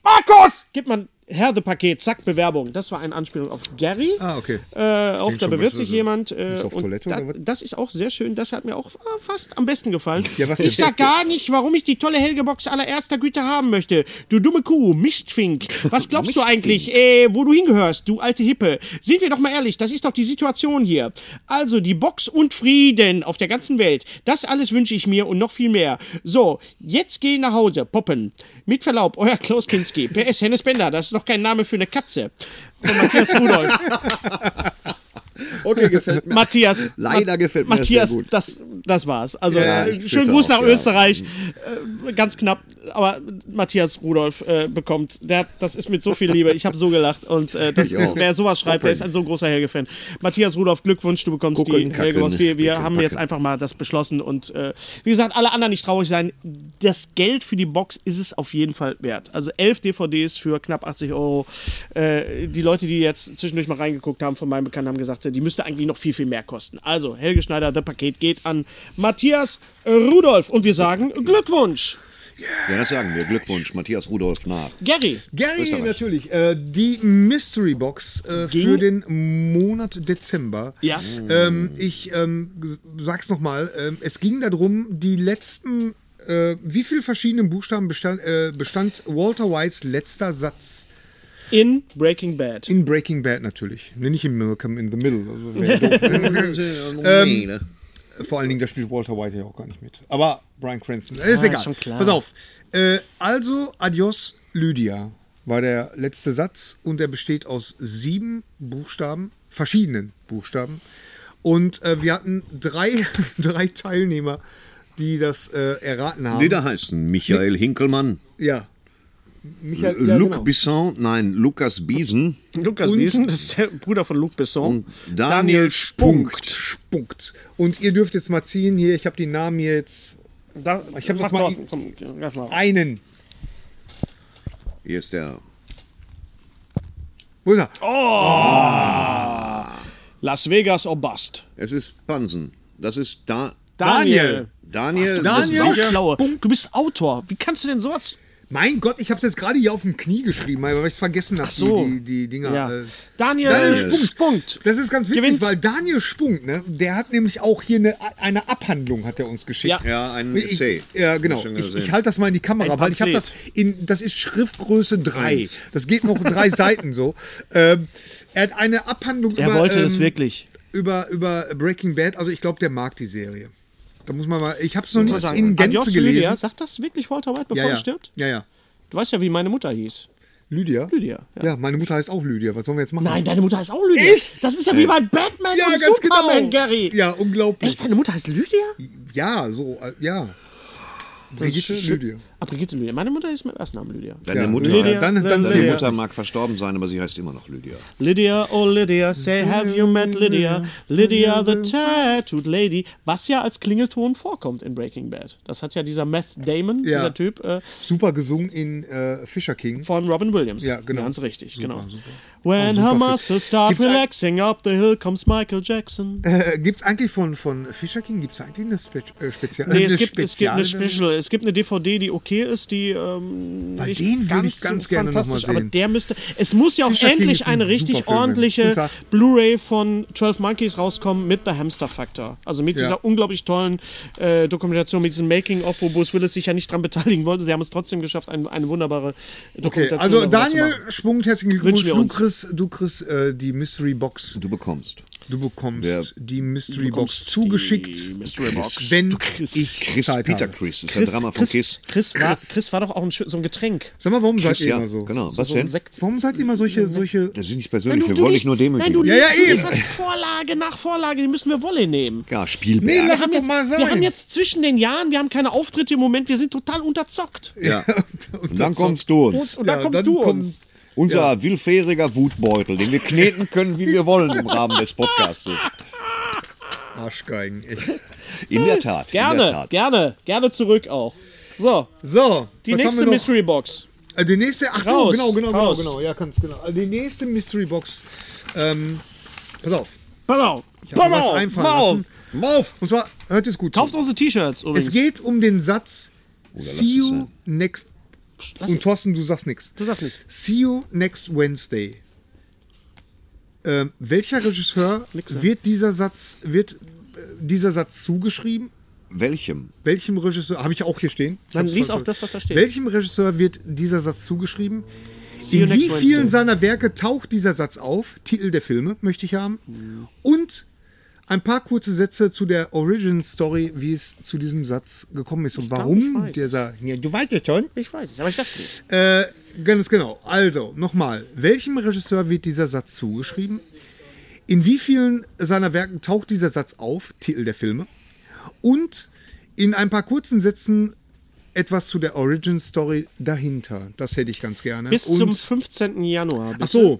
Markus! Gibt man Herr the Paket, zack, Bewerbung. Das war eine Anspielung auf Gary. Ah, okay. Äh, auch da schon, bewirbt was- sich jemand. Äh, Muss auf und Toilette da, oder was? das ist auch sehr schön. Das hat mir auch äh, fast am besten gefallen. Ja, was ich denn? sag gar nicht, warum ich die tolle Helgebox allererster Güte haben möchte. Du dumme Kuh, Mistfink. Was glaubst du eigentlich, äh, wo du hingehörst, du alte Hippe? Sind wir doch mal ehrlich, das ist doch die Situation hier. Also die Box und Frieden auf der ganzen Welt. Das alles wünsche ich mir und noch viel mehr. So, jetzt geh nach Hause, poppen. Mit Verlaub, euer Klaus Kinski. PS Hennes Bender, das ist doch kein Name für eine Katze. Von Matthias Rudolf. Okay, gefällt mir. Matthias. Leider gefällt mir das Matthias, sehr gut. das, das war's. Also Ja, äh, ich schönen bitte Gruß nach auch, ja. Österreich. Äh, ganz knapp, aber Matthias Rudolf äh, bekommt. Der, hat- das ist mit so viel Liebe. Ich habe so gelacht. Und äh, das, Ich auch. wer sowas schreibt, der ist ein so großer Helge-Fan. Matthias Rudolf, Glückwunsch, du bekommst Gucken, die kacken, Helge. Wir, wir picken, haben jetzt packen. einfach mal das beschlossen. Und äh, wie gesagt, alle anderen nicht traurig sein. Das Geld für die Box ist es auf jeden Fall wert. Also elf DVDs für knapp 80 Euro. Äh, die Leute, die jetzt zwischendurch mal reingeguckt haben von meinem Bekannten, haben gesagt, die müsste eigentlich noch viel, viel mehr kosten. Also Helge Schneider, das Paket geht an Matthias Rudolf. Und wir sagen Glückwunsch. Ja, das sagen wir. Glückwunsch, Matthias Rudolf nach. Gary, Gary, natürlich. Äh, die Mystery Box äh, Ging- für den Monat Dezember. Ja. Ähm, ich ähm, g- sag's nochmal. Ähm, es ging darum, die letzten. Äh, wie viele verschiedene Buchstaben bestand, äh, bestand Walter Whites letzter Satz? in Breaking Bad. In Breaking Bad natürlich. Nee, nicht in Malcolm in the Middle. Also wär Ähm, Vor allen Dingen, da spielt Walter White ja auch gar nicht mit. Aber Brian Cranston. Ist egal. Ah, schon klar. Pass auf. Äh, also, adios, Lydia war der letzte Satz und er besteht aus sieben Buchstaben, verschiedenen Buchstaben. Und äh, wir hatten drei, drei Teilnehmer, die das äh, erraten haben. Lieder heißen Michael Hinkelmann, Ja. Michael, ja, Luc genau. Bisson, nein, Lukas Biesen Lukas Wiesen, das ist der Bruder von Luc Besson. und Daniel Spunkt. Spunkt. Spunkt. Und ihr dürft jetzt mal ziehen hier. Ich habe die Namen hier jetzt. Da, Ich hab mach das mal- Thorsten, komm, mach mal. Einen. Hier ist der. Wo ist er? Las Vegas or Bust. Es ist Pansen. Das ist da. Daniel. Daniel? Daniel. Besson. Sau Sicher. schlauer. Du bist Autor. Wie kannst du denn sowas? Mein Gott, ich habe es jetzt gerade hier auf dem Knie geschrieben, weil ich es vergessen habe, so. die, die, die Dinger. Ja. äh, Daniel, Daniel Spunkt. Spunkt. Das ist ganz witzig, Gewinnt. weil Daniel Spunk, ne, der hat nämlich auch hier eine, eine Abhandlung hat er uns geschickt. Ja. Ja, ein Ich, Essay. ja, genau. Hab schon Ich, gesehen. ich halte das mal in die Kamera, Ein weil ich habe das Pamphlet. in, das ist Schriftgröße 3. Das geht noch drei Seiten so. Ähm, er hat eine Abhandlung Er über, wollte ähm, es wirklich. Über, über Breaking Bad. Also ich glaube, der mag die Serie. Da muss man mal. Ich habe es noch nicht Sagen, in Gänze Adios, gelesen. Lydia. Sagt das wirklich Walter White, bevor ja, ja. er stirbt? Ja, ja. Du weißt ja, wie meine Mutter hieß. Lydia? Lydia, ja. Ja. meine Mutter heißt auch Lydia. Was sollen wir jetzt machen? Nein, deine Mutter heißt auch Lydia. Echt? Das ist ja wie bei Batman Ja, und ganz Superman, genau. Gary. Ja, unglaublich. Echt, deine Mutter heißt Lydia? Ja, so, äh, ja. Brigitte Lydia. Ah, Brigitte Lydia. Meine Mutter ist mit ersten Namen Lydia. Deine Ja, Mutter. Lydia. Dann- dann Deine Lydia. Mutter mag verstorben sein, aber sie heißt immer noch Lydia. Lydia, oh Lydia, say have you met Lydia? Lydia the tattooed lady, was ja als Klingelton vorkommt in Breaking Bad. Das hat ja dieser Meth Damon, Ja. dieser Typ, äh, Super gesungen in äh, Fisher King. von Robin Williams. Ja, genau. Ganz richtig, genau. Auch When super her Film. muscles start Gibt's ein- relaxing, up the hill comes Michael Jackson. Äh, gibt's eigentlich von, von Fisher King, gibt's da eigentlich eine Spe äh, Spezial... Nee, eine es gibt, es gibt eine Spezial- Special, es gibt eine DVD, die okay ist, die ähm, Bei nicht denen würde ich ganz so gerne noch mal fantastisch, Aber sehen. der müsste, es muss ja auch Fisher King endlich ist ein eine super richtig Film, ordentliche guter. Blu-ray von 12 Monkeys rauskommen mit The Hamster Factor. Also mit Ja. dieser unglaublich tollen äh, Dokumentation, mit diesem Making-of, wo Bruce Willis sich ja nicht dran beteiligen wollte. Sie haben es trotzdem geschafft, ein, eine wunderbare Okay, Dokumentation also darüber zu Daniel machen. Schwung, herzlichen Glückwunsch. Wünschen wir Du uns. kriegst, du kriegst äh, die Mystery Box. Du bekommst. Du bekommst Ja. die Mystery Box bekommst die zugeschickt, Mystery Box. wenn Du kriegst- ich Chris, Zeit Peter habe. Chris, ist Chris, ein Drama von Chris, Kiss. Chris, war, Chris war doch auch ein, schö- so ein Getränk. Sag mal, warum seid ihr ja, immer so? genau. Was so ein denn? Sekt. Warum seid ihr immer solche... solche Das sind nicht Nein, persönlich, du- wir du wollen nicht- dich nur Nein, du demütigen. ja, Ja, ja, ja, eben. Du eben. liest was Vorlage nach Vorlage, die müssen wir Wolle nehmen. Ja, Nee, Spielberg. lass Wir haben, es doch jetzt, mal sein. wir haben jetzt zwischen den Jahren, wir haben keine Auftritte im Moment, wir sind total unterzockt. ja. und, Und dann kommst du uns. Und, und dann Ja, kommst dann du kommt- uns. Unser willfähriger Wutbeutel, den wir kneten können, wie wir wollen im Rahmen des Podcastes. Arschgeigen, echt. In der Tat. in der Gerne, Tat. gerne, gerne zurück auch. So, So, die was haben nächste wir noch? Mystery Box. Äh, die nächste, ach so, Raus, genau, genau, raus. genau, genau, ja, kannst genau. Also die nächste Mystery Box. Ähm, pass auf, Pass auf, ich hab mir pass was auf, pass einfallen auf. lassen. Mauf! Und zwar, hört es gut. zu. Kaufst unsere T-Shirts Es übrigens. geht um den Satz lass See es you sein. next. Und Thorsten, du sagst nichts. Du sagst nichts. See you next Wednesday. Ähm, welcher Regisseur wird dieser Satz wird äh, dieser Satz zugeschrieben? Welchem? Welchem Regisseur? Habe ich auch hier stehen. Ich Dann hab's lies voll auch das, was da steht. Welchem Regisseur wird dieser Satz zugeschrieben? you In next wie vielen Wednesday. seiner Werke taucht dieser Satz auf? Titel der Filme möchte ich haben. Und ein paar kurze Sätze zu der Origin Story, wie es zu diesem Satz gekommen ist und glaub, warum ich weiß. dieser. Ja, du weißt ja schon. Ich weiß nicht, aber ich dachte nicht. Äh, ganz genau. Also, nochmal. Welchem Regisseur wird dieser Satz zugeschrieben? In wie vielen seiner Werken taucht dieser Satz auf? Titel der Filme. Und in ein paar kurzen Sätzen etwas zu der Origin Story dahinter. Das hätte ich ganz gerne. Bis Und, zum 15. Januar. Ach so.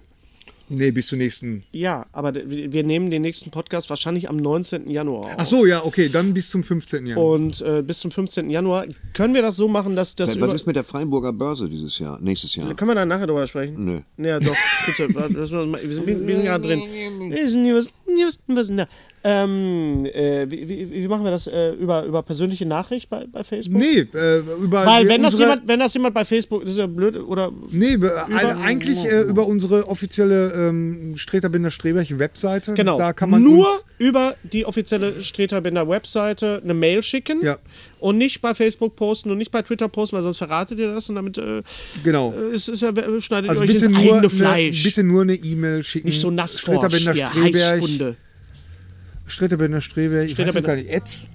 Nee, bis zum nächsten. Ja, aber d- wir wir nehmen den nächsten Podcast wahrscheinlich am 19. Januar auf. Ach so, ja, okay, dann bis zum 15. Januar. Und äh, bis zum 15. Januar können wir das so machen, dass das über... Also Was ist mit der Freiburger Börse dieses Jahr? Nächstes Jahr? Können wir da nachher drüber sprechen? Nö. Ja, doch, bitte. warte, lass mal- wir sind, wir sind gerade drin. Wir sind hier was- hier was- was ist denn da? Ähm, äh, wie, wie, wie machen wir das? Äh, über, über persönliche Nachricht bei, bei Facebook? Nee, äh, über Weil wir wenn das, unsere- jemand, wenn das jemand bei Facebook, das ist ja blöd, oder Nee, be- ein- eigentlich äh, über unsere offizielle ähm, Streterbinder-Streberch-Webseite. Genau. Da kann man nur uns über die offizielle Streterbinder Webseite eine Mail schicken Ja. und nicht bei Facebook posten und nicht bei Twitter posten, weil sonst verratet ihr das und damit äh, Genau. es ist ja, schneidet Also ihr euch bitte ins nur, eigene eine, Fleisch. bitte nur eine E-Mail schicken. nicht so nass Streterbinder ja, Streberch. Heißstunde. Streterbinder Streberch. Ich weiß es Streterbinder- gar nicht. At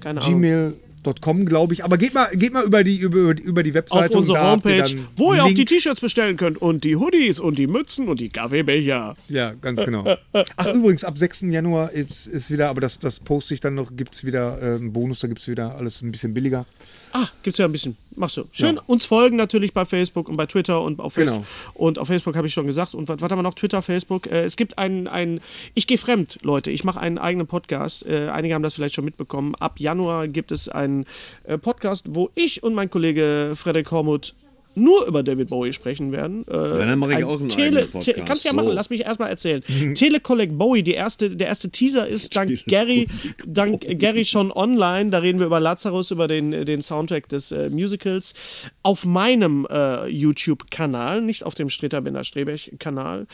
Keine Ahnung. gmail.com, glaube ich. Aber geht mal, geht mal über die, über, über die Auf Webseite. und unserer da habt ihr Homepage, dann wo ihr auch die Link. T-Shirts bestellen könnt und die Hoodies und die Mützen und die Kaffeebecher. Ja, ganz genau. Ach, übrigens, ab 6. Januar ist, ist wieder, aber das, das poste ich dann noch, gibt es wieder äh, einen Bonus, da gibt es wieder alles ein bisschen billiger. Ah, gibt's ja ein bisschen. Machst du. Schön uns folgen natürlich bei Facebook und bei Twitter und auf Facebook. Genau. Und auf Facebook habe ich schon gesagt. Und was, was haben wir noch? Twitter, Facebook. Äh, es gibt einen, einen ich gehe fremd, Leute. Ich mache einen eigenen Podcast. Äh, einige haben das vielleicht schon mitbekommen. Ab Januar gibt es einen äh, Podcast, wo ich und mein Kollege Frederik Hormuth nur über David Bowie sprechen werden. Äh, dann mache ich ein auch einen eigenen Podcast. Te- Kannst du ja machen, So. lass mich erstmal erzählen. Telecollect Bowie, die erste, der erste Teaser ist dank Gary, dank Gary schon online. Da reden wir über Lazarus, über den, den Soundtrack des äh, Musicals auf meinem äh, YouTube-Kanal, nicht auf dem Streterbinder Strebech-Kanal.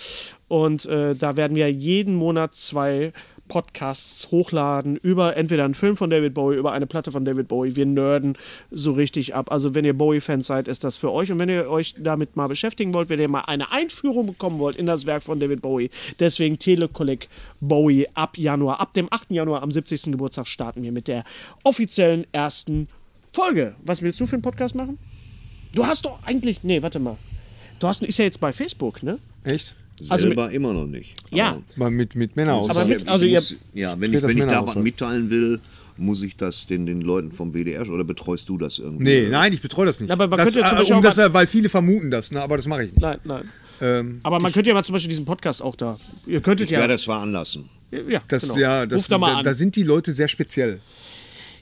Und äh, da werden wir jeden Monat zwei Podcasts hochladen über entweder einen Film von David Bowie, über eine Platte von David Bowie. Wir nerden so richtig ab. Also wenn ihr Bowie-Fans seid, ist das für euch. Und wenn ihr euch damit mal beschäftigen wollt, wenn ihr mal eine Einführung bekommen wollt in das Werk von David Bowie, deswegen Telekolleg Bowie ab Januar. Ab dem 8. Januar, am 70. Geburtstag, starten wir mit der offiziellen ersten Folge. Was willst du für einen Podcast machen? Du hast doch eigentlich... Nee, warte mal. Du hast, ist ja jetzt bei Facebook, ne? Echt? Also mit- Selber immer noch nicht. Also, Ja. Mal mit, mit Männern aus. Aber mit- Ich also ihr- muss, ja, wenn ich, das wenn ich Männer da aus, was oder? mitteilen will, muss ich das den, den Leuten vom WDR oder betreust du das irgendwie? Nee, nein, ich betreue das nicht. Aber man das, könnte ja zum äh, Beispiel um auch das, mal- äh, weil viele vermuten das, ne? aber das mache ich nicht. Nein, nein. Ähm, Aber man könnte ja mal zum Beispiel diesen Podcast auch da. Ihr könntet Ja, ja. das veranlassen. ja, Das, genau. ja, das, Ruft da mal da, an. da sind die Leute sehr speziell.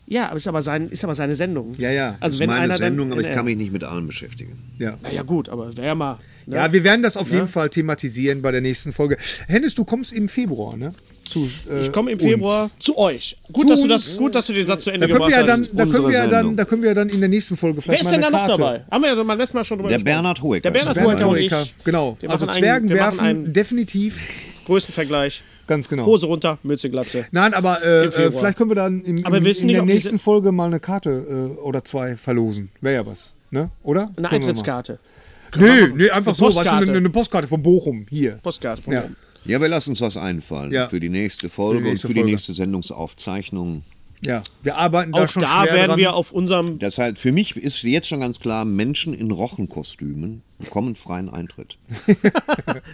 ja, aber ist aber, sein, ist aber seine Sendung. Ja, ja. Also Das wenn ist meine einer Sendung, dann, aber ich wenn kann er- mich nicht mit allem beschäftigen. Ja. Na ja, gut, aber wäre ja mal. Ne? Ja, wir werden das auf jeden Fall thematisieren bei der nächsten Folge. Hennes, du kommst im Februar, ne? Zu, äh, ich komme im uns. Februar zu euch. Gut, Zu dass du uns. das, gut, dass du den Satz zu Ende Da können, gebracht wir ja dann, hast. da, können Unsere wir ja dann, Sendung. da können wir ja dann in der nächsten Folge Wer vielleicht ist mal denn da eine noch Karte. dabei? Haben wir ja beim letzten Mal schon drüber Der gesprochen. Bernhard Hoeker. Der Bernhard Bernhard Hoeker und ich. Hoeker, genau. Wir Also machen einen- Zwergen wir machen werfen einen- definitiv. Größenvergleich. Ganz genau. Hose runter, Mütze glatze. Nein, aber äh, Im Februar. äh, vielleicht können wir dann im, Aber im, wir wissen in nicht, der ob diese- nächsten Folge mal eine Karte äh, oder zwei verlosen. Wäre ja was, ne? Oder? Können Eine wir Eintrittskarte. mal. Nee, nee, einfach Eine so, weißt du, Postkarte. eine, eine Postkarte von Bochum hier. Postkarte. Ja. Ja, wir lassen uns was einfallen Ja. für die nächste Folge Für die nächste und für Folge. die nächste Sendungsaufzeichnung. ja, wir arbeiten da Auch schon da schwer werden dran. wir auf unserem Das halt, für mich ist jetzt schon ganz klar, Menschen in Rochenkostümen bekommen freien Eintritt.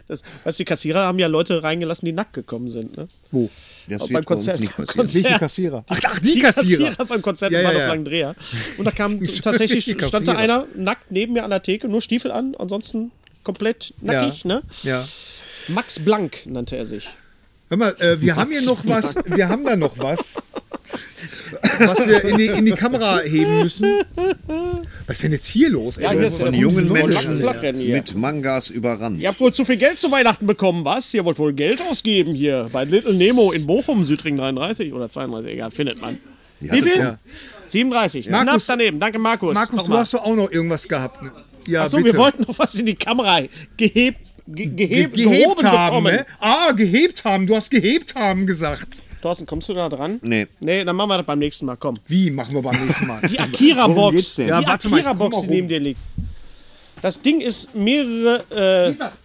Das, weißt du, die Kassierer haben ja Leute reingelassen, die nackt gekommen sind. Ne? Wo? Das Auch beim wird bei uns Konzert- nicht passieren. Konzert- Welche Ja. Kassierer? Ach, ach die, Kassierer. beim Konzert Ja, ja, ja, waren auf ja. Langdreher. Und da kam t- tatsächlich, Die stand da Kassierer. einer nackt neben mir an der Theke, nur Stiefel an, ansonsten komplett nackig. Ja. Ne? Ja. Max Blank nannte er sich. Hör mal, äh, wir haben hier noch was, wir haben da noch was, was wir in die, in die Kamera heben müssen. Was ist denn jetzt hier los? ey? Ja, hier ist Von Ja, jungen diese Leute Menschen flachrennen hier. mit Mangas überrannt. Ihr habt wohl zu viel Geld zu Weihnachten bekommen, was? Ihr wollt wohl Geld ausgeben hier bei Little Nemo in Bochum, Südring 33 oder 32, egal, findet man. Wie viel? 37. Knapp Markus- daneben. Danke, Markus. Markus, du Nochmal. hast doch auch noch irgendwas gehabt. Ne? Ja, Achso, bitte. wir wollten noch was in die Kamera geheb, ge, Ge geheb, gehebt gehoben haben. bekommen. Ne? Ah, gehebt haben. Du hast gehebt haben gesagt. Thorsten, kommst du da dran? Nee. Nee, dann machen wir das beim nächsten Mal. Komm. Wie machen wir beim nächsten Mal? Die Akira-Box. geht's Die denn? Ja, warte mal, ich komm Akira-Box, mal die rum. neben dir liegt. Das Ding ist mehrere, äh, das?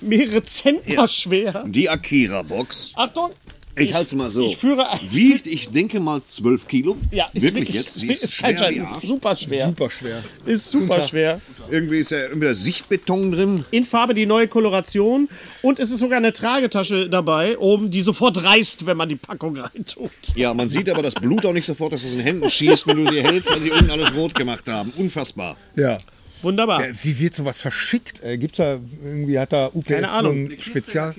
mehrere Zentner schwer. Die Akira-Box. Achtung! Ich halte es mal so. Ich führe ein. Wiegt, ich denke mal, 12 Kilo. Ja, ist wirklich, wirklich, jetzt. Die Ist, Ist, ist kein schwer Scheiß, wie ist Arsch. super schwer. Super schwer. Ist super schwer. Irgendwie ist da entweder Sichtbeton drin. In Farbe die neue Koloration und es ist sogar eine Tragetasche dabei, oben, die sofort reißt, wenn man die Packung reintut. Ja, man sieht aber das Blut auch nicht sofort, dass es in Händen schießt, wenn du sie hältst, weil sie unten alles rot gemacht haben. Unfassbar. Ja. Wunderbar. Äh, Wie wird sowas verschickt? Äh, Gibt's da irgendwie, hat da UPS Keine Ahnung. so ein Spezial?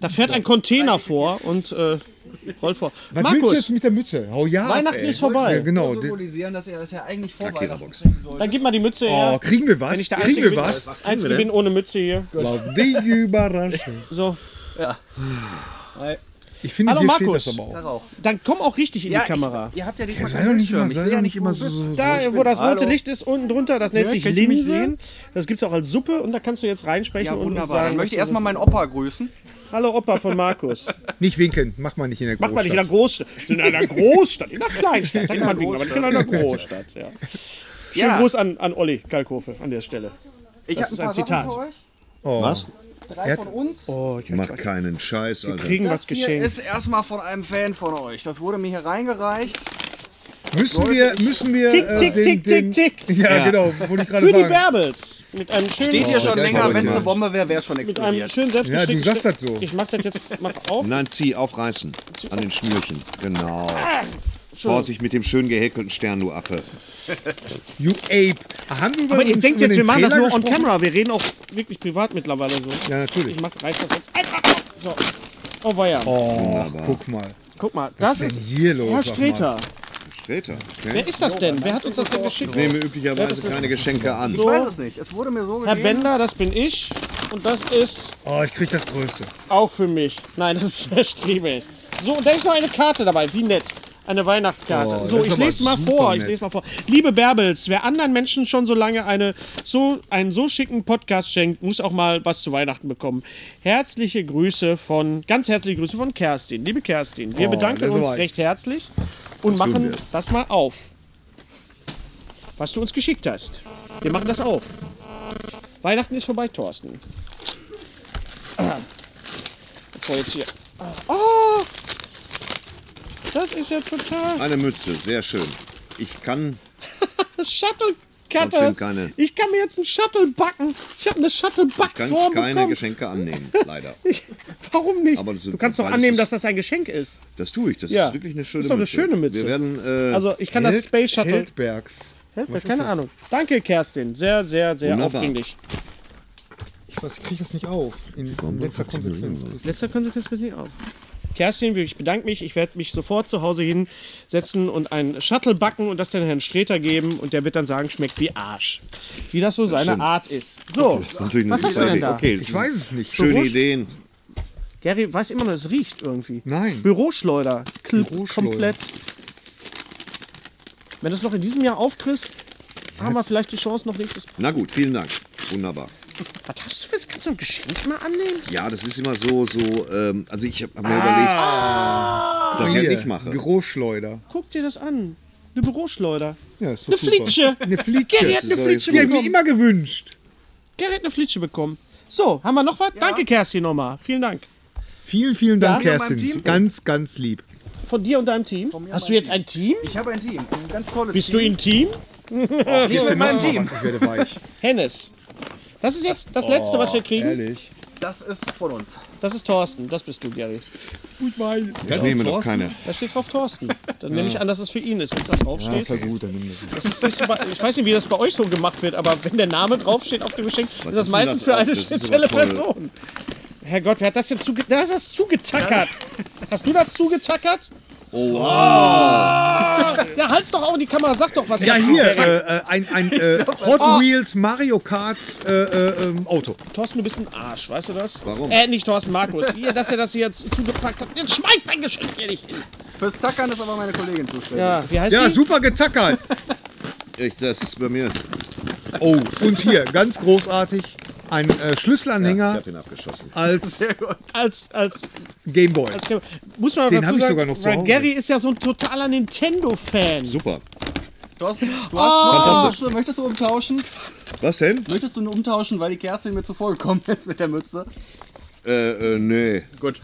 Da fährt ein Container vor und äh, rollt vor. Was willst du jetzt Markus, mit der Mütze? Hau ja. ab, Weihnachten ey. ist vorbei. Ja, genau. so symbolisieren, dass ihr das ja eigentlich vor Weihnachten Akira-Box. kriegen sollt. dann gib mal die Mütze her. Oh, kriegen wir was? Wenn ich der Kriegen Einzige wir bin, was? Einzige bin ohne Mütze hier. War die Überraschung. So, Ich finde, Hallo, dir Markus. steht das aber auch. Tag auch. dann komm auch richtig in Ja, die Kamera. Ich, ihr habt ja diesmal Sei doch keinen nicht Bildschirm. immer, Ich sei sehe ja doch nicht nicht immer immer so. so. da, wo das rote Hallo. Licht ist, unten drunter, das nennt Ja, sich könnt ihr mich Linse. sehen? Das gibt's auch als Suppe und da kannst du jetzt reinsprechen Ja, und uns wunderbar. sagen, Dann möchte ich was du- erstmal meinen Opa grüßen. Hallo Opa von Markus. Nicht winken, mach mal nicht in der Großstadt. Macht man nicht in einer Großstadt. In einer Großstadt, in einer Kleinstadt. Da kann man winken, aber nicht in einer Großstadt. Ja. Schönen Ja. Gruß an, an Olli Kalkofe an der Stelle. Ich Das hab ein ist paar ein Zitat. Sachen für euch. Oh. Was? Drei von uns. Mach keinen Scheiß, Alter. Kriegen was Das hier geschenkt. ist erstmal von einem Fan von euch. Das wurde mir hier reingereicht. Müssen wir, müssen wir. Tick, äh, tick, den, tick, den, tick, tick. Ja, genau, wollte ich Für gerade die sagen. Bärbels. Mit einem schönen, Steht hier schon das länger, war wenn es eine bekannt. Bombe wäre, wäre es schon mit einem explodiert. schönen selbstgestickten. Ja, du sagst das so. Ich mach das jetzt, mach auf. Nein, zieh, aufreißen. An den Schnürchen. Genau. Ah, Vorsicht mit dem schön gehäkelten Stern, du Affe. You Ape. Haben wir über Aber ihr uns denkt über jetzt, wir den machen das Trailer nur on gesprochen? camera. Wir reden auch wirklich privat mittlerweile so. Ja, natürlich. Ich mach, reiß das jetzt einfach auf. So. Oh, weia. Oh, guck mal. Guck mal, das ist denn ist hier los, Herr sag mal? Streter. Streter. Okay. Wer ist das denn? Wer hat uns das denn geschickt? Nehme üblicherweise keine Geschenke an. Ich weiß es nicht. Es wurde mir so Herr gegeben. Bender, das bin ich. Und das ist Oh, ich krieg das Größte. auch für mich. Nein, das ist Herr Striebel. So, und da ist noch eine Karte dabei. Wie nett. Eine Weihnachtskarte. Oh, so, das ist ich aber lese mal super vor. Ich nett. lese mal vor. Liebe Bärbels, wer anderen Menschen schon so lange eine, so, einen so schicken Podcast schenkt, muss auch mal was zu Weihnachten bekommen. Herzliche Grüße von, ganz herzliche Grüße von Kerstin. Liebe Kerstin, wir Oh, bedanken das uns war's. recht herzlich und machen das mal auf. Was du uns geschickt hast. Wir machen das auf. Weihnachten ist vorbei, Thorsten. So, jetzt hier. Oh! Das ist ja total. Eine Mütze, sehr schön. Ich kann Shuttle Trotzdem Cutters. keine. Ich kann mir jetzt einen Shuttle backen. Ich habe eine Shuttle kann Backform keine bekommen. Geschenke annehmen, leider. Ich, warum nicht? Aber das sind- du kannst doch beides annehmen, ist- dass das ein Geschenk ist. Das tue ich. Das Ja. ist wirklich eine schöne Ist doch eine Mütze. schöne Mütze. Wir werden äh, Also, ich kann das Held- Space Shuttle. Heldbergs. Held, keine Ahnung. Danke, Kerstin. Sehr, sehr, sehr Wunderbar. aufdringlich. Ich, weiß, ich krieg das nicht auf. In, in letzter Konsequenz. Letzter Konsequenz bis nicht auf. Kerstin, ich bedanke mich. Ich werde mich sofort zu Hause hinsetzen und einen Shuttle backen und das dann Herrn Streter geben. Und der wird dann sagen, schmeckt wie Arsch. Wie das so seine Art ist. So, natürlich eine was hast du denn Idee. da? Okay, Ich weiß es nicht. Schöne Bewusst- Ideen. Gary weiß immer noch, es riecht irgendwie. Nein. Büroschleuder. Kl Büroschleuder. Komplett. Wenn du es noch in diesem Jahr aufkriegst, haben wir vielleicht die Chance noch nächstes. Na gut, vielen Dank. Wunderbar. Was hast du für kannst du ein Geschenk mal annehmen? Ja, das ist immer so, so. Ähm, also ich habe mir überlegt, Ah. dass ich das Hier, nicht mache. Büroschleuder. Guck dir das an. Eine Büroschleuder. Ja, ist doch Eine super. Flitsche. Eine Fliege. Gary Die hat eine Flitsche ist doch jetzt hab ich mir bekommen. immer gewünscht. Gary hat eine Flitsche bekommen. So, haben wir noch was? Danke, Kerstin, nochmal. Vielen Dank. Vielen, vielen Dank, Ja, nur beim Kerstin. Team. Ganz, ganz lieb. Von dir und deinem Team. Hast du jetzt ein Team? Ich habe ein Team. Ein ganz tolles Bist du Team. im Team? Ich bin mein Team. Was, ich werde weich. Oh, Hennes. Das ist jetzt das Letzte, was wir kriegen. Ehrlich. Das ist von uns. Das ist Thorsten. Das bist du, Gary. Gut weich. Ich nehme doch keine. Da steht drauf Thorsten. Dann nehme ich an, dass es für ihn ist, wenn es da drauf steht. Ja, gut, dann nimm das. Das ist nicht so bei- ich weiß nicht, wie das bei euch so gemacht wird, aber wenn der Name draufsteht auf dem Geschenk, ist das ist denn meistens das für auch? eine Das ist aber spezielle toll. Person. Herrgott, wer hat das denn zuge wer hat das zugetackert? Hast du das zugetackert? Oh, wow. Ja, halt's doch auch in die Kamera, sag doch was. Ja, dazu. hier, äh, äh, ein, ein äh, Hot ah. Wheels Mario Kart äh, äh, ähm, Auto. Thorsten, du bist ein Arsch, weißt du das? Warum? Äh, nicht Thorsten, Markus. Hier, dass er das hier jetzt zugepackt hat. Jetzt schmeiß dein Geschenk hier nicht hin. Fürs Tackern ist aber meine Kollegin zuständig. Ja, wie heißt Ja, die? super getackert. Ich, das ist bei mir. Oh, und hier, ganz großartig, ein äh, Ich Schlüsselanhänger hab ihn abgeschossen. als Als, als, Gameboy. als, muss man Den dazu hab ich sagen, sogar noch zu Hause. Gary ist ja so ein totaler Nintendo-Fan. Super. Thorsten, Ah! du hast, möchtest, du, möchtest du umtauschen? Was denn? Möchtest du nur umtauschen, weil die Kerstin mir zuvor gekommen ist mit der Mütze? Äh, äh, nee. Gut.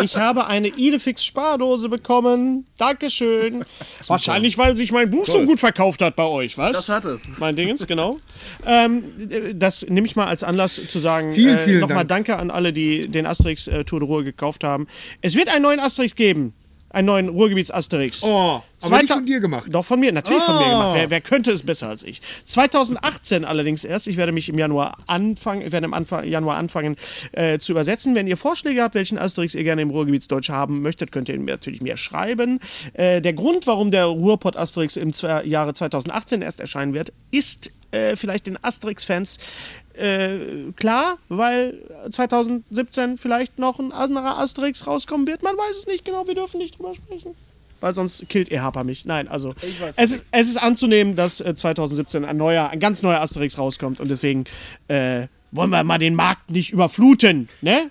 Ich habe eine Idefix Spardose bekommen. Dankeschön. Wahrscheinlich, weil sich mein Buch so Toll. gut verkauft hat bei euch, was? Das hat es. mein Dingens, genau. Ähm, das nehme ich mal als Anlass zu sagen, äh, Vielen, vielen nochmal Dank. Danke an alle, die den Asterix äh, Tour de Ruhr gekauft haben. Es wird einen neuen Asterix geben. Einen neuen Ruhrgebiets-Asterix. Oh, aber nicht von dir gemacht. Doch von mir, natürlich von mir Ah. gemacht. Wer, wer könnte es besser als ich? 2018 allerdings erst. Ich werde mich im Januar anfangen, ich werde im Anfang, Januar anfangen äh, zu übersetzen. Wenn ihr Vorschläge habt, welchen Asterix ihr gerne im Ruhrgebietsdeutsch haben möchtet, könnt ihr mir natürlich mir schreiben. Äh, der Grund, warum der Ruhrpott Asterix im Zwe- Jahre 2018 erst erscheinen wird, ist äh, vielleicht den Asterix-Fans äh, klar, weil 2017 vielleicht noch ein anderer Asterix rauskommen wird. Man weiß es nicht genau, wir dürfen nicht drüber sprechen. Weil sonst killt ihr Harper mich. Nein, also es, ist- es ist anzunehmen, dass äh, 2017 ein neuer, ein ganz neuer Asterix rauskommt und deswegen äh, wollen wir mal den Markt nicht überfluten, ne?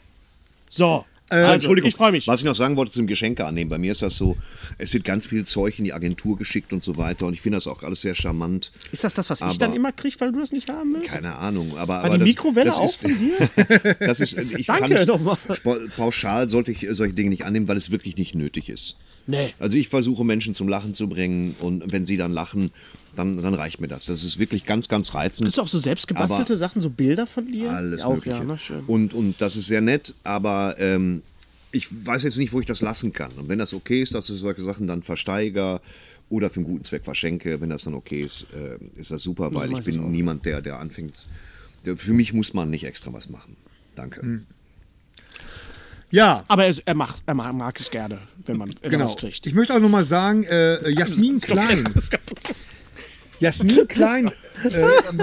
So. also, Ich freue mich. Äh, Was ich noch sagen wollte zum Geschenke annehmen. Bei mir ist das so, es wird ganz viel Zeug in die Agentur geschickt und so weiter. Und ich finde das auch alles sehr charmant. Ist das das, was ich Aber- dann immer kriege, weil du das nicht haben willst? Keine Ahnung, aber. War aber die das, Mikrowelle das auch ist, von dir? Das ist, äh, ich kann Danke es, nochmal. spo- pauschal sollte ich äh, solche Dinge nicht annehmen, weil es wirklich nicht nötig ist. Nee. Also ich versuche Menschen zum Lachen zu bringen und wenn sie dann lachen, dann, dann reicht mir das. Das ist wirklich ganz, ganz reizend. Hast du auch so selbst gebastelte Aber- Sachen, so Bilder von dir? alles auch, Mögliche. Ja, ne? Schön. und, und das ist sehr nett, aber ähm, ich weiß jetzt nicht, wo ich das lassen kann. Und wenn das okay ist, dass ich solche Sachen dann versteiger oder für einen guten Zweck verschenke, wenn das dann okay ist, äh, ist das super, weil ich bin niemand, der, der anfängt. Der, für mich muss man nicht extra was machen. Danke. Ja, Aber er, er, macht, er mag, mag es gerne, wenn man wenn man genau. was kriegt. Ich möchte auch nochmal sagen, äh, Jasmin Klein. Jasmin Klein. Äh,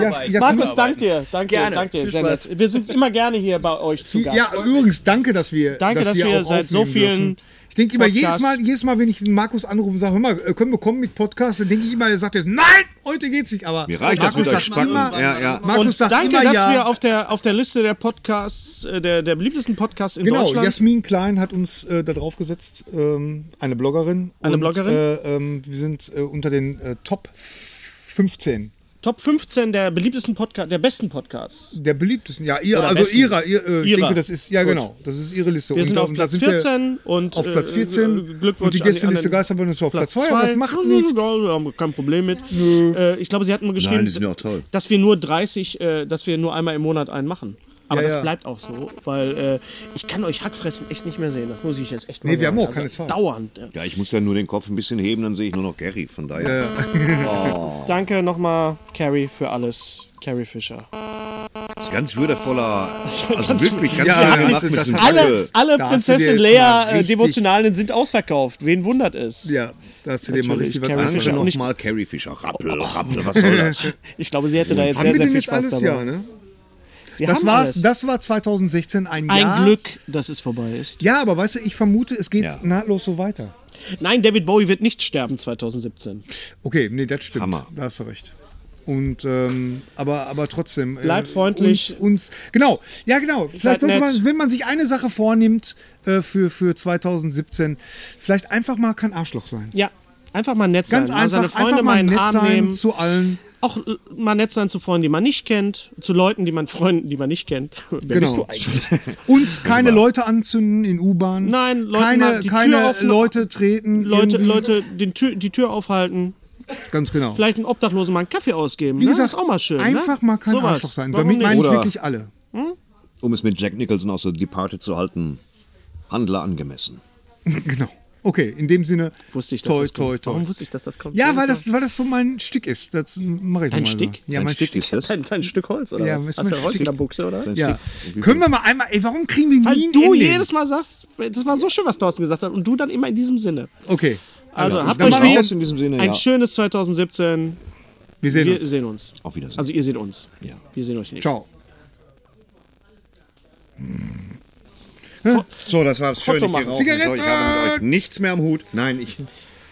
Jas, Jasmin, Markus, dank dir. Danke, Gerne. danke. Viel sehr Spaß. nett. Wir sind immer gerne hier bei euch zu Gast. ja, übrigens, danke, dass wir Danke, dass wir wir auch seit so aufnehmen vielen dürfen. Ich denke immer, jedes Podcasts- mal, jedes mal, wenn ich den Markus anrufe und sage, hör mal, äh, können wir kommen mit Podcast, dann denke ich immer, er sagt jetzt, nein, heute geht's nicht. Aber Mir reicht das Markus mit euch sagt Spacken. immer, Ja, ja. Markus Und sagt danke, immer dass ja. wir auf der, auf der Liste der Podcasts, äh, der, der beliebtesten Podcasts in Genau, Deutschland. Jasmin Klein hat uns äh, da drauf gesetzt, ähm, eine Bloggerin. Eine und, Bloggerin? Äh, ähm, wir sind äh, unter den äh, Top 15 Top 15 der beliebtesten Podcasts, der besten Podcasts. der beliebtesten. Ja, ihr, Oder also besten. ihrer. Ihr, äh, Ich Ihrer. denke, das ist, ja Gut. genau, das ist ihre Liste. Wir und sind da- auf und da Platz sind wir 14 und auf Platz äh, 14 Glückwunsch und die an die Gästeliste anderen. Geisterbahn ist auf Platz 2, aber zwei. das macht Ja, nichts. Da haben wir kein Problem mit. Äh, ich glaube, sie hatten mal geschrieben, Nein, die sind ja auch toll. dass wir nur 30, äh, dass wir nur einmal im Monat einen machen. Aber Ja, das ja. bleibt auch so, weil äh, ich kann euch Hackfressen echt nicht mehr sehen. Das muss ich jetzt echt mal Nee, wir sagen. haben auch keine Zeit. Dauernd. äh, Ja, ich muss ja nur den Kopf ein bisschen heben, dann sehe ich nur noch Gary. Von daher. Danke nochmal, Carrie, für alles. Carrie Fischer. Das ist ganz würdevoller. Also wirklich ganz Ja, ja, ja, gemacht das- mit das diesem hat- Alle, Mühe. alle Da hast du dir Prinzessin jetzt mal Leia äh, richtig- Devotionalen sind ausverkauft. Wen wundert es? Ja, da hast du dir mal Natürlich, richtig was Carrie Danke Fisher angeschaut. auch nicht- nochmal, Carrie Fischer. Rappel, rappel, was soll das? Ich glaube, sie hätte da jetzt Haben sehr, wir sehr denn viel jetzt Spaß alles? dabei. Ja, ne? Wir Das, haben war's, alles. das war 2016 ein Ein Jahr. Glück, dass es vorbei ist. Ja, aber weißt du, ich vermute, es geht Ja. nahtlos so weiter. Nein, David Bowie wird nicht sterben 2017. Okay, nee, das stimmt. Hammer. Da hast du recht. Und ähm, aber, aber trotzdem. äh, Bleibt freundlich. Uns, uns genau, ja genau. Vielleicht sollte nett. man, wenn man sich eine Sache vornimmt äh, für, für 2017, vielleicht einfach mal kein Arschloch sein. Ja, einfach mal nett Ganz sein. mal seine einfach, Freunde einfach mal mal in den nett Arm sein nehmen. zu allen. auch äh, mal nett sein zu Freunden, die man nicht kennt, zu Leuten, die man Freunden, die man nicht kennt. Wer bist du Genau. eigentlich? Und keine Leute anzünden in U-Bahn. Nein, Leute mal keine, die Tür keine offen- Leute treten. Leute, irgendwie. Leute den Tür, die Tür aufhalten, Ganz genau. vielleicht einen Obdachlosen mal einen Kaffee ausgeben. Wie ne? gesagt, ist auch mal schön. einfach ne? mal kein Sowas. Arschloch sein. Warum Damit meine ich Oder- wirklich alle. Um es mit Jack Nicholson aus der Departed zu halten, Handler angemessen. Genau. Okay, in dem Sinne. Wusste ich, dass toi, das kommt. toi, toi. Warum wusste ich, dass das kommt? Ja, weil das, weil das so mein Stück ist. Das mache ich Dein mal Stück? So. Ja, Ein mein Stück. ist das. Dein, dein Stück Holz, oder Ja, was? ist Hast du mein Holz in Stück. der Buchse, oder? Sein Ja. Mhm. Stück. Wie Können viel? wir mal einmal. Ey, warum kriegen wir nie Weil ein Halt du Ending? jedes Mal sagst, das war so schön, was Thorsten gesagt hat, und du dann immer in diesem Sinne. Okay. Also, habt Dann euch mach ich lieb. das in diesem Sinne, Ein ja. schönes 2017. Wir sehen Wir uns. sehen uns. Auf Wiedersehen. Also ihr seht uns. Ja. Wir sehen euch nicht. Ciao. So, das war's. Schön, ich Foto gehe machen. raus. Ich habe mit Zigarette! euch nichts mehr am Hut. Nein, ich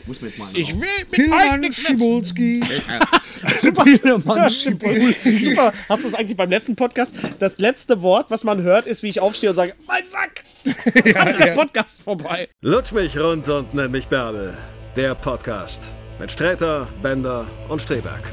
muss mir jetzt mal einen Ich will mit euch Pillmann nichts mehr Schibolski. Super. Super. Hast du es eigentlich beim letzten Podcast? Das letzte Wort, was man hört, ist, wie ich aufstehe und sage, mein Sack! Dann ist der Podcast vorbei. Lutsch mich rund und nenn mich Bärbel. Der Podcast mit Sträter, Bender und Streberg.